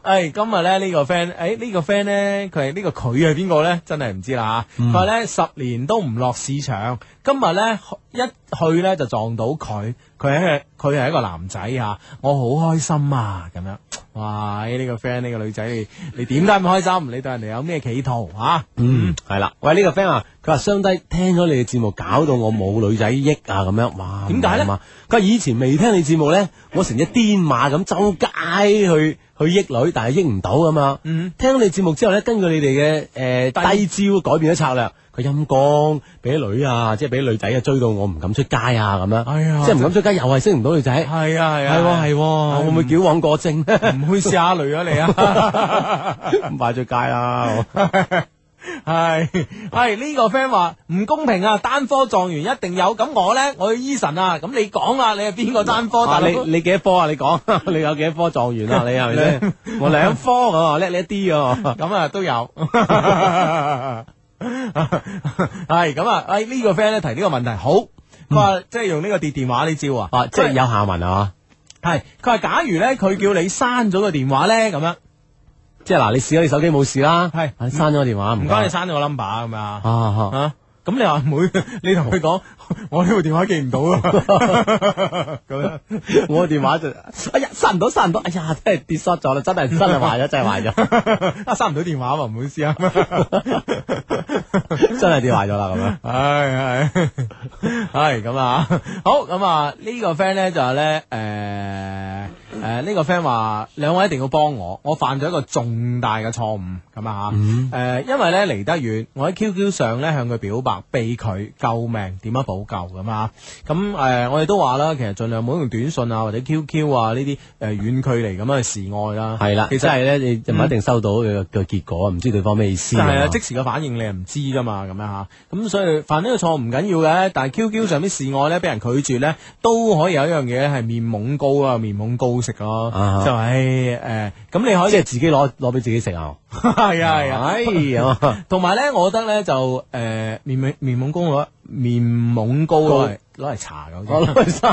[SPEAKER 1] 唉，今日咧呢個 friend，诶呢個 friend 咧，佢係呢個佢係邊個咧？真係唔知啦吓。佢
[SPEAKER 4] 嗯
[SPEAKER 1] 話咧十年都唔落市場，今日咧一去咧就撞到佢，佢係佢係一個男仔吓，我好開心啊咁樣。哇！呢、個 friend 呢個女仔，你你點解咁開心？你對人哋有咩企圖啊？
[SPEAKER 4] 嗯，係啦。喂，呢個 friend 啊，佢話相低聽咗你嘅節目，搞到我冇女仔益啊咁樣。哇，
[SPEAKER 1] 點解呢
[SPEAKER 4] 唔係嘛佢話以前未聽你節目咧，我成只癲馬咁周街去去益女，但係益唔到咁嘛。
[SPEAKER 1] 嗯，
[SPEAKER 4] 聽咗你節目之後咧，根據你哋嘅誒低招改變咗策略，佢陰公俾女啊，即係俾女仔啊追到我唔敢出街啊咁樣，
[SPEAKER 1] 哎呀
[SPEAKER 4] 即係唔敢出街又係識唔到女仔，係
[SPEAKER 1] 係啊係
[SPEAKER 4] 喎
[SPEAKER 1] 啊，
[SPEAKER 4] 係喎，我會唔會矯枉過正咧？
[SPEAKER 1] 唔去試下女啊你啊！
[SPEAKER 4] 唔快出街啦，
[SPEAKER 1] 系系呢个 friend 话唔公平啊！单科状元一定有，咁我咧我要 Eason 啊！咁你講啦，你係邊個單科
[SPEAKER 4] 啊
[SPEAKER 1] 大佬？
[SPEAKER 4] 你你幾多科啊？你講你有幾多科狀元啊？你係咪先？我兩科咁啊，叻你一啲啊！
[SPEAKER 1] 咁啊都有。 係咁啊！哎，呢、個 friend 咧提呢個問題好，佢話即係用呢個跌電話呢招啊，
[SPEAKER 4] 嗯啊，即係有下文啊！
[SPEAKER 1] 係佢話假如咧佢叫你刪咗個電話咧咁樣，
[SPEAKER 4] 即係嗱，你試咗你手機冇事啦，
[SPEAKER 1] 係
[SPEAKER 4] 啊刪咗個電話，
[SPEAKER 1] 唔
[SPEAKER 4] 唔
[SPEAKER 1] 該
[SPEAKER 4] 該
[SPEAKER 1] 你刪咗個 number 咁樣啊
[SPEAKER 4] 啊啊
[SPEAKER 1] 啊！咁你話 妹，你同佢講， 我呢部電話記唔到 啊，咁樣。
[SPEAKER 4] 我電話就哎呀，刪唔到，刪唔到，哎呀，真係跌 short 咗啦，真係真係 壞咗，真係壞咗，
[SPEAKER 1] 啊，刪唔到電話喎，唔好意思啊。
[SPEAKER 4] 真係跌壞咗啦咁樣。
[SPEAKER 1] 唉， 系系咁啊！好咁啊，呢個 friend 咧就係咧，诶诶，呃呢個 friend 話兩位一定要幫我，我犯咗一個重大嘅錯誤咁啊吓。诶，因為咧離得遠，我喺 QQ 上咧向佢表白，避佢救命，點樣補救咁啊？咁诶，誒我哋都話啦，其實盡量唔好用短信啊或者 QQ 啊呢啲诶遠距離咁樣去示愛啦。
[SPEAKER 4] 系啦，
[SPEAKER 1] 其
[SPEAKER 4] 其
[SPEAKER 1] 實
[SPEAKER 4] 實係咧，啊你就唔一定收到佢嘅結果，唔知對方咩意思。
[SPEAKER 1] 但係啊，即時嘅反應你係唔知噶嘛，咁樣吓，咁所以犯呢個錯誤唔緊要嘅，但係 QQ 上面示愛咧，俾人拒絕咧，都可以有一樣嘢係面懵高啊，面懵高食咯，
[SPEAKER 4] 啊
[SPEAKER 1] 就係誒，咁你可以
[SPEAKER 4] 即係自己攞攞俾自己食啊！
[SPEAKER 1] 係啊係啊，
[SPEAKER 4] 哎呀，
[SPEAKER 1] 同埋咧，我覺得咧就誒面面面懵高攞面懵高攞嚟攞嚟搽嘅好
[SPEAKER 4] 我
[SPEAKER 1] 似。
[SPEAKER 4] 攞去生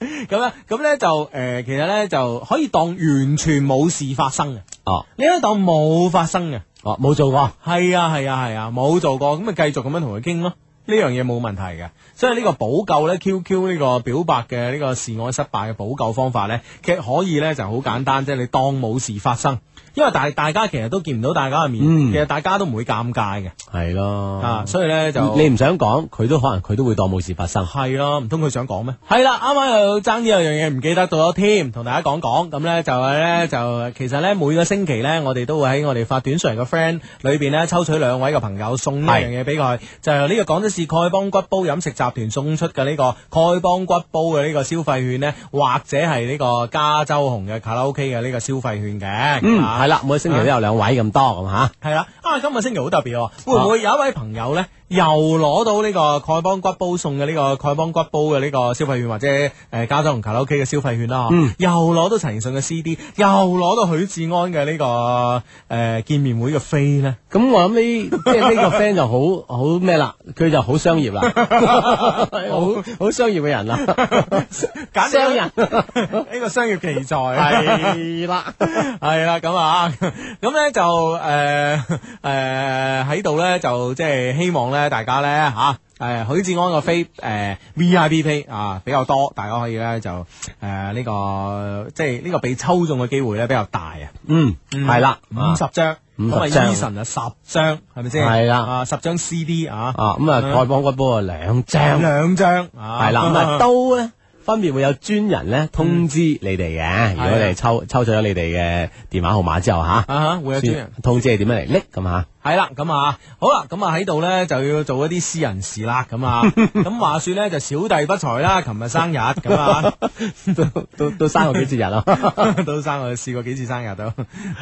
[SPEAKER 1] 咁咧，咁咧就誒、其實咧就可以當完全冇事發生嘅，
[SPEAKER 4] 哦
[SPEAKER 1] 你可以當冇發生嘅。
[SPEAKER 4] 哦，冇做過，
[SPEAKER 1] 系啊系啊系啊，冇、做過，咁咪繼續咁樣同佢傾咯。呢樣嘢冇問題嘅，所以呢個補救呢 QQ 呢個表白嘅呢個示愛失敗嘅補救方法呢，其實可以呢就好簡單，即係你當冇事發生，因為大大家其實都見唔到大家嘅面，
[SPEAKER 4] 嗯
[SPEAKER 1] 其實大家都唔會尷尬嘅、
[SPEAKER 4] 係
[SPEAKER 1] 啊，
[SPEAKER 4] 咯。
[SPEAKER 1] 所以呢，就
[SPEAKER 4] 你唔想講，佢都可能佢都會當冇事發生。
[SPEAKER 1] 係咯，唔通佢想講咩？係啦，啱啱又爭啲有樣嘢唔記得咗添，同大家講講。咁呢就係呢，就其實呢，每個星期呢，我哋都會喺我哋發短信嚟嘅 friend 裏邊呢，抽取兩位嘅朋友送呢
[SPEAKER 4] 係
[SPEAKER 1] 樣嘢俾佢，就係呢個廣州市丐幫骨煲飲食集團送出嘅呢個丐幫骨煲嘅呢個消費券呢，或者係呢個加州紅嘅卡拉 OK 嘅呢個消費券嘅。
[SPEAKER 4] 嗯，
[SPEAKER 1] 啊
[SPEAKER 4] 係啦，每個星期都有兩位咁多咁吓。
[SPEAKER 1] 系啦，啊，今日星期好特別喎，會唔會有一位朋友咧，又攞到呢個丐幫骨煲送嘅呢個丐幫骨煲嘅呢個消費券，或者诶、呃加州同卡拉 OK 嘅消費券啦，嗬又攞到陳奕迅嘅 CD，又攞到許志安嘅呢、個个呃见面會嘅飛 咧，
[SPEAKER 4] 咁我諗呢，即係呢個 friend 就好好咩啦，佢就好商業啦，好好商業嘅人啦，
[SPEAKER 1] 簡直
[SPEAKER 4] 商人
[SPEAKER 1] 呢個商業奇才
[SPEAKER 4] 係 啦。
[SPEAKER 1] 系啦，咁啊，咁咧就诶诶喺度咧就即係希望咧大家咧吓。诶許志安個飛诶 V I P 飛啊比較多，大家可以咧就诶呢個即係呢個被抽中嘅機會咧比較大啊。
[SPEAKER 4] 嗯，系啦，
[SPEAKER 1] 五十張，
[SPEAKER 4] 50
[SPEAKER 1] 咁啊
[SPEAKER 4] 張
[SPEAKER 1] Eason 啊十張，係咪先？
[SPEAKER 4] 係啦
[SPEAKER 1] 啊十張 C D 啊，
[SPEAKER 4] 啊，咁啊，丐幫骨煲啊兩張，係
[SPEAKER 1] 兩張啊，
[SPEAKER 4] 啦，咁啊都咧。分別會有專人咧通知你哋嘅，如果你哋抽抽取咗你哋嘅電話號碼之後吓，
[SPEAKER 1] 啊哈會有專人。
[SPEAKER 4] 通知你點樣嚟拎咁吓。
[SPEAKER 1] 系啦，咁啊，好啦，咁啊喺度咧就要做一啲私人事啦，咁 啊，咁話说咧就小弟不才啦，琴日生日咁啊，
[SPEAKER 4] 都都都生過幾節日啊咯。
[SPEAKER 1] 都生我試過幾次生日都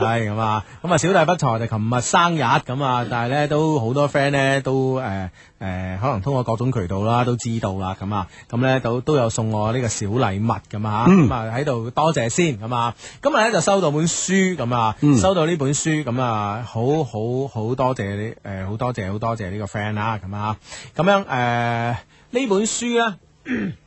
[SPEAKER 1] 係咁啊，咁啊小弟不才就琴日生日咁啊，但係咧都好多 friend 咧都诶诶、呃可能通過各種渠道
[SPEAKER 4] 嗯
[SPEAKER 1] 啦都知道啦，咁啊，咁咧都都有送我呢個小禮物咁啊，
[SPEAKER 4] 嗯
[SPEAKER 1] 咁啊喺度多謝先咁啊，今日咧就收到本書咁啊，
[SPEAKER 4] 嗯
[SPEAKER 1] 收到呢本書咁啊，好好好多謝你诶，好、多謝好多謝呢個 friend 啦，咁啊，咁樣诶呢、本書咧。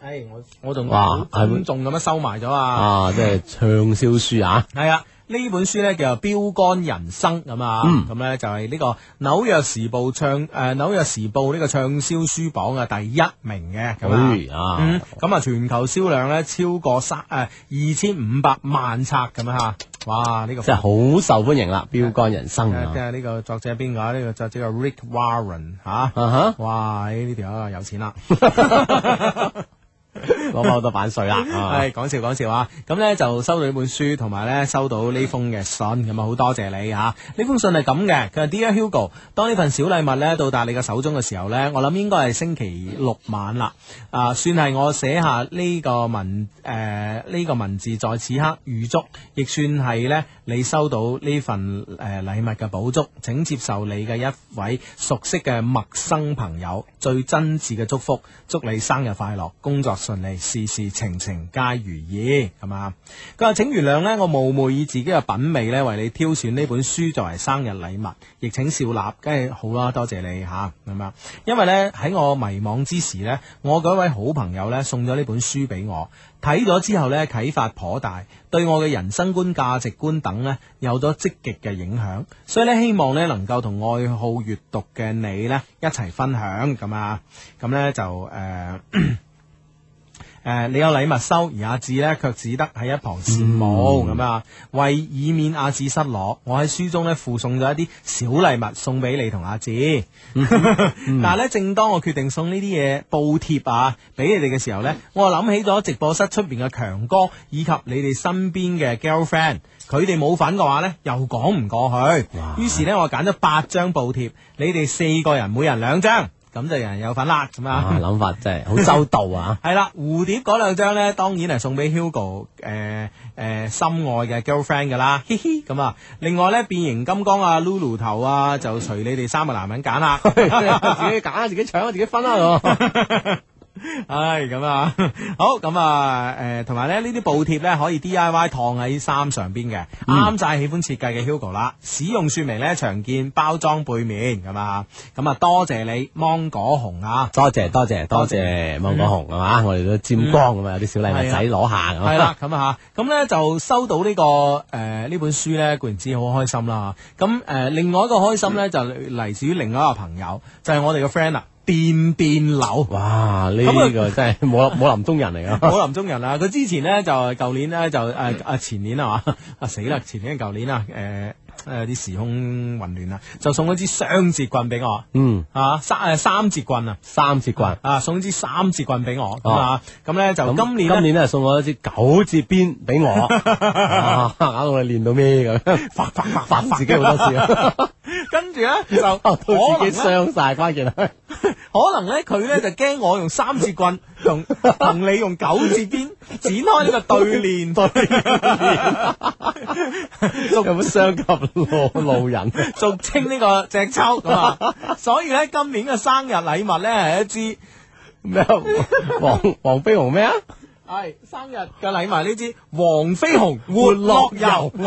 [SPEAKER 1] 唉，我我仲
[SPEAKER 4] 哇係本
[SPEAKER 1] 咁重咁樣收埋咗啊！
[SPEAKER 4] 啊，即係暢銷書啊！
[SPEAKER 1] 系啊，呢本書咧叫做《標杆人生》咁啊，
[SPEAKER 4] 嗯
[SPEAKER 1] 咁咧、就係呢個紐約時報暢诶紐約時報呢個暢銷書榜嘅第一名嘅咁啊。
[SPEAKER 4] 哎啊
[SPEAKER 1] 嗯，咁啊，全球銷量咧超過三诶二千五百萬冊咁啊，哇！呢、個
[SPEAKER 4] 即係好啊受歡迎啦，標杆人生
[SPEAKER 1] 誒即
[SPEAKER 4] 啊！
[SPEAKER 1] 係呢個作者邊個啊？呢、個作者叫 Rick Warren 吓、
[SPEAKER 4] 啊
[SPEAKER 1] 哇！呢條啊有 錢啦〜 啊
[SPEAKER 4] 哈，攞翻好多版税 啦！ 啊
[SPEAKER 1] 系講笑講笑啊！咁呢就收到呢本書，同埋呢收到呢封嘅信，咁啊好多謝你啊！呢封信係咁嘅，佢話 Dear Hugo，當呢份小禮物呢到達你嘅手中嘅時候呢，我諗應該係星期六晚啦，啊，算係我寫下呢個文诶呢、個文字在此刻預祝，亦算係呢你收到呢份诶礼、禮物嘅補足，請接受你嘅一位熟悉嘅陌生朋友最真摯嘅祝福，祝你生日快樂，工作順利，事事情情皆如意，啊係嘛？佢話請原諒呢，我冒昧以自己嘅品味呢，為你挑選呢本書作為生日禮物，亦請笑納，梗係好啦，多謝你吓咁啊！因為呢，喺我迷惘之時呢，我嗰位好朋友呢，送咗呢本書俾我，睇咗之後呢，啟發頗大，對我嘅人生觀、價值觀等呢，有咗積極嘅影響，所以呢，希望呢，能夠同愛好閱讀嘅你呢，一齊分享咁啊！咁呢，就誒。呃诶、呃你有禮物收，而阿志呢卻只得喺一旁羨慕咁啊。為以免阿志失落，我喺書中呢附送咗一啲小禮物送俾你同阿志。 但係呢，正當我決定送呢啲嘢報貼啊，俾你哋嘅時候呢，我就諗起咗直播室出邊嘅強哥以及你哋身邊嘅 girlfriend，佢哋冇份嘅話呢，又講唔過去。於是呢，我揀咗八張報貼，你哋四個人每人兩張，咁就人人有份啦，咁啊
[SPEAKER 4] 啊，。諗法真係好周到啊！
[SPEAKER 1] 系啦，蝴蝶嗰兩張呢，當然係送俾 Hugo 诶、诶、心愛嘅 girlfriend 噶啦，嘻嘻咁啊。另外呢，變形金剛啊、Lulu 頭啊，就隨你哋三個男人揀啦。
[SPEAKER 4] 自己揀，自己搶，自己分啦！
[SPEAKER 1] 唉，咁啊，好咁啊，诶、同埋咧呢啲布貼咧可以 D I Y 燙喺衫上邊嘅，啱晒、喜歡設計嘅 Hugo 啦。使用說明呢，常見包裝背面咁啊，咁啊多謝你芒果紅啊。
[SPEAKER 4] 多謝多謝多謝芒果紅啊嘛，我哋都沾光咁啊，有啲小禮物仔攞下咁啊
[SPEAKER 1] 系啦，，咁啊吓，咁咧就收到呢、個个诶呢、本書咧，固然之好開心啦。咁诶、呃另外一個開心咧就嚟自於另外一個朋友，就係我哋嘅 friend 啦，電電流。
[SPEAKER 4] 哦哇！呢個真係冇冇林中人嚟 啊！
[SPEAKER 1] 冇林中人啊！佢之前咧就舊年咧就誒啊前年啊嘛 啊死啦！前年定舊年啊誒誒啲時空混亂啊，就送咗支雙節棍俾我
[SPEAKER 4] 嗯，
[SPEAKER 1] 啊三誒三節棍啊
[SPEAKER 4] 三節棍。
[SPEAKER 1] 啊送咗支三節棍俾我咁啊咁咧就
[SPEAKER 4] 咁
[SPEAKER 1] 今年咧
[SPEAKER 4] 今年咧送我一支九折鞭 俾我，啊搞到我練到咩咁，發發發發自己好多次啊，
[SPEAKER 1] 跟住咧就
[SPEAKER 4] 哦到
[SPEAKER 1] 可能
[SPEAKER 4] 自己
[SPEAKER 1] 呢
[SPEAKER 4] 傷晒關鍵係。
[SPEAKER 1] 可能咧佢咧就驚我用三節棍同同你用九節鞭展開呢個對練
[SPEAKER 4] 有冇傷及路路人？
[SPEAKER 1] 俗稱呢個隻抽咁啊，所以咧今年嘅生日禮物咧係一支。
[SPEAKER 4] 咩啊？黃黃飛鴻咩啊？
[SPEAKER 1] 系生日嘅禮物呢支黃飛鴻活絡油，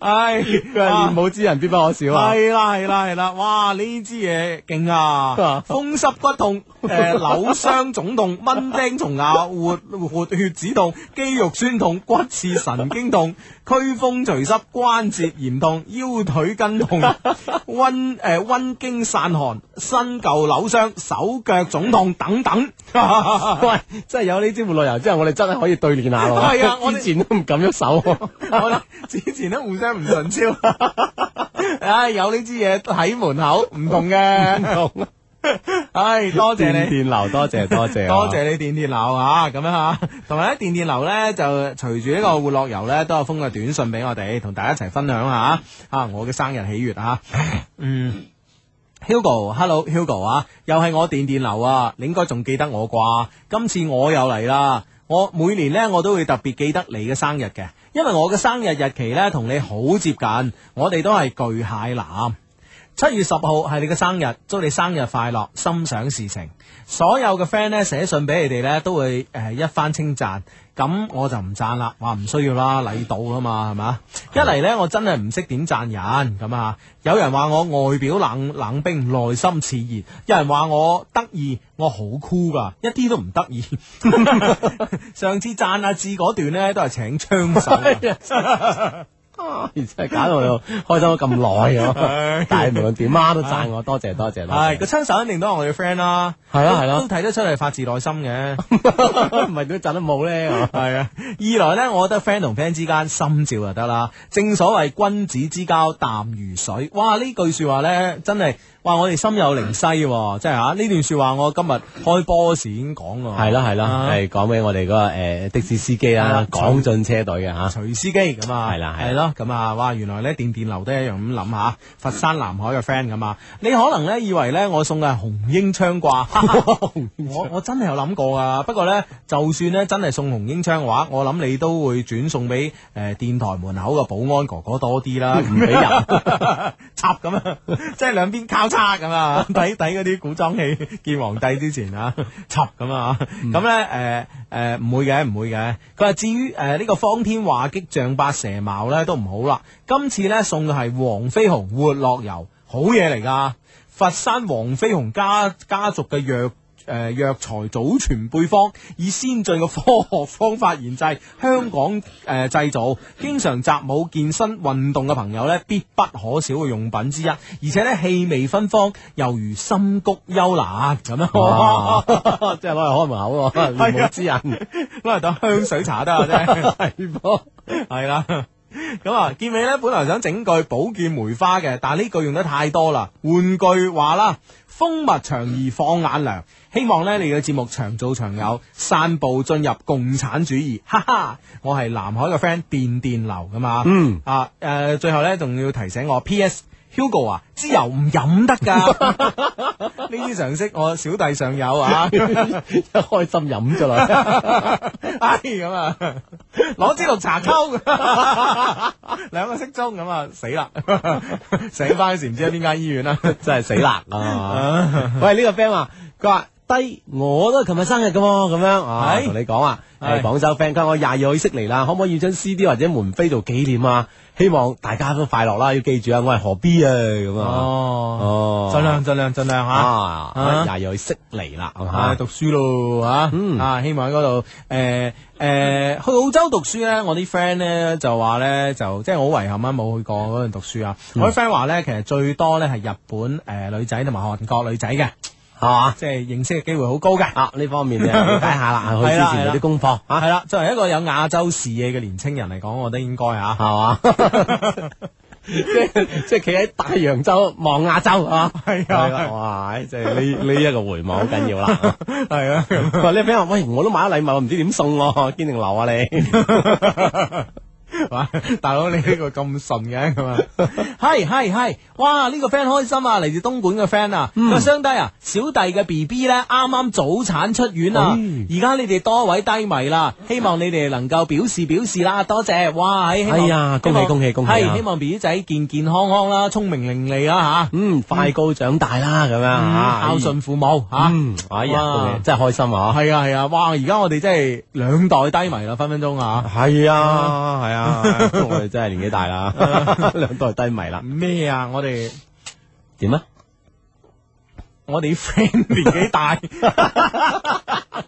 [SPEAKER 1] 唉，
[SPEAKER 4] 佢係練武之人必不可少啊！
[SPEAKER 1] 係啦係啦係啦，哇！呢支嘢勁啊，
[SPEAKER 4] 啊
[SPEAKER 1] 風濕骨痛诶扭伤肿痛、蚊叮蟲咬、活活血止痛、肌肉酸痛、骨刺神經痛、驅風除濕、關節炎痛、腰腿筋痛、温诶温經散寒、新舊扭傷、手腳腫痛等等。
[SPEAKER 4] 喂，真係有呢支活旅遊之後，我哋真係可以對練下喎。
[SPEAKER 1] 係啊我哋
[SPEAKER 4] 之前都唔敢喐手喎。
[SPEAKER 1] 我哋之前都互相唔順超， 唉、有呢支嘢喺門口，唔同 嘅，唔同。唉、多謝你。
[SPEAKER 4] 電流，多謝多謝啊，
[SPEAKER 1] 多謝你電電流啊，咁樣啊，同埋咧電電流咧就隨住呢個活絡遊咧都有封個短信俾我哋，同大家一齊分享下啊啊我嘅生日喜悦啊，嗯。Hugo，hello，Hugo 啊，又係我電電流啊，你應該仲記得我啩？今次我又嚟啦，我每年呢，我都會特別記得你嘅生日嘅，因為我嘅生日日期呢，同你好接近，我哋都係巨蟹男。七月十號係你嘅生日，祝你生日快樂，心想事成。所有嘅 friend 咧寫信俾你哋咧，都會誒、呃一番稱讚。咁我就唔讚啦，話唔需要啦，禮到啦嘛，係嘛？一嚟呢，我真係唔識點讚人咁啊！有人話我外表冷冷冰，內心熾熱；有人話我得意，我好酷㗎，一啲都唔得意。 上次讚阿志嗰段呢，都係請槍手啊。
[SPEAKER 4] 而且哦搞到我開心咗咁耐啊！但係無論點啊，都讚我，多謝多謝多
[SPEAKER 1] 系
[SPEAKER 4] 謝。
[SPEAKER 1] 個親手一定都係我哋 friend 啦，
[SPEAKER 4] 係啊
[SPEAKER 1] 都
[SPEAKER 4] 係啊
[SPEAKER 1] 都睇得出係發自內心 嘅。
[SPEAKER 4] 唔係點讚得冇咧？
[SPEAKER 1] 系啊，二來呢，我覺得 friend 同 friend 之間心照就得啦。正所謂君子之交淡如水，哇！呢句说話呢，真係，哇！我哋心有靈犀喎，真係吓呢段说話，我今日開波時已經講咯。
[SPEAKER 4] 係啦係啦，
[SPEAKER 1] 啊
[SPEAKER 4] 係講俾我哋嗰個誒的士司機
[SPEAKER 1] 係
[SPEAKER 4] 啦
[SPEAKER 1] 啦，
[SPEAKER 4] 港進車隊嘅 嚇。
[SPEAKER 1] 徐司機咁啊，
[SPEAKER 4] 係啦係啦
[SPEAKER 1] 係咯，咁啊，哇，原來咧電電流都一樣咁諗下，佛山南海嘅 friend 咁啊，你可能咧以為咧我送嘅係紅纓槍 啩， 我我真係有諗過啊，不過咧就算咧真係送紅纓槍嘅話，我諗你都會轉送俾誒電台門口嘅保安哥哥多啲 啦，唔俾人 插咁啊，即係兩邊交叉咁 啊，睇睇嗰啲古裝戲見皇帝之前啊，插咁啊，
[SPEAKER 4] 嗯
[SPEAKER 1] 咁咧誒誒唔會嘅唔會嘅，佢話至於誒呢個方天畫戟象拔蛇矛咧都唔好啦，今次咧送嘅係黃飛鴻活絡油，好嘢嚟㗎，佛山黃飛鴻家家族嘅藥。誒、藥材祖傳配方，以先進嘅科學方法研製，香港誒、呃、製造，經常習武、健身、運動嘅朋友咧必不可少嘅用品之一，而且咧氣味芬芳，猶如深谷幽蘭咁樣。
[SPEAKER 4] 哇！ 即係攞嚟開門口喎，
[SPEAKER 1] 係啊
[SPEAKER 4] 冇知人
[SPEAKER 1] 攞嚟當香水茶得 啊，真係
[SPEAKER 4] 噃
[SPEAKER 1] 係啦。咁啊，結尾咧，本來想整句寶劍梅花嘅，但呢句用得太多啦。換句話啦，風物長宜放眼量。希望咧你嘅節目長做長有，散步進入共產主義， 哈哈！我係南海嘅 friend 電電流噶嘛，
[SPEAKER 4] 嗯
[SPEAKER 1] 啊誒、呃最後咧仲要提醒我 P.S. Hugo 啊，支油唔飲得 㗎，呢啲常識我小弟尚有啊。
[SPEAKER 4] 一開心飲咗 啦，
[SPEAKER 1] 哎咁啊，攞支綠茶 溝，兩個色盅咁啊，死啦！醒翻嗰時唔知喺邊間醫院啦。
[SPEAKER 4] 真係死辣啊！ 喂，呢個 friend 話佢話。低，我都係琴日生日噶喎，咁樣啊，
[SPEAKER 1] 係
[SPEAKER 4] 同你講啊，
[SPEAKER 1] 係
[SPEAKER 4] 係廣州 friend，佢話我廿二號去悉尼啦，可唔可以要張 CD 或者門飛做紀念啊？希望大家都快樂啦，要記住啊，我係何必啊，咁啊，
[SPEAKER 1] 哦，
[SPEAKER 4] 哦
[SPEAKER 1] 盡量盡量盡量吓。
[SPEAKER 4] 啊，廿二號去悉尼啦，
[SPEAKER 1] 啊，
[SPEAKER 4] 啊
[SPEAKER 1] 讀書咯吓，
[SPEAKER 4] 嗯
[SPEAKER 1] 啊，希望喺嗰度誒誒去澳洲讀書咧，我啲 friend 咧就話咧就即係我好遺憾啊，冇去過嗰度讀書啊。
[SPEAKER 4] 嗯
[SPEAKER 1] 我啲 friend 話咧，其實最多咧係日本誒女仔同埋韓國女仔嘅，
[SPEAKER 4] 係嘛，
[SPEAKER 1] 即係認識嘅機會好高嘅。
[SPEAKER 4] 啊呢 方面你了解下啦，佢之前嗰啲功課
[SPEAKER 1] 啊，系啊啦，作為一個有亞洲視野嘅年青人嚟講，我覺得應該吓
[SPEAKER 4] 系，嘛？即即係企喺大洋洲望亞洲啊！
[SPEAKER 1] 係啊
[SPEAKER 4] 係啦哇！即係呢呢一個回望好緊要啦。
[SPEAKER 1] 係啊，
[SPEAKER 4] 喂你俾人喂，我都買咗禮物，唔知點送喎，堅定流啊你！
[SPEAKER 1] 哇大佬你呢個咁順嘅咁啊， 係係係，哇呢、個 friend 開心啊，嚟自東莞嘅 friend 啊，
[SPEAKER 4] 嗯
[SPEAKER 1] 個雙低啊，小弟嘅 B B 咧啱啱早產出院啊，
[SPEAKER 4] 嗯
[SPEAKER 1] 而家你哋多位低迷啦，希望你哋能夠表示表示啦，多謝，哇，哎
[SPEAKER 4] 哎呀恭喜恭喜恭喜啊
[SPEAKER 1] 係希望 B B 仔健健康康啦，聰明伶俐啦
[SPEAKER 4] 嗯，快高長大啦，咁樣
[SPEAKER 1] 吓，
[SPEAKER 4] 啊，
[SPEAKER 1] 嗯孝順父母吓。
[SPEAKER 4] 嗯，哎呀，
[SPEAKER 1] 哇
[SPEAKER 4] 恭喜真係開心啊！
[SPEAKER 1] 系啊系啊，哇！而家我哋真系兩代低迷啦，分分鐘啊！
[SPEAKER 4] 係啊，係啊，我哋真係年紀大啦，兩代低迷啦，
[SPEAKER 1] 咩啊？我哋
[SPEAKER 4] 點啊？
[SPEAKER 1] 我哋 friend 年紀 大，啊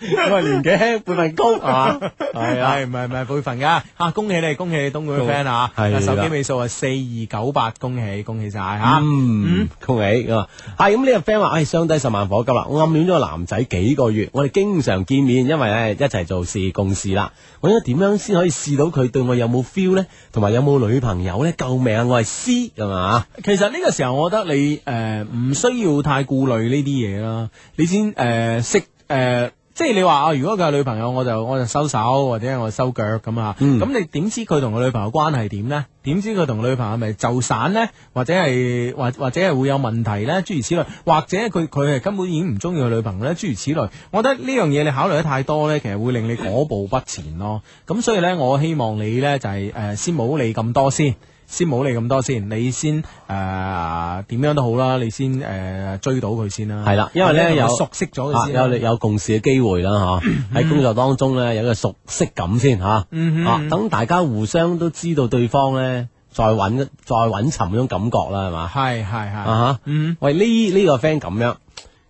[SPEAKER 4] 咁啊年紀輕輩份高係嘛？係 啊，
[SPEAKER 1] 係唔係唔係輩份噶？啊，恭喜你，恭喜你東莞嘅 friend 啊！
[SPEAKER 4] 係啦
[SPEAKER 1] 手機尾數係四二九八，恭喜恭喜晒啊吓！
[SPEAKER 4] 嗯，恭喜咁啊！係咁呢個 friend 話：，唉，相低十萬火急啦！我暗戀咗個男仔幾個月，我哋經常見面，因為咧一齊做事共事啦。我應該點樣先可以試到佢對我有冇 feel 咧？同埋有冇女朋友咧？救命啊！我係 C 咁啊！
[SPEAKER 1] 其實呢個時候，我覺得你诶唔、需要太顧慮呢啲嘢啦，你先诶识诶。即係你話啊，如果佢有女朋友，我就我就收手或者我收腳咁啊。咁、
[SPEAKER 4] 嗯
[SPEAKER 1] 你點知佢同佢女朋友關係點呢？點知佢同女朋友係咪就散呢？或者係或或者係會有問題呢？諸如此類，或者佢佢係根本已經唔中意佢女朋友呢？諸如此類。我覺得呢樣嘢你考慮得太多呢，其實會令你裹步不前咯。咁所以呢，我希望你呢，就係、呃先冇理咁多先。先冇理咁多先，你先誒點、呃樣都好啦，你先誒、呃追到佢先啦。
[SPEAKER 4] 係啦因為呢
[SPEAKER 1] 或者同佢
[SPEAKER 4] 有
[SPEAKER 1] 熟悉咗佢
[SPEAKER 4] 啊
[SPEAKER 1] 先啦。
[SPEAKER 4] 有有共事嘅機會啦， 吓喺工作當中咧有個熟悉感先吓，啊
[SPEAKER 1] 嗯哼
[SPEAKER 4] 啊等大家互相都知道對方咧，再揾再揾尋嗰種感覺啦，係嘛？
[SPEAKER 1] 系系系，
[SPEAKER 4] 啊哈，
[SPEAKER 1] 嗯，
[SPEAKER 4] 喂呢呢、個 friend 咁樣，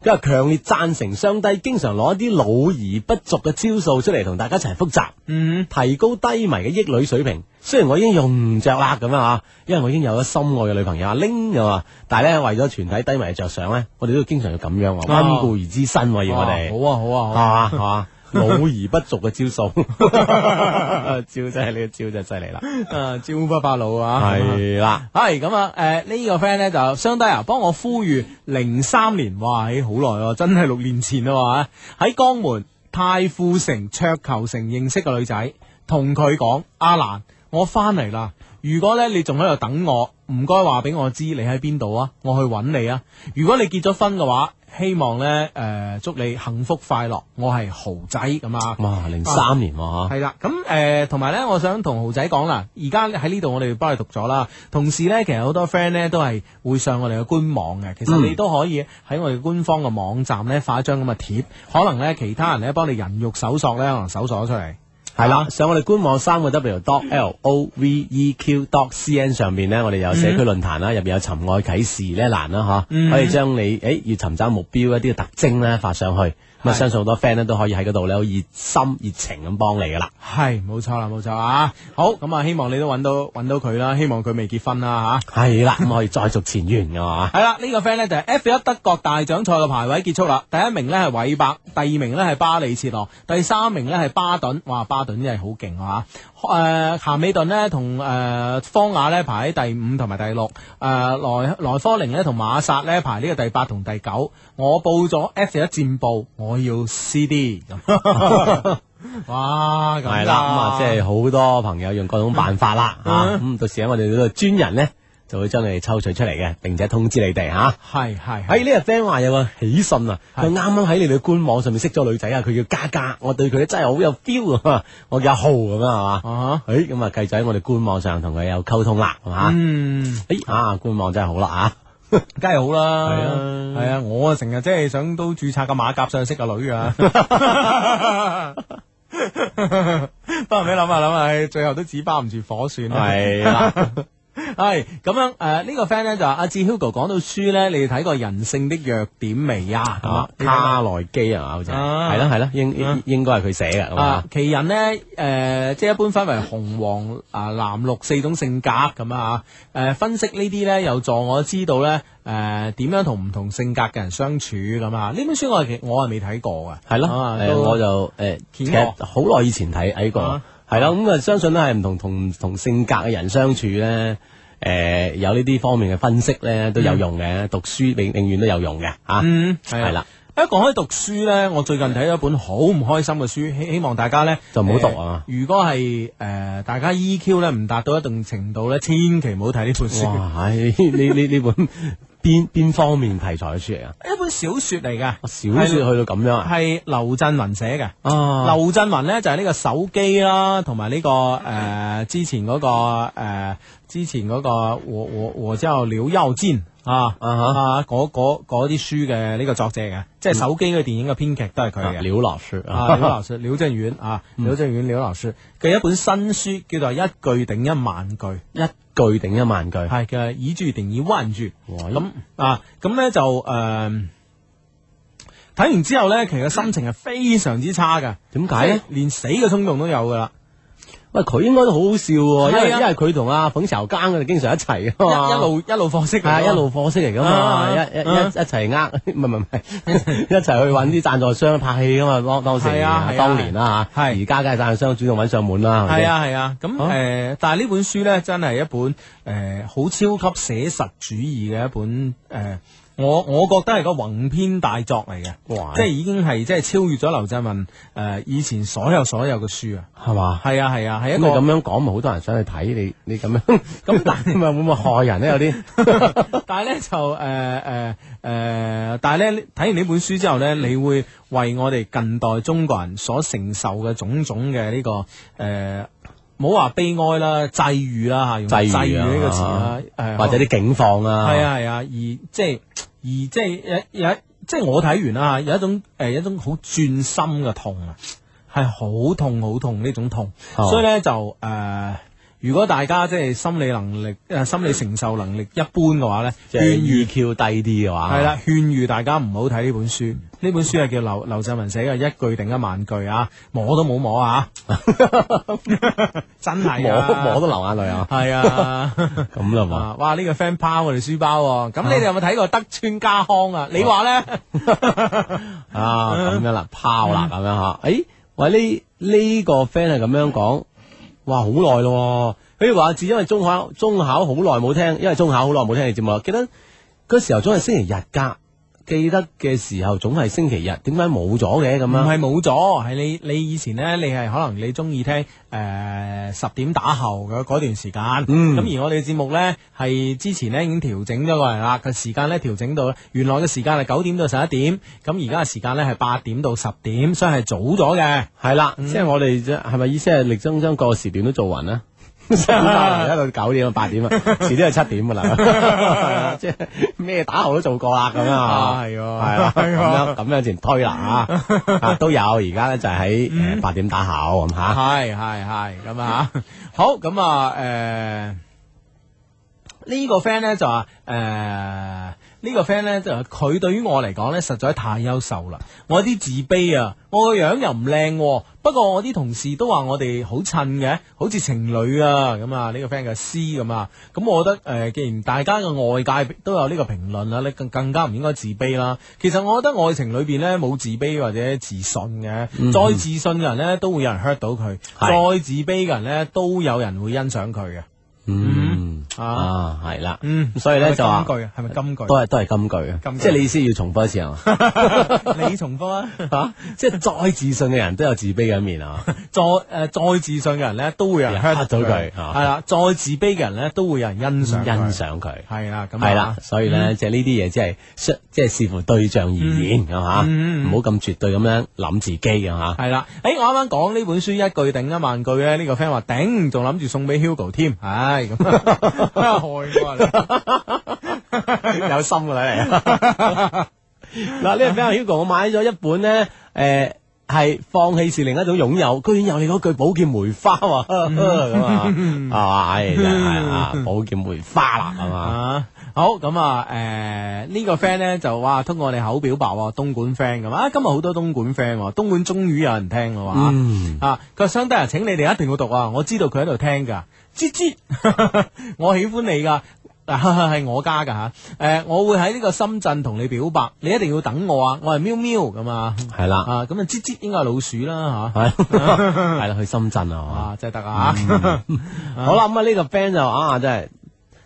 [SPEAKER 4] 佢話強烈贊成雙低，經常攞一啲老而不俗嘅招數出嚟同大家一齊複習，
[SPEAKER 1] 嗯，
[SPEAKER 4] 提高低迷嘅益女水平。雖然我已經用唔着啦咁樣啊，因為我已經有咗心愛嘅女朋友阿玲咁啊，但係咧為咗全體低迷嘅着想咧，我哋都經常要咁樣啊，温故而知新喎要我哋。
[SPEAKER 1] 好啊好啊好啊，
[SPEAKER 4] 啊嘛，老而不俗嘅招數， 招真係呢個招真係犀利啦，
[SPEAKER 1] 啊招不發老啊，
[SPEAKER 4] 係啦，
[SPEAKER 1] 系咁啊，诶呢個 friend 咧就相低啊，幫我呼籲零三年，哇，咦好耐咯，真係六年前啦嘛，喺江門太富城桌球城認識個女仔，同佢講阿蘭，我翻嚟啦。如果咧你仲喺度等我，唔該話俾我知你喺邊度啊，我去揾你啊。如果你結咗婚嘅話，希望咧诶、誒祝你幸福快樂。我係豪仔咁啊。
[SPEAKER 4] 哇，零三年喎嚇
[SPEAKER 1] 系啦，咁诶，同埋咧，我想同豪仔講啦，而家喺呢度我哋幫你讀咗啦。同時咧，其實好多 friend 咧都係會上我哋嘅官網嘅，其實你都可以喺我哋官方嘅網站咧發一張咁嘅貼，可能咧其他人咧幫你人肉搜索咧，可能搜索咗出嚟。
[SPEAKER 4] 係啦，啊上我哋官網三個 W dot L O V E Q dot C N 上邊咧，我哋有社區論壇啦，入邊有尋愛啟示呢一欄啦，
[SPEAKER 1] 嗯
[SPEAKER 4] 嚇，可以將你誒要尋找目標一啲嘅特徵咧發上去，咁
[SPEAKER 1] 係
[SPEAKER 4] 啊相信好多 friend 咧都可以喺嗰度咧好熱心熱情咁幫你噶啦，
[SPEAKER 1] 係冇錯啦，冇錯啊！好咁啊，希望你都揾到揾到佢啦，希望佢未結婚啦吓。啊
[SPEAKER 4] 係啦，咁可以再續前緣噶嘛，
[SPEAKER 1] 系啦，呢、個 friend 咧就係 F 一德國大獎賽嘅排位結束啦，第一名呢係韋伯，第二名呢係巴里切羅，第三名呢係巴頓，哇，巴頓真係好勁啊！誒、咸美頓呢同誒、方雅呢排喺第五同埋第六，誒、萊萊科寧呢同馬薩呢排呢個第八同第九。我報咗 F 一戰報，我要 CD 咁。哇，咁
[SPEAKER 4] 係啦，咁啊，即係好多朋友用各種辦法啦，嚇
[SPEAKER 1] 嗯
[SPEAKER 4] 咁到時咧，我哋呢個專人咧就會將你哋抽取出嚟嘅，並且通知你哋啊嚇。
[SPEAKER 1] 係係係
[SPEAKER 4] 喺呢個 friend 話有個喜訊啊，
[SPEAKER 1] 係
[SPEAKER 4] 佢啱啱喺你哋官網上面識咗女仔啊，佢叫嘉嘉，我對佢真係好有 feel 啊， 我叫阿浩咁啊，係嘛？
[SPEAKER 1] 啊，
[SPEAKER 4] 誒咁啊，繼續喺我哋官網上同佢有溝通啦，係嘛？
[SPEAKER 1] 嗯。
[SPEAKER 4] 誒啊，官網真係好啦
[SPEAKER 1] 梗係好啦，
[SPEAKER 4] 係啊
[SPEAKER 1] 係啊，我啊成日即係想都註冊個馬甲上去識個女啊 噶， 不過你諗啊下諗下，唉最後都紙包唔住火算
[SPEAKER 4] 嚇，
[SPEAKER 1] 啦。
[SPEAKER 4] 係啦，
[SPEAKER 1] 系咁樣诶，呃呢個 friend 咧就話阿志 Hugo 講到書咧，你哋睇過《人性的弱點》未啊？咁
[SPEAKER 4] 啊
[SPEAKER 1] 啊，你睇過
[SPEAKER 4] 卡內基啊，好似係
[SPEAKER 1] 啊
[SPEAKER 4] 係啦係啦，應應應該係佢寫嘅，咁
[SPEAKER 1] 啊
[SPEAKER 4] 啊，，
[SPEAKER 1] 其人呢，誒、即係一般分為紅、黃、啊、藍、綠四種性格咁啊。誒、分析呢啲呢，有助我知道呢誒點樣同唔同性格嘅人相處咁啊。呢本書我係其我係未睇過嘅，
[SPEAKER 4] 係咯，
[SPEAKER 1] 啊
[SPEAKER 4] 誒
[SPEAKER 1] 都
[SPEAKER 4] 我就誒其
[SPEAKER 1] 見
[SPEAKER 4] 實
[SPEAKER 1] 過
[SPEAKER 4] 好耐以前睇睇過
[SPEAKER 1] 啊，
[SPEAKER 4] 係啦，咁啊相信都係唔同同同性格嘅人相處咧。誒、有呢啲方面嘅分析咧都有用嘅，讀書永永遠都有用嘅嚇，
[SPEAKER 1] 嗯，
[SPEAKER 4] 係啦、
[SPEAKER 1] 一講開讀書呢，我最近睇咗一本好唔開心嘅書，希希望大家呢，
[SPEAKER 4] 就唔好讀啊
[SPEAKER 1] 呃如果係誒、呃大家 EQ 呢唔達到一定程度呢，千祈唔好睇呢本書。
[SPEAKER 4] 哇！唉呢呢呢呢本邊邊方面題材嘅書嚟啊？
[SPEAKER 1] 一本小説嚟嘅，
[SPEAKER 4] 小説去到咁樣啊？
[SPEAKER 1] 係劉震雲寫嘅。
[SPEAKER 4] 啊，
[SPEAKER 1] 劉振雲咧就係呢個手機啦，同埋呢個誒
[SPEAKER 4] 嗯
[SPEAKER 1] 之前嗰個誒之前嗰個我我我之後了幽尖啊
[SPEAKER 4] 啊哈嗯
[SPEAKER 1] 啊嗰嗰嗰啲書嘅呢個作者嘅，即係手機嘅電影嘅編劇都係佢嘅。
[SPEAKER 4] 廖嗯老師
[SPEAKER 1] 啊，廖老師，廖振遠啊，廖振遠，廖老師嘅一本新書叫做《一句頂一萬句》。
[SPEAKER 4] 一句頂一萬句，
[SPEAKER 1] 系嘅，以住定以彎住，
[SPEAKER 4] 哇
[SPEAKER 1] 咁啊，咁咧就诶，誒睇、完之後咧，其實個心情係非常之差噶。
[SPEAKER 4] 點解咧？
[SPEAKER 1] 連死嘅衝動都有噶啦，
[SPEAKER 4] 喂，佢應該都好好笑喎，因為
[SPEAKER 1] 係啊
[SPEAKER 4] 因為佢同阿馮朝更佢哋經常一齊噶嘛，
[SPEAKER 1] 一一路一路放息
[SPEAKER 4] 係啊，一路課式嚟噶
[SPEAKER 1] 啊
[SPEAKER 4] 嘛，一一一
[SPEAKER 1] 啊
[SPEAKER 4] 一齊呃， 唔係唔係唔係， 一齊去揾啲贊助商拍戲噶嘛，當當時
[SPEAKER 1] 係啊係啊
[SPEAKER 4] 當年啦嚇，
[SPEAKER 1] 係
[SPEAKER 4] 而家梗係贊助商主動揾上門啦，係咪
[SPEAKER 1] 係
[SPEAKER 4] 先，
[SPEAKER 1] 啊係啊，咁誒、
[SPEAKER 4] 啊
[SPEAKER 1] 呃但係呢本書咧，真係一本誒好、超級寫實主義嘅一本誒、呃我我覺得係個宏篇大作嚟嘅，
[SPEAKER 4] 哇
[SPEAKER 1] 即係已經係即係超越咗劉震雲誒、呃以前所有所有嘅書啊，
[SPEAKER 4] 係嘛？
[SPEAKER 1] 係啊係啊，係
[SPEAKER 4] 咁
[SPEAKER 1] 一
[SPEAKER 4] 你
[SPEAKER 1] 個
[SPEAKER 4] 咁樣講，咪好多人想去睇你，你咁樣 咁，但係咪會唔會害人咧？有 啲
[SPEAKER 1] 但系咧就誒誒誒，但係咧睇完呢本書之後咧，你會為我哋近代中國人所承受嘅種種嘅呢、個誒。呃唔好話悲哀啦、際遇啦嚇，用
[SPEAKER 4] 際遇啊
[SPEAKER 1] 際遇呢個詞啦，誒
[SPEAKER 4] 或者啲境況啊，
[SPEAKER 1] 係啊係啊，而即係而即係有有一即係我睇完啦，有一種誒有一種好鑽心嘅痛啊，係好痛好痛呢種痛，
[SPEAKER 4] 哦
[SPEAKER 1] 所以咧就誒、如果大家即係心理能力誒、心理承受能力一般嘅話咧，
[SPEAKER 4] 即係
[SPEAKER 1] 勸喻
[SPEAKER 4] EQ 低啲嘅話，
[SPEAKER 1] 係啦，勸喻大家唔好睇呢本書。呢本書係叫劉劉振文寫嘅一句定一萬句啊，摸都冇摸 啊，真係
[SPEAKER 4] 摸
[SPEAKER 1] 啊
[SPEAKER 4] 摸都流眼淚啊，
[SPEAKER 1] 係啊。
[SPEAKER 4] 咁啦嘛。
[SPEAKER 1] 啊！哇！呢、個 friend 拋我哋書包喎，咁你哋有冇睇過德川家康啊？你話咧？
[SPEAKER 4] 啊，咁樣啦，拋啦，
[SPEAKER 1] 嗯
[SPEAKER 4] 咁樣吓。诶，喂，呢呢個 friend 係咁樣講，哇，好耐咯喎。佢話自因為中考中考好耐冇聽，因為中考好耐冇聽你節目啦。記得嗰時候總係星期日㗎，記得嘅時候總係星期日，點解冇咗嘅咁
[SPEAKER 1] 唔
[SPEAKER 4] 樣？
[SPEAKER 1] 係冇咗，係你你以前咧，你係可能你中意聽誒十點打後嘅嗰段時間，咁、
[SPEAKER 4] 嗯
[SPEAKER 1] 而我哋節目咧係之前咧已經調整咗過嚟啦，個時間咧調整到原來嘅時間係九點到十一點，咁而家嘅時間咧係八點到十點，所以係早咗嘅。
[SPEAKER 4] 係啦，
[SPEAKER 1] 嗯
[SPEAKER 4] 即係我哋啫係咪意思係力爭將個時段都做啊匀 啦？而家到九點啊，八點啊，遲啲係七點噶 啦，即係咩打號都做過啦，咁樣啊，
[SPEAKER 1] 係喎啊
[SPEAKER 4] 係啊啦，咁樣咁樣前推 啦嚇，啊都有，而家咧就喺
[SPEAKER 1] 嗯
[SPEAKER 4] 誒八點打後咁啊嚇，
[SPEAKER 1] 系系系咁啊，好咁啊，诶、呢、個 friend 咧就話诶。誒呢個 friend 咧，就話佢對於我嚟講咧，實在太優秀啦！我有啲自卑啊，我個樣又唔靚喎，不過我啲同事都話我哋好襯嘅，好似情侶啊咁啊！呢、個 friend 嘅 C 咁啊，咁我覺得誒、既然大家嘅外界都有呢個評論啦，你更更加唔應該自卑啦。其實我覺得愛情裏邊咧冇自卑或者自信嘅，再自信嘅人咧都會有人 hurt 到佢，
[SPEAKER 4] 係
[SPEAKER 1] 再自卑嘅人咧都有人會欣賞佢嘅。
[SPEAKER 4] 嗯
[SPEAKER 1] 啊，
[SPEAKER 4] 啊係啦，
[SPEAKER 1] 嗯
[SPEAKER 4] 所以咧就話
[SPEAKER 1] 係咪金句啊，係咪金句？
[SPEAKER 4] 都係都係金句啊
[SPEAKER 1] 金，句
[SPEAKER 4] 即係你意思要重複一次啊，
[SPEAKER 1] 你重複啊！
[SPEAKER 4] 嚇即係再自信嘅人都有自卑嘅一面啊，
[SPEAKER 1] 再誒、再自信嘅人咧，都會有人 hurt
[SPEAKER 4] 到啊佢啊
[SPEAKER 1] 係啦，再自卑嘅人咧，都會有人欣
[SPEAKER 4] 欣
[SPEAKER 1] 賞佢，
[SPEAKER 4] 賞佢。
[SPEAKER 1] 係啦，咁啊
[SPEAKER 4] 系啦，，所以咧，即系呢啲嘢，即係相即係視乎對象而言，係嘛，
[SPEAKER 1] 嗯嗯
[SPEAKER 4] 唔好咁絕對咁樣諗自己嘅吓。
[SPEAKER 1] 係啦，誒、我啱啱講呢本書一句頂一萬句咧，呢、個 friend 話頂，仲諗住送俾 Hugo 添，唉，咁啊 害我啊
[SPEAKER 4] 有心噶啦你。 嗱，呢個 friend Hugo，我買咗一本咧，诶、係放棄是另一種擁有，居然有你嗰句寶劍梅花喎，咁啊， 係嘛，唉，真係啊，寶劍梅花啦，係
[SPEAKER 1] 你
[SPEAKER 4] 嘛，
[SPEAKER 1] 啊！好咁啊，誒、呢、個 friend 咧就哇，通過我哋口表白喎，東莞 friend 咁啊，今日好多東莞 friend 喎，東莞終於有人聽啦喎啊
[SPEAKER 4] 嗯，
[SPEAKER 1] 啊！佢話相低人，請你哋一定要讀啊！我知道佢喺度聽噶，吱吱， 我喜歡你噶。嗱，係我家噶吓，誒、我會喺呢個深圳同你表白，你一定要等我啊！我係喵喵咁啊，
[SPEAKER 4] 係啦，
[SPEAKER 1] 啊咁啊，吱吱應該係老鼠啦
[SPEAKER 4] 係係啦，去深圳
[SPEAKER 1] 吓，
[SPEAKER 4] 啊，
[SPEAKER 1] 啊真係得啊！
[SPEAKER 4] 係嘛好啦，咁啊呢個 friend 就啊，真係。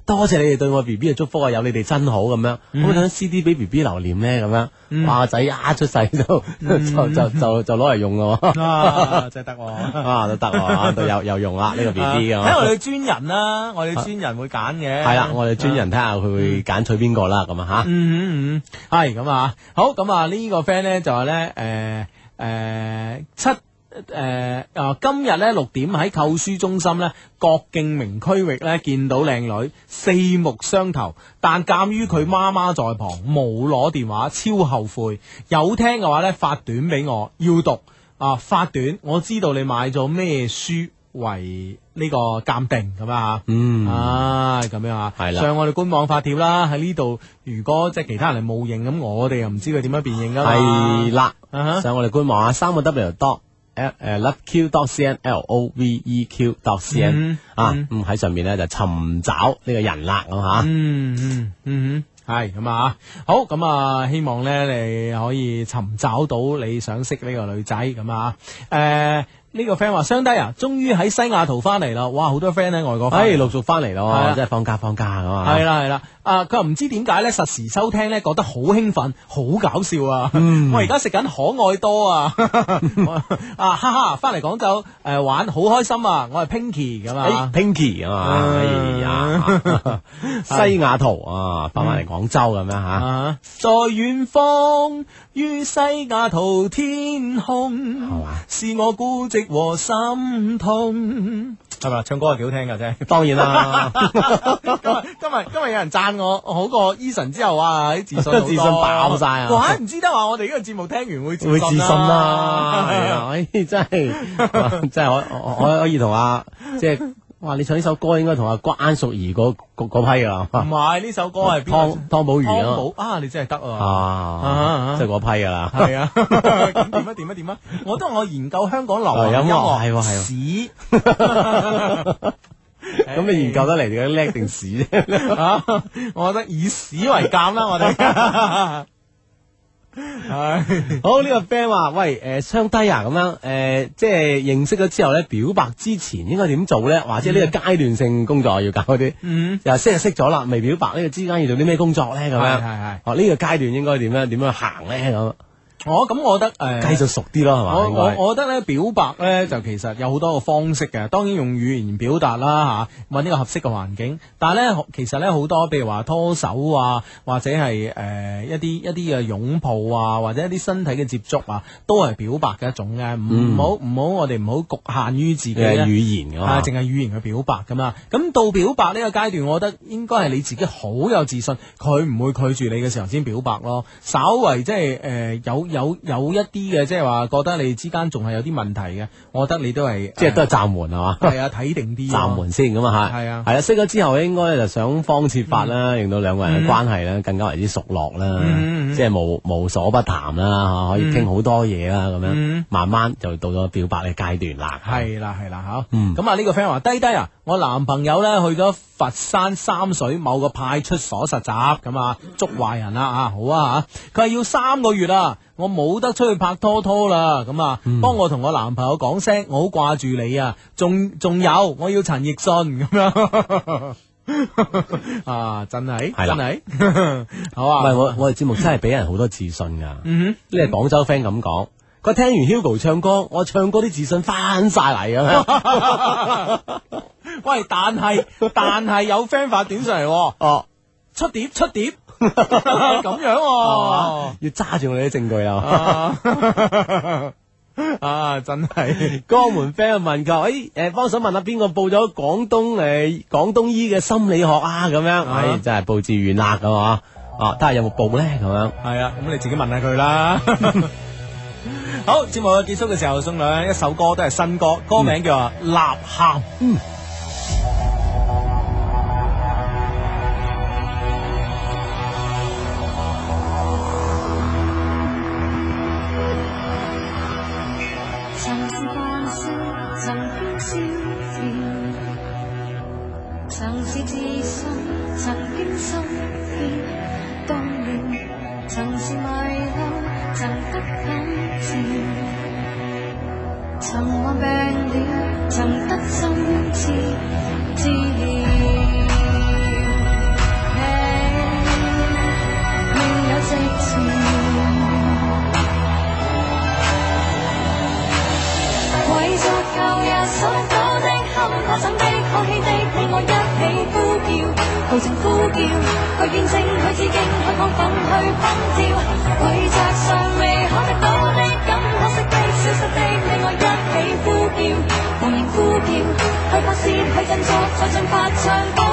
[SPEAKER 4] 多謝你哋對我 B B 嘅祝福啊！有你哋真好咁樣，
[SPEAKER 1] 嗯
[SPEAKER 4] 可唔可以等 C D 俾 B B 留念咧？咁樣，哇個仔一呃出世就 就就就就攞嚟用咯 喎。
[SPEAKER 1] 嗯啊，真係得喎！
[SPEAKER 4] 啊都得喎，啊都有有用啦呢個 B
[SPEAKER 1] 啊
[SPEAKER 4] B
[SPEAKER 1] 睇我
[SPEAKER 4] 啊，
[SPEAKER 1] 哋專人啦，我哋專人會揀嘅。
[SPEAKER 4] 係啦，我哋專人睇下佢會揀取邊個啦，咁啊
[SPEAKER 1] 嗯嗯嗯，系咁啊，好咁啊，呢個 friend 咧就話咧，诶、誒七诶啊，今日咧六點喺購書中心咧郭敬明區域咧見到靚女，四目相投，但鑑於佢媽媽在旁，冇攞電話，超後悔。有聽嘅話咧發短俾我，要讀啊發短，我知道你買咗咩書為呢個鑑定咁啊。
[SPEAKER 4] 嗯
[SPEAKER 1] 啊，咁樣啊，
[SPEAKER 4] 係啦
[SPEAKER 1] 上我哋官網發帖啦，喺呢度。如果即係其他人嚟冒認，咁我哋又唔知佢點樣辨認噶嘛。
[SPEAKER 4] 系啦，
[SPEAKER 1] 啊哈
[SPEAKER 4] 上我哋官網啊，三個 W dot L 诶 loveq dot cn L O V E Q dot cn
[SPEAKER 1] 嗯
[SPEAKER 4] 啊，
[SPEAKER 1] 嗯
[SPEAKER 4] 咁喺上面咧就尋找呢個人啦，咁啊吓，
[SPEAKER 1] 嗯嗯嗯哼，系咁啊，好咁啊，希望咧你可以尋找到你想識呢個女仔咁啊，诶、呢、個 friend 話雙低啊，終於喺西雅圖翻嚟啦！哇，好多 friend 喺外國返
[SPEAKER 4] 哎，
[SPEAKER 1] 嚟，
[SPEAKER 4] 陸續翻嚟
[SPEAKER 1] 係
[SPEAKER 4] 咯，
[SPEAKER 1] 啊
[SPEAKER 4] 即係放假放假咁啊，
[SPEAKER 1] 係啦係啦，啊佢話唔知點解咧，實時收聽咧覺得好興奮，好搞笑啊！我而家食緊可愛多 啊，啊哈哈，翻嚟廣州诶、誒玩好開心啊！我係 Pinky 咁
[SPEAKER 4] 哎
[SPEAKER 1] 啊，
[SPEAKER 4] ，Pinky 啊嘛，哎 呀，西雅圖啊，翻返嚟廣州咁樣吓，
[SPEAKER 1] 啊，在遠方於西雅圖天空
[SPEAKER 4] 嘛，
[SPEAKER 1] 是我孤寂和心痛。系咪唱歌係幾好聽㗎啫？
[SPEAKER 4] 當 然啦，
[SPEAKER 1] 今日今日今日有人讚我，我好過 Eason 之後啊，啲自信好多
[SPEAKER 4] 自信爆晒啊
[SPEAKER 1] 哇！唔知得話我哋呢個節目聽完會啊
[SPEAKER 4] 會自信啦，係
[SPEAKER 1] 係
[SPEAKER 4] 啊，哎，真係哇真係我我我可以同阿即係，哇，你唱呢首歌應該同阿關淑怡嗰嗰嗰批啊。
[SPEAKER 1] 唔係呢首歌係邊個
[SPEAKER 4] 湯湯寶如
[SPEAKER 1] 湯
[SPEAKER 4] 啊
[SPEAKER 1] 寶啊！你真係得
[SPEAKER 4] 嘛，
[SPEAKER 1] 啊！
[SPEAKER 4] 啊
[SPEAKER 1] 啊，
[SPEAKER 4] 即係嗰批噶啦。
[SPEAKER 1] 係啊， 咁點啊點啊點啊！我都我研究香港流行音樂
[SPEAKER 4] 哦啊係喎係喎
[SPEAKER 1] 史。
[SPEAKER 4] 咁你研究得嚟，你叻定屎啫？
[SPEAKER 1] 啊，我覺得以史為鑑啦，我 哋。唉，
[SPEAKER 4] 好呢個 friend 話：，喂，誒雙低啊，咁樣誒，即係認識咗之後咧，表白之前應該點做咧？或者呢個階段性工作要搞嗰啲，
[SPEAKER 1] 嗯，
[SPEAKER 4] 又識就識咗啦，未表白呢個之間要做啲咩工作咧？咁
[SPEAKER 1] 係係
[SPEAKER 4] 樣，
[SPEAKER 1] 係
[SPEAKER 4] 哦，呢個階段應該點樣點樣行咧？咁
[SPEAKER 1] 我哦咁我覺得誒，
[SPEAKER 4] 繼續熟啲咯，係嘛？
[SPEAKER 1] 我
[SPEAKER 4] 應
[SPEAKER 1] 我
[SPEAKER 4] 該
[SPEAKER 1] 我覺得咧表白咧就其實有好多個方式嘅，當然用語言表達啦嚇，揾呢個合適嘅環境。但係咧其實咧好多譬如話拖手啊，或者係誒、呃一啲一啲嘅擁抱啊，或者一啲身體嘅接觸啊，都係表白嘅一種嘅。唔唔好
[SPEAKER 4] 嗯
[SPEAKER 1] 唔好，我哋唔好局限於自己
[SPEAKER 4] 嘅
[SPEAKER 1] 呢
[SPEAKER 4] 語言㗎
[SPEAKER 1] 啊，
[SPEAKER 4] 嘛，
[SPEAKER 1] 淨係語言嘅表白咁啦。咁到表白呢個階段，我覺得應該係你自己好有自信，佢唔會拒絕你嘅時候先表白咯。稍為即係誒有有有一啲嘅，即係話覺得你之間仲係有啲問題嘅，我覺得你都係
[SPEAKER 4] 即係都係暫緩係嘛？
[SPEAKER 1] 係啊睇定啲咯
[SPEAKER 4] 暫緩先咁啊，嚇
[SPEAKER 1] 係啊嗯
[SPEAKER 4] 係啦，識咗之後咧，應該就想方設法啦，令到兩個人嘅關係咧更加為之熟絡啦，
[SPEAKER 1] 嗯嗯嗯
[SPEAKER 4] 即係無無所不談啦，嚇可以傾好多嘢啦，咁樣
[SPEAKER 1] 嗯
[SPEAKER 4] 慢慢就到咗表白嘅階段啦。
[SPEAKER 1] 係啦係啦吓，
[SPEAKER 4] 嗯
[SPEAKER 1] 咁啊呢個 friend 話低低啊，我男朋友呢去咗佛山三水某個派出所實習，咁啊捉壞人啦啊，好啊吓，佢係要三個月啊，我冇得出去拍拖拖啦，咁啊
[SPEAKER 4] 嗯
[SPEAKER 1] 幫我同我男朋友講聲，我好掛住你啊，仲仲有我要陳奕迅咁樣 啊，真係
[SPEAKER 4] 係啦
[SPEAKER 1] 真係 好
[SPEAKER 4] 唔
[SPEAKER 1] 啊，
[SPEAKER 4] 係我我哋節目真係俾人好多自信㗎，
[SPEAKER 1] 嗯
[SPEAKER 4] 呢係廣州 friend 咁講。佢聽完 Hugo 唱歌，我唱歌啲自信翻晒嚟啊！
[SPEAKER 1] 哼 喂，但係但係有 friend 發短信嚟喎。
[SPEAKER 4] 哦，
[SPEAKER 1] 出碟出 碟咁樣喎、
[SPEAKER 4] 要揸住我哋啲證據啦！
[SPEAKER 1] 啊！啊，真係
[SPEAKER 4] 江門 friend 問佢：，誒、誒，幫手問下邊個報咗廣東誒、廣東醫嘅心理學啊？咁樣，
[SPEAKER 1] 啊
[SPEAKER 4] 唉、真係報志願啦，咁啊，啊，睇下有冇報咧，咁樣。
[SPEAKER 1] 係啊！咁你自己問下佢啦。 好，節目結束嘅時候送兩一首歌，都係新歌，歌名叫《呐喊》。
[SPEAKER 2] 曾是幻想，曾喧嚣戰，曾是自信，曾經心變動亂，曾是迷路，曾得感召，曾患病了，曾得心切治療。你命有直前。為作夠也想躲的堪我怎的好氣的你我一起呼叫，豪情呼叫，去見證去致敬，去亢奮去奔跳。為着尚未可得到的感，可惜的消失的你我一起叫，去拍攝去振作，再進發唱歌。